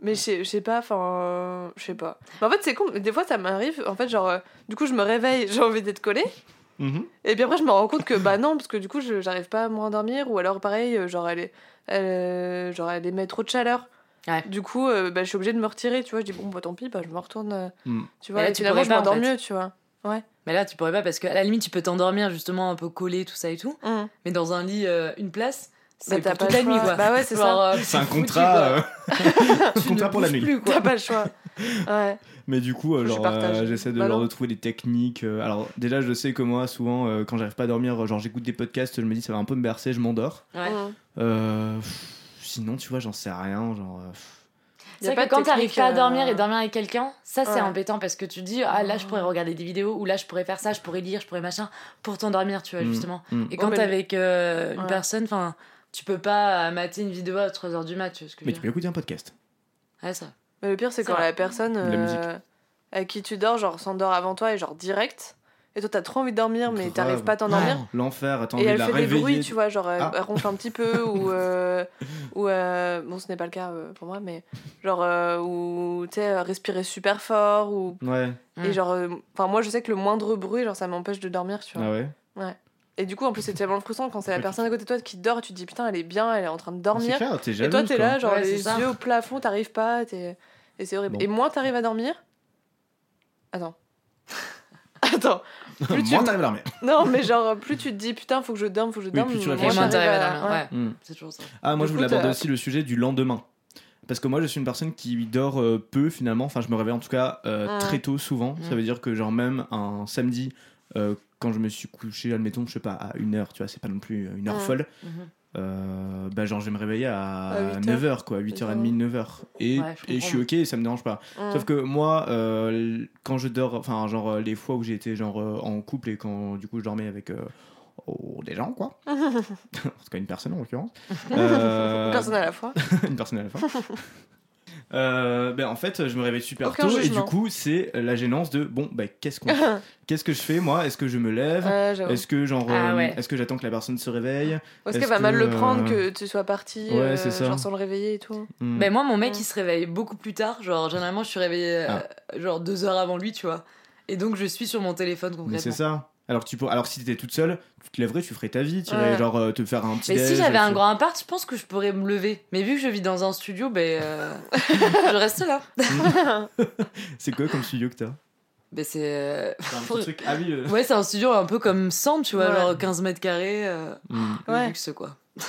[SPEAKER 1] mais je sais- je sais pas, enfin, euh, je sais pas. Mais en fait, c'est con, mais des fois ça m'arrive, en fait, genre, euh, du coup, je me réveille, [LAUGHS] j'ai envie d'être collée,
[SPEAKER 3] Mhm.
[SPEAKER 1] et puis après, je me rends compte que bah non, parce que du coup, je- j'arrive pas à m'endormir, ou alors pareil, euh, genre, elle, est, elle, euh, genre, elle émet trop de chaleur.
[SPEAKER 2] Ouais.
[SPEAKER 1] Du coup, euh, bah, je suis obligée de me retirer, tu vois, je dis bon, bah tant pis, bah, je me retourne, euh,
[SPEAKER 3] Mm.
[SPEAKER 1] tu vois,
[SPEAKER 2] Et là,
[SPEAKER 1] et
[SPEAKER 2] tu
[SPEAKER 1] finalement,
[SPEAKER 2] pourrais
[SPEAKER 1] je
[SPEAKER 2] pas,
[SPEAKER 1] m'endors
[SPEAKER 2] en fait.
[SPEAKER 1] mieux, tu vois.
[SPEAKER 2] Mais là, tu pourrais pas parce que à la limite, tu peux t'endormir justement un peu collé, tout ça et tout.
[SPEAKER 1] Mm.
[SPEAKER 2] Mais dans un lit, euh, une place,
[SPEAKER 1] Bah,
[SPEAKER 2] Bah, c'est
[SPEAKER 1] t'as
[SPEAKER 2] pour
[SPEAKER 1] pas
[SPEAKER 2] toute
[SPEAKER 1] le
[SPEAKER 2] la nuit,
[SPEAKER 1] choix.
[SPEAKER 2] quoi.
[SPEAKER 1] Bah ouais, c'est ça.
[SPEAKER 2] Genre, euh,
[SPEAKER 3] C'est un
[SPEAKER 2] foutu,
[SPEAKER 3] contrat,
[SPEAKER 2] quoi.
[SPEAKER 3] euh,
[SPEAKER 2] Tu ne
[SPEAKER 3] contrat pour la
[SPEAKER 2] bouges
[SPEAKER 3] nuit.
[SPEAKER 2] plus, quoi.
[SPEAKER 1] T'as pas le
[SPEAKER 2] [LAUGHS]
[SPEAKER 1] choix. Ouais.
[SPEAKER 3] Mais du coup, euh,
[SPEAKER 1] Je
[SPEAKER 3] genre,
[SPEAKER 1] partage.
[SPEAKER 3] euh, j'essaie de,
[SPEAKER 1] Bah
[SPEAKER 3] genre,
[SPEAKER 1] non.
[SPEAKER 3] de trouver des techniques. euh, alors, déjà, je sais que moi, souvent, euh, quand j'arrive pas à dormir, euh, genre, j'écoute des podcasts, je me dis, ça va un peu me bercer, je m'endors.
[SPEAKER 2] Ouais.
[SPEAKER 1] Mm.
[SPEAKER 3] Euh, pff, sinon, tu vois, j'en sais rien. Genre, euh, pff.
[SPEAKER 1] Y a pas
[SPEAKER 2] C'est vrai
[SPEAKER 1] de
[SPEAKER 2] que quand t'arrives
[SPEAKER 1] technique,
[SPEAKER 2] pas à dormir
[SPEAKER 1] euh,
[SPEAKER 2] et dormir avec quelqu'un, ça c'est
[SPEAKER 1] ouais.
[SPEAKER 2] embêtant parce que tu dis ah là je pourrais regarder des vidéos ou là je pourrais faire ça, je pourrais lire, je pourrais machin pour t'endormir tu vois
[SPEAKER 3] Mm,
[SPEAKER 2] justement.
[SPEAKER 3] mm.
[SPEAKER 2] Et quand
[SPEAKER 1] Ouais,
[SPEAKER 2] t'es
[SPEAKER 1] Oh, mais-
[SPEAKER 2] avec euh, une
[SPEAKER 1] Ouais.
[SPEAKER 2] personne, enfin tu peux pas mater une vidéo à 3h du mat, tu vois ce que je veux
[SPEAKER 3] Mais tu
[SPEAKER 2] dire.
[SPEAKER 3] peux écouter un podcast.
[SPEAKER 2] Ouais, ça.
[SPEAKER 1] Mais le pire, c'est
[SPEAKER 2] C'est
[SPEAKER 1] quand
[SPEAKER 2] vrai.
[SPEAKER 1] la personne
[SPEAKER 3] De la
[SPEAKER 1] euh,
[SPEAKER 3] musique.
[SPEAKER 1] à qui tu dors, genre, s'endort avant toi et genre direct. Et toi, t'as trop envie de dormir, mais
[SPEAKER 3] Grave.
[SPEAKER 1] t'arrives pas à t'endormir.
[SPEAKER 3] L'enfer, attends,
[SPEAKER 1] Et
[SPEAKER 3] de
[SPEAKER 1] elle
[SPEAKER 3] la
[SPEAKER 1] fait des
[SPEAKER 3] réveiller.
[SPEAKER 1] bruits, tu vois, genre elle,
[SPEAKER 3] Ah.
[SPEAKER 1] elle ronfle un petit peu ou. euh, ou euh, bon, ce n'est pas le cas euh, pour moi, mais genre euh, ou tu sais, euh, respirer super fort ou.
[SPEAKER 3] Ouais,
[SPEAKER 1] Et
[SPEAKER 2] Mm.
[SPEAKER 1] genre, euh, enfin, moi je sais que le moindre bruit, genre ça m'empêche de dormir, tu vois.
[SPEAKER 3] ah ouais.
[SPEAKER 1] Et du coup, en plus, c'est tellement frustrant quand c'est la
[SPEAKER 3] Ouais.
[SPEAKER 1] personne à côté de toi qui dort, tu te dis putain, elle est bien, elle est en train de dormir.
[SPEAKER 3] Ah, C'est clair, t'es
[SPEAKER 1] Et
[SPEAKER 3] jalouse.
[SPEAKER 1] toi, t'es là,
[SPEAKER 3] [LAUGHS] quoi.
[SPEAKER 1] genre
[SPEAKER 2] Ouais, c'est
[SPEAKER 1] les
[SPEAKER 2] ça.
[SPEAKER 1] yeux au plafond, t'arrives pas, t'es- et c'est horrible.
[SPEAKER 3] Bon.
[SPEAKER 1] Et moins t'arrives à dormir. Attends. [LAUGHS] Attends. Plus tu-
[SPEAKER 3] Moins t'arrives à l'armée.
[SPEAKER 1] Non, mais genre, plus tu te dis putain, faut que je dorme, faut que je dorme.
[SPEAKER 3] plus tu
[SPEAKER 1] moins
[SPEAKER 3] réfléchis.
[SPEAKER 2] Et moins t'arrives
[SPEAKER 1] j'arrive
[SPEAKER 2] à dormir.
[SPEAKER 1] ouais.
[SPEAKER 2] Ouais,
[SPEAKER 3] Hmm.
[SPEAKER 2] c'est toujours ça.
[SPEAKER 3] Ah, moi,
[SPEAKER 1] Du
[SPEAKER 3] je
[SPEAKER 1] coup,
[SPEAKER 3] voulais aborder
[SPEAKER 1] t'as-
[SPEAKER 3] aussi le sujet du lendemain. Parce que moi, je suis une personne qui dort euh, peu finalement. Enfin, je me réveille en tout cas euh,
[SPEAKER 1] Mm.
[SPEAKER 3] très tôt souvent. Ça
[SPEAKER 2] Mm.
[SPEAKER 3] veut dire que, genre, même un samedi, euh, quand je me suis couché, admettons, je sais pas, à une heure, tu vois, c'est pas non plus une heure
[SPEAKER 1] Mm.
[SPEAKER 3] folle,
[SPEAKER 2] Mhm.
[SPEAKER 3] euh, bah, genre, je vais me réveiller
[SPEAKER 1] À
[SPEAKER 3] à,
[SPEAKER 1] 8 heures.
[SPEAKER 3] 9h, quoi, 8h30, 9h. Et,
[SPEAKER 2] Ouais, je
[SPEAKER 3] et je suis ok, ça me dérange pas.
[SPEAKER 1] Mm.
[SPEAKER 2] Ah.
[SPEAKER 3] Sauf que moi, euh, l- quand je dors, enfin, genre, euh, les fois où j'ai été, genre, euh, en couple et quand, du coup, je dormais avec euh, oh, des gens,
[SPEAKER 2] [LAUGHS]
[SPEAKER 3] quoi. en tout cas, une personne, en l'occurrence. Euh,
[SPEAKER 1] Personne à la fois.
[SPEAKER 3] [LAUGHS] une personne à la fin. Euh, ben, en fait, je me réveille super
[SPEAKER 1] Aucun
[SPEAKER 3] tôt et
[SPEAKER 1] jugement.
[SPEAKER 3] du coup, c'est la gênance de bon, ben,
[SPEAKER 2] [LAUGHS]
[SPEAKER 3] qu'est-ce qu'on qu'est-ce que je fais moi Est-ce que je me lève
[SPEAKER 1] Ouais, Euh, j'avoue.
[SPEAKER 3] Est-ce que genre
[SPEAKER 2] Ah
[SPEAKER 3] euh,
[SPEAKER 2] ouais.
[SPEAKER 3] est-ce que j'attends que la personne se réveille
[SPEAKER 1] Est-ce
[SPEAKER 3] est-ce
[SPEAKER 1] qu'elle va mal
[SPEAKER 3] que,
[SPEAKER 1] le prendre que
[SPEAKER 3] euh,
[SPEAKER 1] tu sois parti,
[SPEAKER 3] Ouais,
[SPEAKER 1] euh,
[SPEAKER 3] c'est ça.
[SPEAKER 1] genre sans le réveiller et
[SPEAKER 3] [LAUGHS]
[SPEAKER 1] tout
[SPEAKER 3] Hmm.
[SPEAKER 2] Ben moi, mon mec,
[SPEAKER 1] Mm.
[SPEAKER 2] il se réveille beaucoup plus tard. Genre, généralement, je suis réveillée euh, genre deux heures avant lui, tu vois. Et donc, je suis sur mon téléphone
[SPEAKER 3] Mais c'est
[SPEAKER 2] concrètement.
[SPEAKER 3] ça. Alors que tu pour... alors si t'étais toute seule, tu te lèverais, tu ferais ta vie, tu
[SPEAKER 1] Ouais.
[SPEAKER 3] irais genre euh, te faire un petit.
[SPEAKER 2] Mais si
[SPEAKER 3] déj,
[SPEAKER 2] j'avais un
[SPEAKER 3] tu-
[SPEAKER 2] grand appart, je pense que je pourrais me lever. Mais vu que je vis dans un studio, ben euh, [LAUGHS] je reste là.
[SPEAKER 3] C'est quoi comme studio que t'as
[SPEAKER 2] Ben c'est euh,
[SPEAKER 3] T'as un petit truc ah oui. euh.
[SPEAKER 2] ouais, c'est un studio un peu comme Sam, tu vois,
[SPEAKER 1] Ouais.
[SPEAKER 2] genre 15 mètres carrés, euh,
[SPEAKER 3] Hmm.
[SPEAKER 2] le
[SPEAKER 1] Ouais. [LAUGHS]
[SPEAKER 2] luxe quoi. [LAUGHS]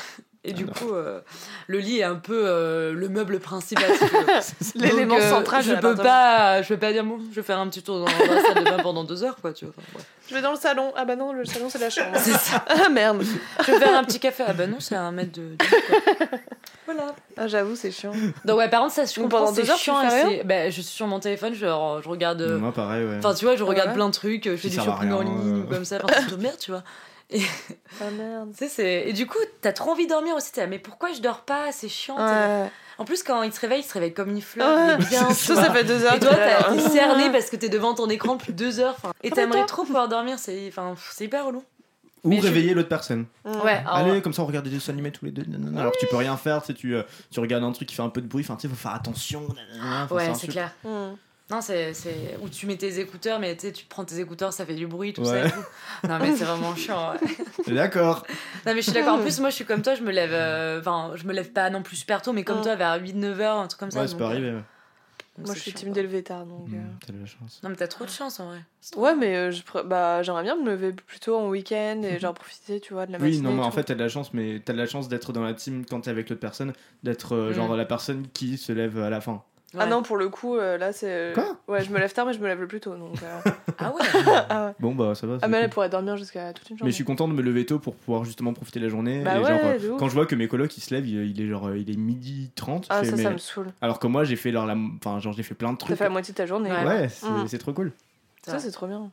[SPEAKER 2] Et du
[SPEAKER 3] Alors.
[SPEAKER 2] coup, euh, le lit est un peu euh, le meuble principal. si tu veux.
[SPEAKER 1] L'élément
[SPEAKER 2] Donc, euh,
[SPEAKER 1] central de
[SPEAKER 2] Je peux
[SPEAKER 1] l'appartement.
[SPEAKER 2] pas, je peux pas dire bon, je vais faire un petit tour dans, dans la salle de bain pendant deux heures, quoi, tu vois. Enfin, bref.
[SPEAKER 1] Je vais dans le salon. Ah bah non, le salon c'est la chambre.
[SPEAKER 2] C'est ça.
[SPEAKER 1] [LAUGHS] ah merde.
[SPEAKER 2] [LAUGHS] Je vais faire un petit café. Ah bah non, c'est un mètre de. de- quoi. voilà.
[SPEAKER 1] Ah, j'avoue, c'est chiant.
[SPEAKER 2] Donc ouais, par contre, ça je
[SPEAKER 1] Donc,
[SPEAKER 2] comprends.
[SPEAKER 1] pendant
[SPEAKER 2] c'est
[SPEAKER 1] deux heures, tu
[SPEAKER 2] chiant et
[SPEAKER 1] fais rien
[SPEAKER 2] c'est- bah, je suis sur mon téléphone, genre, je regarde. euh,
[SPEAKER 3] Moi pareil ouais.
[SPEAKER 2] Enfin, tu vois, je regarde
[SPEAKER 1] Ouais.
[SPEAKER 2] plein de trucs, je fais
[SPEAKER 3] Qui
[SPEAKER 2] du
[SPEAKER 3] servent à
[SPEAKER 2] shopping en
[SPEAKER 3] rien,
[SPEAKER 2] ligne
[SPEAKER 3] euh.
[SPEAKER 2] ou comme ça, enfin, c'est de merde, tu vois.
[SPEAKER 1] Ah merde.
[SPEAKER 2] Tu sais, c'est- Et du coup, t'as trop envie de dormir aussi, t'es là, mais pourquoi je dors pas C'est chiant. t'es là.
[SPEAKER 1] Ouais.
[SPEAKER 2] En plus, quand il se réveille, il se réveille comme une fleur,
[SPEAKER 1] Ouais.
[SPEAKER 2] il
[SPEAKER 1] [LAUGHS]
[SPEAKER 2] est bien.
[SPEAKER 1] Ça,
[SPEAKER 2] tu vois.
[SPEAKER 1] ça fait deux heures.
[SPEAKER 2] Et toi,
[SPEAKER 1] tout à l'heure.
[SPEAKER 2] t'as- t'es cerné parce que t'es devant ton écran depuis deux heures. enfin, Et
[SPEAKER 1] Ah, mais
[SPEAKER 2] t'aimerais
[SPEAKER 1] toi-
[SPEAKER 2] trop pouvoir dormir, c'est enfin, pff, c'est hyper relou.
[SPEAKER 3] Ou
[SPEAKER 2] mais je-
[SPEAKER 3] réveiller l'autre personne.
[SPEAKER 1] Mm.
[SPEAKER 2] Ouais, alors,
[SPEAKER 3] Allez, comme ça on regarde des dessins animés tous les deux. nanana.
[SPEAKER 1] Ah
[SPEAKER 3] Alors que tu peux rien faire, tu sais, tu, euh, tu regardes un truc qui fait un peu de bruit, enfin tu sais, faut faire attention. nanana, enfin,
[SPEAKER 2] ouais,
[SPEAKER 3] un
[SPEAKER 2] c'est
[SPEAKER 3] super-
[SPEAKER 2] clair.
[SPEAKER 1] Mm.
[SPEAKER 2] Non, c'est. c'est- Ou tu mets tes écouteurs, mais tu sais, tu prends tes écouteurs, ça fait du bruit, tout ça
[SPEAKER 3] Ouais.
[SPEAKER 2] et tout. Non, mais c'est vraiment chiant. [LAUGHS] ouais.
[SPEAKER 3] D'accord.
[SPEAKER 2] Non, mais je suis d'accord. En plus, moi, je suis comme toi, je me lève. euh, Enfin, je me lève pas non plus super tôt, mais comme
[SPEAKER 1] Mm.
[SPEAKER 2] toi, vers 8-9 heures, un truc comme ça.
[SPEAKER 3] Ouais, c'est
[SPEAKER 2] donc,
[SPEAKER 3] pas
[SPEAKER 2] euh,
[SPEAKER 3] arrivé. ouais. Mm.
[SPEAKER 1] Moi,
[SPEAKER 2] donc c'est
[SPEAKER 1] je suis
[SPEAKER 2] chiant,
[SPEAKER 1] team
[SPEAKER 2] quoi.
[SPEAKER 1] de lever tard, donc. euh.
[SPEAKER 3] T'as de la chance.
[SPEAKER 2] Non, mais t'as trop de chance en vrai.
[SPEAKER 1] Ouais, mais euh, je pr- bah, j'aimerais bien me lever plutôt en week-end et genre profiter, tu vois, de la matinée.
[SPEAKER 3] Hmm. Oui, non,
[SPEAKER 1] et
[SPEAKER 3] mais en
[SPEAKER 1] tout.
[SPEAKER 3] fait, t'as de la chance, mais t'as de la chance d'être dans la team quand t'es avec l'autre personne, d'être euh,
[SPEAKER 2] Mm.
[SPEAKER 3] genre la personne qui se lève à la fin.
[SPEAKER 1] Ah
[SPEAKER 2] Ouais.
[SPEAKER 1] non, pour le coup, euh, là, c'est.
[SPEAKER 3] Quoi
[SPEAKER 1] Ouais, je me lève tard, mais je me lève le plus tôt, donc.
[SPEAKER 3] [LAUGHS]
[SPEAKER 1] euh,
[SPEAKER 2] Ah ouais [LAUGHS]
[SPEAKER 1] ah ouais.
[SPEAKER 3] Bon, bah ça va.
[SPEAKER 1] Ah,
[SPEAKER 3] c'est
[SPEAKER 1] mais elle
[SPEAKER 3] cool.
[SPEAKER 1] pourrait dormir jusqu'à toute une
[SPEAKER 3] Mais
[SPEAKER 1] journée.
[SPEAKER 3] je suis content de me lever tôt pour pouvoir justement profiter de la journée.
[SPEAKER 1] Bah
[SPEAKER 3] et
[SPEAKER 1] ouais,
[SPEAKER 3] genre, euh,
[SPEAKER 1] de ouf.
[SPEAKER 3] quand je vois que mes colocs ils se lèvent, il, il est genre euh, il est midi 30. je
[SPEAKER 1] Ah,
[SPEAKER 3] fais,
[SPEAKER 1] ça,
[SPEAKER 3] mais-
[SPEAKER 1] ça me saoule.
[SPEAKER 3] Alors que moi j'ai fait leur la... enfin, genre j'ai fait plein de
[SPEAKER 1] T'as
[SPEAKER 3] trucs.
[SPEAKER 1] fait la moitié de ta journée.
[SPEAKER 2] Ouais.
[SPEAKER 3] Ouais, c'est
[SPEAKER 1] Mm.
[SPEAKER 3] c'est trop cool.
[SPEAKER 1] Ça, c'est trop bien.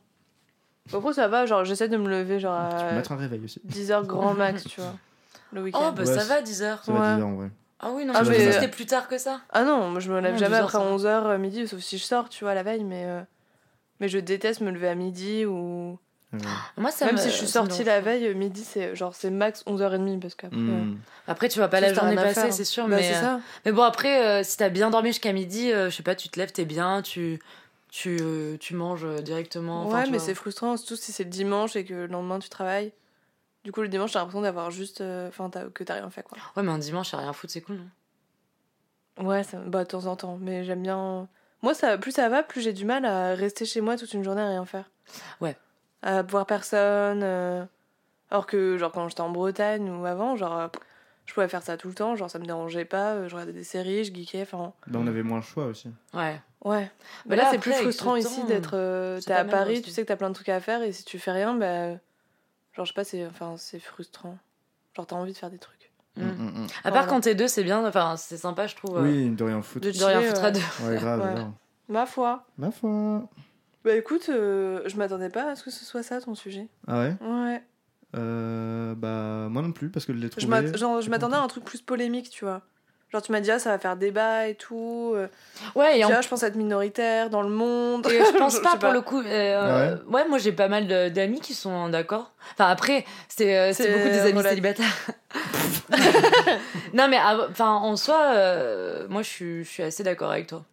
[SPEAKER 1] Après, ça va, genre, j'essaie de me lever, genre,
[SPEAKER 3] Tu peux
[SPEAKER 1] à
[SPEAKER 3] mettre un réveil aussi.
[SPEAKER 1] 10h grand max, tu vois, le
[SPEAKER 2] Oh,
[SPEAKER 1] week-end.
[SPEAKER 2] bah
[SPEAKER 3] Ouais,
[SPEAKER 2] ça
[SPEAKER 3] c'est-
[SPEAKER 2] va, 10 heures.
[SPEAKER 3] Ça va
[SPEAKER 1] Ouais.
[SPEAKER 3] 10 heures, en vrai.
[SPEAKER 2] Ah oui, non,
[SPEAKER 1] Ah,
[SPEAKER 2] je
[SPEAKER 1] mais-
[SPEAKER 2] pensais que c'était plus tard que ça.
[SPEAKER 1] Ah non, moi, je me lève
[SPEAKER 2] Non,
[SPEAKER 1] jamais
[SPEAKER 2] 10 heures,
[SPEAKER 1] après
[SPEAKER 2] ça va.
[SPEAKER 1] 11h euh, midi, sauf si je sors, tu vois, la veille, mais. euh, Mais je déteste me lever à midi ou.
[SPEAKER 3] Ouais.
[SPEAKER 2] Moi, ça
[SPEAKER 1] Même
[SPEAKER 2] me-
[SPEAKER 1] si je suis
[SPEAKER 2] ça me
[SPEAKER 1] sortie
[SPEAKER 2] dérange
[SPEAKER 1] la
[SPEAKER 2] pas.
[SPEAKER 1] veille, euh, midi, c'est genre, c'est max 11h30 parce qu'après. euh,
[SPEAKER 3] Mm.
[SPEAKER 2] Après, tu vas pas la
[SPEAKER 1] Ça, t'as
[SPEAKER 2] journée
[SPEAKER 1] rien à
[SPEAKER 2] passer,
[SPEAKER 1] faire.
[SPEAKER 2] c'est sûr,
[SPEAKER 1] bah,
[SPEAKER 2] mais.
[SPEAKER 1] c'est
[SPEAKER 2] euh,
[SPEAKER 1] ça.
[SPEAKER 2] Mais bon, après, euh, si t'as bien dormi jusqu'à midi, euh, je sais pas, tu te lèves, t'es bien, tu. Tu, euh, tu manges euh, directement. enfin,
[SPEAKER 1] ouais,
[SPEAKER 2] tu
[SPEAKER 1] mais
[SPEAKER 2] vois.
[SPEAKER 1] c'est frustrant, surtout si c'est le dimanche et que le lendemain tu travailles. Du coup, le dimanche, t'as l'impression d'avoir juste. euh, Enfin, t'as- que t'as rien fait, quoi.
[SPEAKER 2] Ouais, mais un dimanche, y'a rien à foutre, c'est cool, hein. non
[SPEAKER 1] Ouais, ça, bah, de temps en temps, mais j'aime bien. Moi, ça, plus ça va, plus j'ai du mal à rester chez moi toute une journée à rien faire.
[SPEAKER 2] Ouais.
[SPEAKER 1] À voir personne. euh, Alors que, genre, quand j'étais en Bretagne ou avant, genre, euh, je pouvais faire ça tout le temps, genre, ça me dérangeait pas, euh, je regardais des séries, je geekais, enfin.
[SPEAKER 3] Bah, on avait moins le choix aussi.
[SPEAKER 2] Ouais.
[SPEAKER 1] Ouais.
[SPEAKER 2] Bah
[SPEAKER 1] Mais
[SPEAKER 2] là,
[SPEAKER 1] là, c'est plus
[SPEAKER 2] après, avec
[SPEAKER 1] frustrant
[SPEAKER 2] le
[SPEAKER 1] ici
[SPEAKER 2] temps,
[SPEAKER 1] d'être. euh,
[SPEAKER 2] c'est
[SPEAKER 1] T'es
[SPEAKER 2] pas
[SPEAKER 1] à
[SPEAKER 2] mal
[SPEAKER 1] Paris,
[SPEAKER 2] aussi.
[SPEAKER 1] tu sais que t'as plein de trucs à faire et si tu fais rien, bah. Genre, je sais pas, c'est enfin, c'est frustrant. Genre, t'as envie de faire des trucs.
[SPEAKER 2] Mm.
[SPEAKER 3] Mm, mm, mm.
[SPEAKER 2] À part
[SPEAKER 1] Ouais.
[SPEAKER 2] quand t'es deux, c'est bien, enfin, c'est sympa, je trouve. euh,
[SPEAKER 3] Oui, de rien foutre.
[SPEAKER 2] De,
[SPEAKER 1] chiller,
[SPEAKER 2] rien foutre à
[SPEAKER 1] ouais.
[SPEAKER 2] deux. [LAUGHS]
[SPEAKER 3] Ouais, grave.
[SPEAKER 1] Ouais.
[SPEAKER 3] grave.
[SPEAKER 1] Euh, Ma foi.
[SPEAKER 3] Ma foi.
[SPEAKER 1] Bah écoute, euh, je m'attendais pas à ce que ce soit ça ton sujet.
[SPEAKER 3] Ah ouais
[SPEAKER 1] Ouais.
[SPEAKER 3] Euh, Bah, moi non plus, parce que je l'ai
[SPEAKER 1] Je
[SPEAKER 3] trouvé.
[SPEAKER 1] m'att- genre, je m'attendais à un truc plus polémique, tu vois. Genre, tu m'as dit, ah, ça va faire débat et tout. euh,
[SPEAKER 2] Ouais, et
[SPEAKER 1] tu
[SPEAKER 2] en
[SPEAKER 1] vois, je pense être minoritaire dans le monde.
[SPEAKER 2] Et je pense
[SPEAKER 1] Je
[SPEAKER 2] pas,
[SPEAKER 1] sais
[SPEAKER 2] pour le coup. euh, ouais. moi j'ai pas mal de- d'amis qui sont d'accord. Enfin après, c'est euh, c'est
[SPEAKER 1] C'est
[SPEAKER 2] beaucoup des amis
[SPEAKER 1] relatif.
[SPEAKER 2] célibataires. [LAUGHS] non mais ah, enfin en soi, euh, moi je suis je suis assez d'accord avec toi.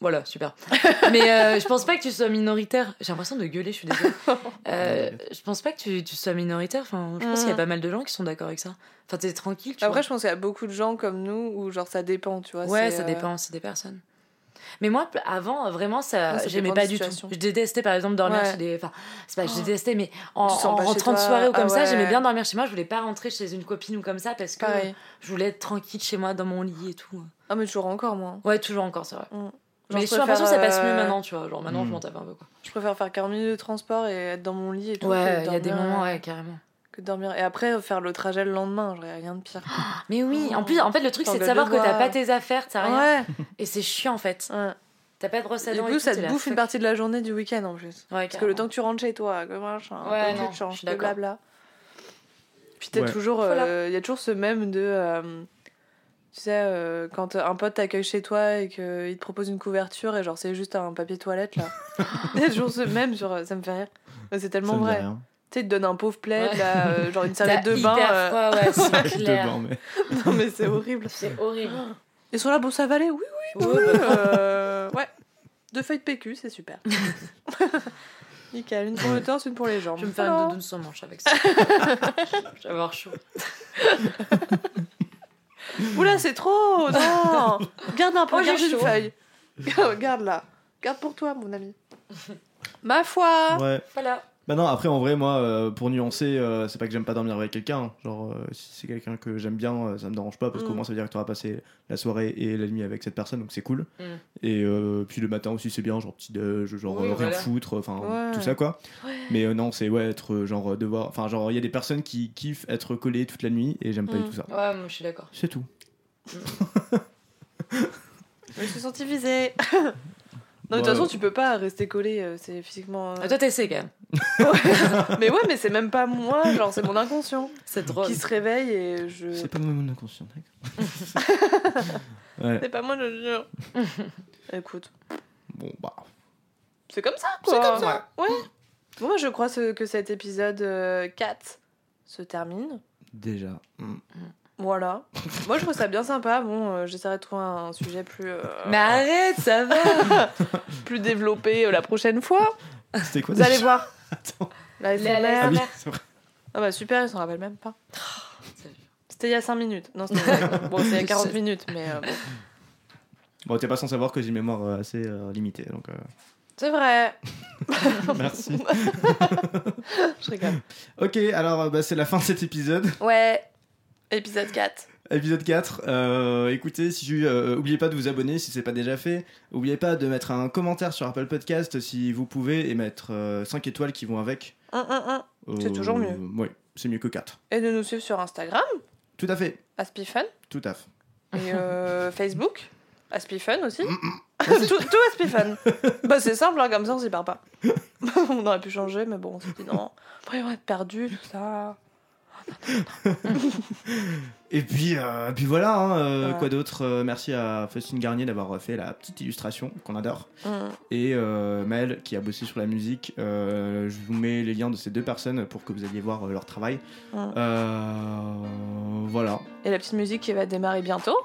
[SPEAKER 2] Voilà, super. Mais euh, je pense pas que tu sois minoritaire. J'ai l'impression de gueuler, je
[SPEAKER 1] [LAUGHS]
[SPEAKER 2] suis désolée. Euh, je pense pas que tu, tu sois minoritaire. Enfin, je pense qu'il y a
[SPEAKER 1] Mm.
[SPEAKER 2] pas mal de gens qui sont d'accord avec ça. Enfin, t'es tranquille, tu
[SPEAKER 1] [LAUGHS]
[SPEAKER 2] vois.
[SPEAKER 1] Après, je pense qu'il y a beaucoup de gens comme nous où, genre, ça dépend, tu vois.
[SPEAKER 2] Ouais,
[SPEAKER 1] c'est,
[SPEAKER 2] ça
[SPEAKER 1] euh,
[SPEAKER 2] dépend aussi des personnes. Mais moi, p- avant, vraiment, ça,
[SPEAKER 1] Ouais, ça
[SPEAKER 2] j'aimais
[SPEAKER 1] dépend
[SPEAKER 2] pas
[SPEAKER 1] des
[SPEAKER 2] du tout.
[SPEAKER 1] situations.
[SPEAKER 2] Je détestais, par exemple, dormir
[SPEAKER 1] Ouais.
[SPEAKER 2] chez des. Enfin, c'est pas, je
[SPEAKER 1] Oh,
[SPEAKER 2] détestais, mais en,
[SPEAKER 1] tu te sens
[SPEAKER 2] en
[SPEAKER 1] pas chez
[SPEAKER 2] rentrant de
[SPEAKER 1] toi.
[SPEAKER 2] soirée ou comme
[SPEAKER 1] Ah
[SPEAKER 2] ça, j'aimais
[SPEAKER 1] ouais.
[SPEAKER 2] bien dormir chez moi. Je voulais pas rentrer chez une copine ou comme ça parce que
[SPEAKER 1] Pareil.
[SPEAKER 2] je voulais être tranquille chez moi, dans mon lit et tout.
[SPEAKER 1] Ah, mais toujours encore, moi.
[SPEAKER 2] Ouais, toujours encore, c'est vrai.
[SPEAKER 1] Genre,
[SPEAKER 2] mais
[SPEAKER 1] je
[SPEAKER 2] j'ai l'impression que ça
[SPEAKER 1] préfère,
[SPEAKER 2] passe mieux
[SPEAKER 1] euh,
[SPEAKER 2] maintenant, tu vois. Genre, maintenant, je
[SPEAKER 3] Hmm.
[SPEAKER 2] m'en tape un peu, quoi.
[SPEAKER 1] Je préfère faire 40 minutes de transport et être dans mon lit et tout.
[SPEAKER 2] Ouais,
[SPEAKER 1] que
[SPEAKER 2] il y a des
[SPEAKER 1] dormir,
[SPEAKER 2] moments,
[SPEAKER 1] euh,
[SPEAKER 2] ouais, carrément.
[SPEAKER 1] Que de dormir. Et après, euh, faire le trajet le lendemain, genre, y a rien de pire.
[SPEAKER 2] Ah, Mais oui,
[SPEAKER 1] Oh.
[SPEAKER 2] en plus, en fait, le truc,
[SPEAKER 1] T'en
[SPEAKER 2] c'est de
[SPEAKER 1] gueules
[SPEAKER 2] savoir
[SPEAKER 1] de
[SPEAKER 2] que t'as
[SPEAKER 1] bois.
[SPEAKER 2] pas tes affaires, t'as rien.
[SPEAKER 1] Ouais.
[SPEAKER 2] Et c'est chiant, en fait.
[SPEAKER 1] Ah ouais.
[SPEAKER 2] T'as pas de brosse à
[SPEAKER 1] Du
[SPEAKER 2] dents. et
[SPEAKER 1] coup,
[SPEAKER 2] tout,
[SPEAKER 1] ça
[SPEAKER 2] t'es
[SPEAKER 1] te
[SPEAKER 2] là,
[SPEAKER 1] bouffe une
[SPEAKER 2] fuck.
[SPEAKER 1] partie de la journée du week-end en plus.
[SPEAKER 2] Ouais,
[SPEAKER 1] Parce que le
[SPEAKER 2] carrément.
[SPEAKER 1] temps que tu rentres chez toi, que machin,
[SPEAKER 2] Ouais,
[SPEAKER 1] que
[SPEAKER 2] non,
[SPEAKER 1] tu
[SPEAKER 2] je
[SPEAKER 1] changes,
[SPEAKER 2] suis
[SPEAKER 1] que
[SPEAKER 2] d'accord.
[SPEAKER 1] blabla. Puis t'as
[SPEAKER 3] Ouais.
[SPEAKER 1] toujours,
[SPEAKER 2] Voilà.
[SPEAKER 1] euh, y a toujours ce même de, euh, tu sais, euh, quand un pote t'accueille chez toi et qu'il te propose une couverture et genre c'est juste un papier toilette
[SPEAKER 3] [LAUGHS]
[SPEAKER 1] là. [LAUGHS] y a toujours ce même sur, ça me fait rire. Mais c'est
[SPEAKER 3] Ça
[SPEAKER 1] tellement
[SPEAKER 3] me dit
[SPEAKER 1] vrai. Tu
[SPEAKER 3] rien.
[SPEAKER 1] sais, ils te donnent un pauvre plaid
[SPEAKER 2] Ouais.
[SPEAKER 1] là,
[SPEAKER 2] [LAUGHS]
[SPEAKER 1] euh, genre une
[SPEAKER 2] T'as
[SPEAKER 1] serviette de bain.
[SPEAKER 2] hyper
[SPEAKER 1] euh,
[SPEAKER 2] froid, ouais,
[SPEAKER 3] [LAUGHS]
[SPEAKER 2] c'est
[SPEAKER 3] Deux
[SPEAKER 2] clair.
[SPEAKER 3] bords, mais-
[SPEAKER 1] [LAUGHS] Non mais c'est horrible.
[SPEAKER 2] C'est horrible.
[SPEAKER 1] Ils sont là pour s'avaler, oui.
[SPEAKER 2] Ouais,
[SPEAKER 1] oui,
[SPEAKER 2] bah,
[SPEAKER 1] euh, ouais. Deux feuilles de PQ, c'est
[SPEAKER 2] [LAUGHS]
[SPEAKER 1] super. [LAUGHS] Nickel, une pour le torse, une pour les jambes.
[SPEAKER 2] je vais me faire
[SPEAKER 1] Voilà.
[SPEAKER 2] une doudoune sans manche [LAUGHS] avec ça. je vais avoir chaud.
[SPEAKER 1] Oula, c'est [LAUGHS] trop Non Garde un peu,
[SPEAKER 2] Oh, j'ai
[SPEAKER 1] garde une
[SPEAKER 2] chaud.
[SPEAKER 1] feuille. Oh, Garde là. Garde pour toi, mon ami. Ma foi
[SPEAKER 3] Ouais.
[SPEAKER 2] Voilà.
[SPEAKER 3] Bah non, après en vrai, moi, euh, pour nuancer, euh, c'est pas que j'aime pas dormir avec quelqu'un. Genre, euh, si c'est quelqu'un que j'aime bien, euh, ça me dérange pas parce qu'au
[SPEAKER 1] Mm.
[SPEAKER 3] moins ça veut dire que tu auras passé la soirée et la nuit avec cette personne, donc c'est cool.
[SPEAKER 2] Mm.
[SPEAKER 3] Et euh, puis le matin aussi, c'est bien, genre petit déj, genre
[SPEAKER 2] Oui,
[SPEAKER 3] euh, rien
[SPEAKER 2] voilà.
[SPEAKER 3] foutre, enfin
[SPEAKER 1] Ouais.
[SPEAKER 3] tout ça quoi. Mais euh, non, c'est ouais, être euh, genre euh, devoir. Enfin, genre, il y a des personnes qui kiffent être collées toute la nuit et j'aime pas
[SPEAKER 1] Mm.
[SPEAKER 3] du tout ça.
[SPEAKER 2] Ouais, moi je suis d'accord.
[SPEAKER 3] C'est tout.
[SPEAKER 1] Je me suis sentie visée. [LAUGHS] Non, mais de toute
[SPEAKER 3] Ouais.
[SPEAKER 1] façon, tu peux pas rester collé, euh, c'est physiquement. euh,
[SPEAKER 2] Ah, toi t'essaies quand même.
[SPEAKER 1] [LAUGHS] mais ouais, mais c'est même pas moi, genre, c'est mon inconscient
[SPEAKER 2] C'est drôle.
[SPEAKER 1] qui se réveille et je.
[SPEAKER 3] C'est pas mon inconscient,
[SPEAKER 1] [LAUGHS]
[SPEAKER 3] d'accord. ouais,
[SPEAKER 1] C'est pas moi, je le jure. [LAUGHS] Écoute,
[SPEAKER 3] bon, bah.
[SPEAKER 1] c'est comme ça, quoi. C'est comme ça. Ouais. Bon, moi, je crois ce- que cet épisode euh, 4 se termine.
[SPEAKER 3] Déjà. Mm.
[SPEAKER 1] Voilà. Moi, je trouve ça bien sympa. Bon, euh, j'essaierai de trouver un sujet plus, euh,
[SPEAKER 2] Mais arrête, ça va.
[SPEAKER 1] plus développé euh, la prochaine fois.
[SPEAKER 3] C'était quoi
[SPEAKER 1] Vous allez
[SPEAKER 3] déjà
[SPEAKER 1] voir.
[SPEAKER 3] Attends.
[SPEAKER 1] La
[SPEAKER 2] La- la-
[SPEAKER 1] SMR.
[SPEAKER 3] Ah oui, c'est vrai.
[SPEAKER 1] Ah bah super, ils s'en rappellent même pas.
[SPEAKER 2] Oh, c'est-
[SPEAKER 1] C'était il y a 5 minutes. Non, c'était bon, c'est il y a 40
[SPEAKER 2] [LAUGHS] C'est-
[SPEAKER 1] minutes, mais euh, bon.
[SPEAKER 3] Bon, t'es pas sans savoir que j'ai une mémoire euh, assez euh, limitée, donc. euh,
[SPEAKER 1] c'est vrai.
[SPEAKER 3] [LAUGHS] Merci.
[SPEAKER 1] [LAUGHS] Je rigole.
[SPEAKER 3] Ok, alors euh, bah, c'est la fin de cet épisode, [LAUGHS]
[SPEAKER 1] Ouais. Épisode 4.
[SPEAKER 3] épisode 4. Euh, écoutez, si je, euh, oubliez pas de vous abonner si c'est pas déjà fait. Oubliez pas de mettre un commentaire sur Apple Podcast si vous pouvez et mettre 5 étoiles qui vont avec.
[SPEAKER 1] Hum, hum, hum. C'est toujours mieux.
[SPEAKER 3] Oui, c'est mieux que 4.
[SPEAKER 1] Et de nous suivre sur Instagram,
[SPEAKER 3] Tout à fait,
[SPEAKER 1] Aspifun,
[SPEAKER 3] tout à fait.
[SPEAKER 1] et [LAUGHS] euh, Facebook, Aspifun aussi.
[SPEAKER 3] Mm,
[SPEAKER 1] [LAUGHS] tout, tout Aspifun. bah c'est simple, hein, comme ça on s'y perd pas. [LAUGHS] on aurait pu changer, mais bon, on s'est dit non. Après, on va être perdu, tout ça.
[SPEAKER 3] Et puis, euh, puis voilà, hein, euh,
[SPEAKER 1] Ouais.
[SPEAKER 3] quoi d'autre Euh, Merci à Faustine Garnier d'avoir fait la petite illustration qu'on adore.
[SPEAKER 1] Hum.
[SPEAKER 3] Et euh, Maël qui a bossé sur la musique. Euh, je vous mets les liens de ces deux personnes pour que vous alliez voir euh, leur travail.
[SPEAKER 1] Ouais.
[SPEAKER 3] Euh, voilà. [LAUGHS]
[SPEAKER 1] Et la petite musique qui va démarrer bientôt.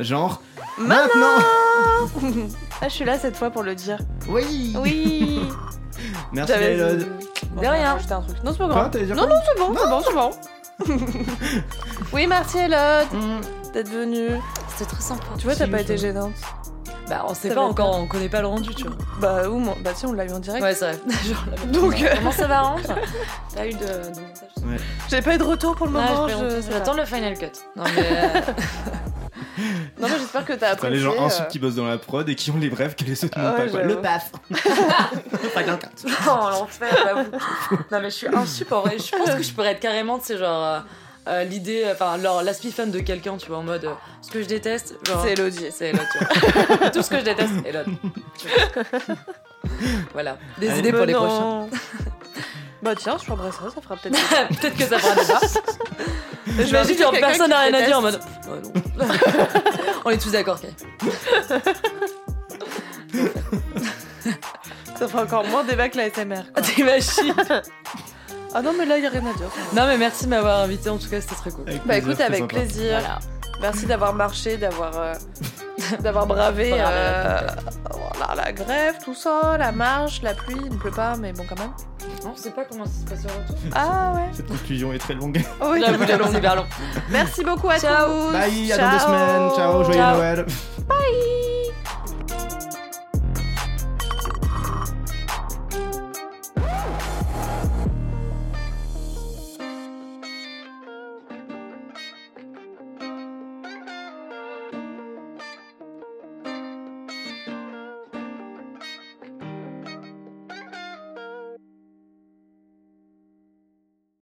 [SPEAKER 3] Genre.
[SPEAKER 1] Maman
[SPEAKER 3] Maintenant
[SPEAKER 1] Ah, je suis là cette fois pour le dire.
[SPEAKER 3] Oui
[SPEAKER 1] Oui
[SPEAKER 3] [LAUGHS] Merci
[SPEAKER 1] J'avais-
[SPEAKER 3] Maëlode.
[SPEAKER 1] Bon, j'ai
[SPEAKER 2] rien.
[SPEAKER 1] rajouté un truc. Non, c'est pas
[SPEAKER 3] Quoi
[SPEAKER 1] grave.
[SPEAKER 3] T'allais dire
[SPEAKER 1] Non,
[SPEAKER 3] quoi
[SPEAKER 1] non, c'est bon, c'est bon, c'est bon.
[SPEAKER 3] [LAUGHS]
[SPEAKER 1] oui, merci Elodie
[SPEAKER 3] Mm.
[SPEAKER 1] d'être venue.
[SPEAKER 2] C'était très sympa.
[SPEAKER 1] Tu vois, t'as
[SPEAKER 3] Si,
[SPEAKER 1] pas
[SPEAKER 3] je-
[SPEAKER 1] été gênante.
[SPEAKER 2] Bah, on sait
[SPEAKER 1] Ça
[SPEAKER 2] pas
[SPEAKER 1] va
[SPEAKER 2] encore, on connaît pas le rendu, tu vois.
[SPEAKER 1] Bah, ou moi. Bah, si, on l'a eu en direct.
[SPEAKER 2] Ouais, c'est vrai. Genre, la-
[SPEAKER 1] Donc, euh, [LAUGHS]
[SPEAKER 2] [LAUGHS] Comment ça va, Ange [LAUGHS] T'as eu de, de messages
[SPEAKER 1] j'ai pas eu de retour pour le moment.
[SPEAKER 2] Ah, j'ai pas eu
[SPEAKER 1] je-
[SPEAKER 2] de-
[SPEAKER 1] ça va.
[SPEAKER 2] J'attends le final cut. Non, [LAUGHS] mais. euh,
[SPEAKER 1] Non, mais j'espère que t'as
[SPEAKER 3] Putain,
[SPEAKER 1] appris.
[SPEAKER 3] les gens insultes qui bossent dans la prod et qui ont les brèves que les autres n'ont
[SPEAKER 1] Ah euh. ouais,
[SPEAKER 3] pas quoi.
[SPEAKER 1] j'avoue.
[SPEAKER 3] Le [LAUGHS] paf Final cut.
[SPEAKER 2] Oh l'enfer, j'avoue. Non mais je suis insup en vrai. Je pense que je pourrais être carrément, tu sais, genre euh, euh, l'idée, enfin genre l'aspifun de quelqu'un, tu vois, en mode euh, ce que je déteste, genre
[SPEAKER 1] C'est Elodie.
[SPEAKER 2] c'est Elod, tu [LAUGHS] vois. Tout ce que je déteste, Elod. Tu vois. Voilà, des
[SPEAKER 3] Allez,
[SPEAKER 2] idées pour les
[SPEAKER 1] Bah,
[SPEAKER 2] prochains.
[SPEAKER 1] non. [LAUGHS] bah, tiens, je prendrai ça, ça fera [LAUGHS] peut-être.
[SPEAKER 2] [LAUGHS] Peut-être que ça fera débat.
[SPEAKER 1] Je vais
[SPEAKER 2] J'imagine
[SPEAKER 1] inviter
[SPEAKER 2] genre
[SPEAKER 1] quelqu'un
[SPEAKER 2] personne
[SPEAKER 1] qui
[SPEAKER 2] n'a rien à dire en mode.
[SPEAKER 1] déteste.
[SPEAKER 2] Ouais, non. [LAUGHS] On est tous d'accord, Kay.
[SPEAKER 1] Ça fait encore moins débat que la SMR. [LAUGHS]
[SPEAKER 2] Ah, T'es ma chi.
[SPEAKER 1] Ah non, mais là, il n'y a rien à dire.
[SPEAKER 2] Non, mais merci de m'avoir invité, en tout cas, c'était très cool.
[SPEAKER 3] Avec
[SPEAKER 1] Bah
[SPEAKER 3] plaisir,
[SPEAKER 1] écoute,
[SPEAKER 3] très
[SPEAKER 1] avec
[SPEAKER 3] sympa.
[SPEAKER 1] plaisir.
[SPEAKER 2] Voilà.
[SPEAKER 1] Merci d'avoir marché, d'avoir [LAUGHS] euh, d'avoir bravé
[SPEAKER 2] Bravé la
[SPEAKER 1] euh, voilà, la grève, tout ça, la marche, la pluie. Il ne pleut pas, mais bon, quand
[SPEAKER 3] [LAUGHS]
[SPEAKER 1] même.
[SPEAKER 2] On sait pas comment ça se passe au retour.
[SPEAKER 1] Ah ouais.
[SPEAKER 3] Cette conclusion est très longue.
[SPEAKER 1] Oh, oui,
[SPEAKER 2] J'avoue,
[SPEAKER 1] très
[SPEAKER 2] j'avoue,
[SPEAKER 1] long.
[SPEAKER 2] c'est hyper long.
[SPEAKER 1] Merci beaucoup à
[SPEAKER 2] Ciao.
[SPEAKER 1] tous.
[SPEAKER 3] Bye, à dans deux semaines. Ciao, joyeux
[SPEAKER 2] Ciao.
[SPEAKER 3] Noël.
[SPEAKER 1] Bye.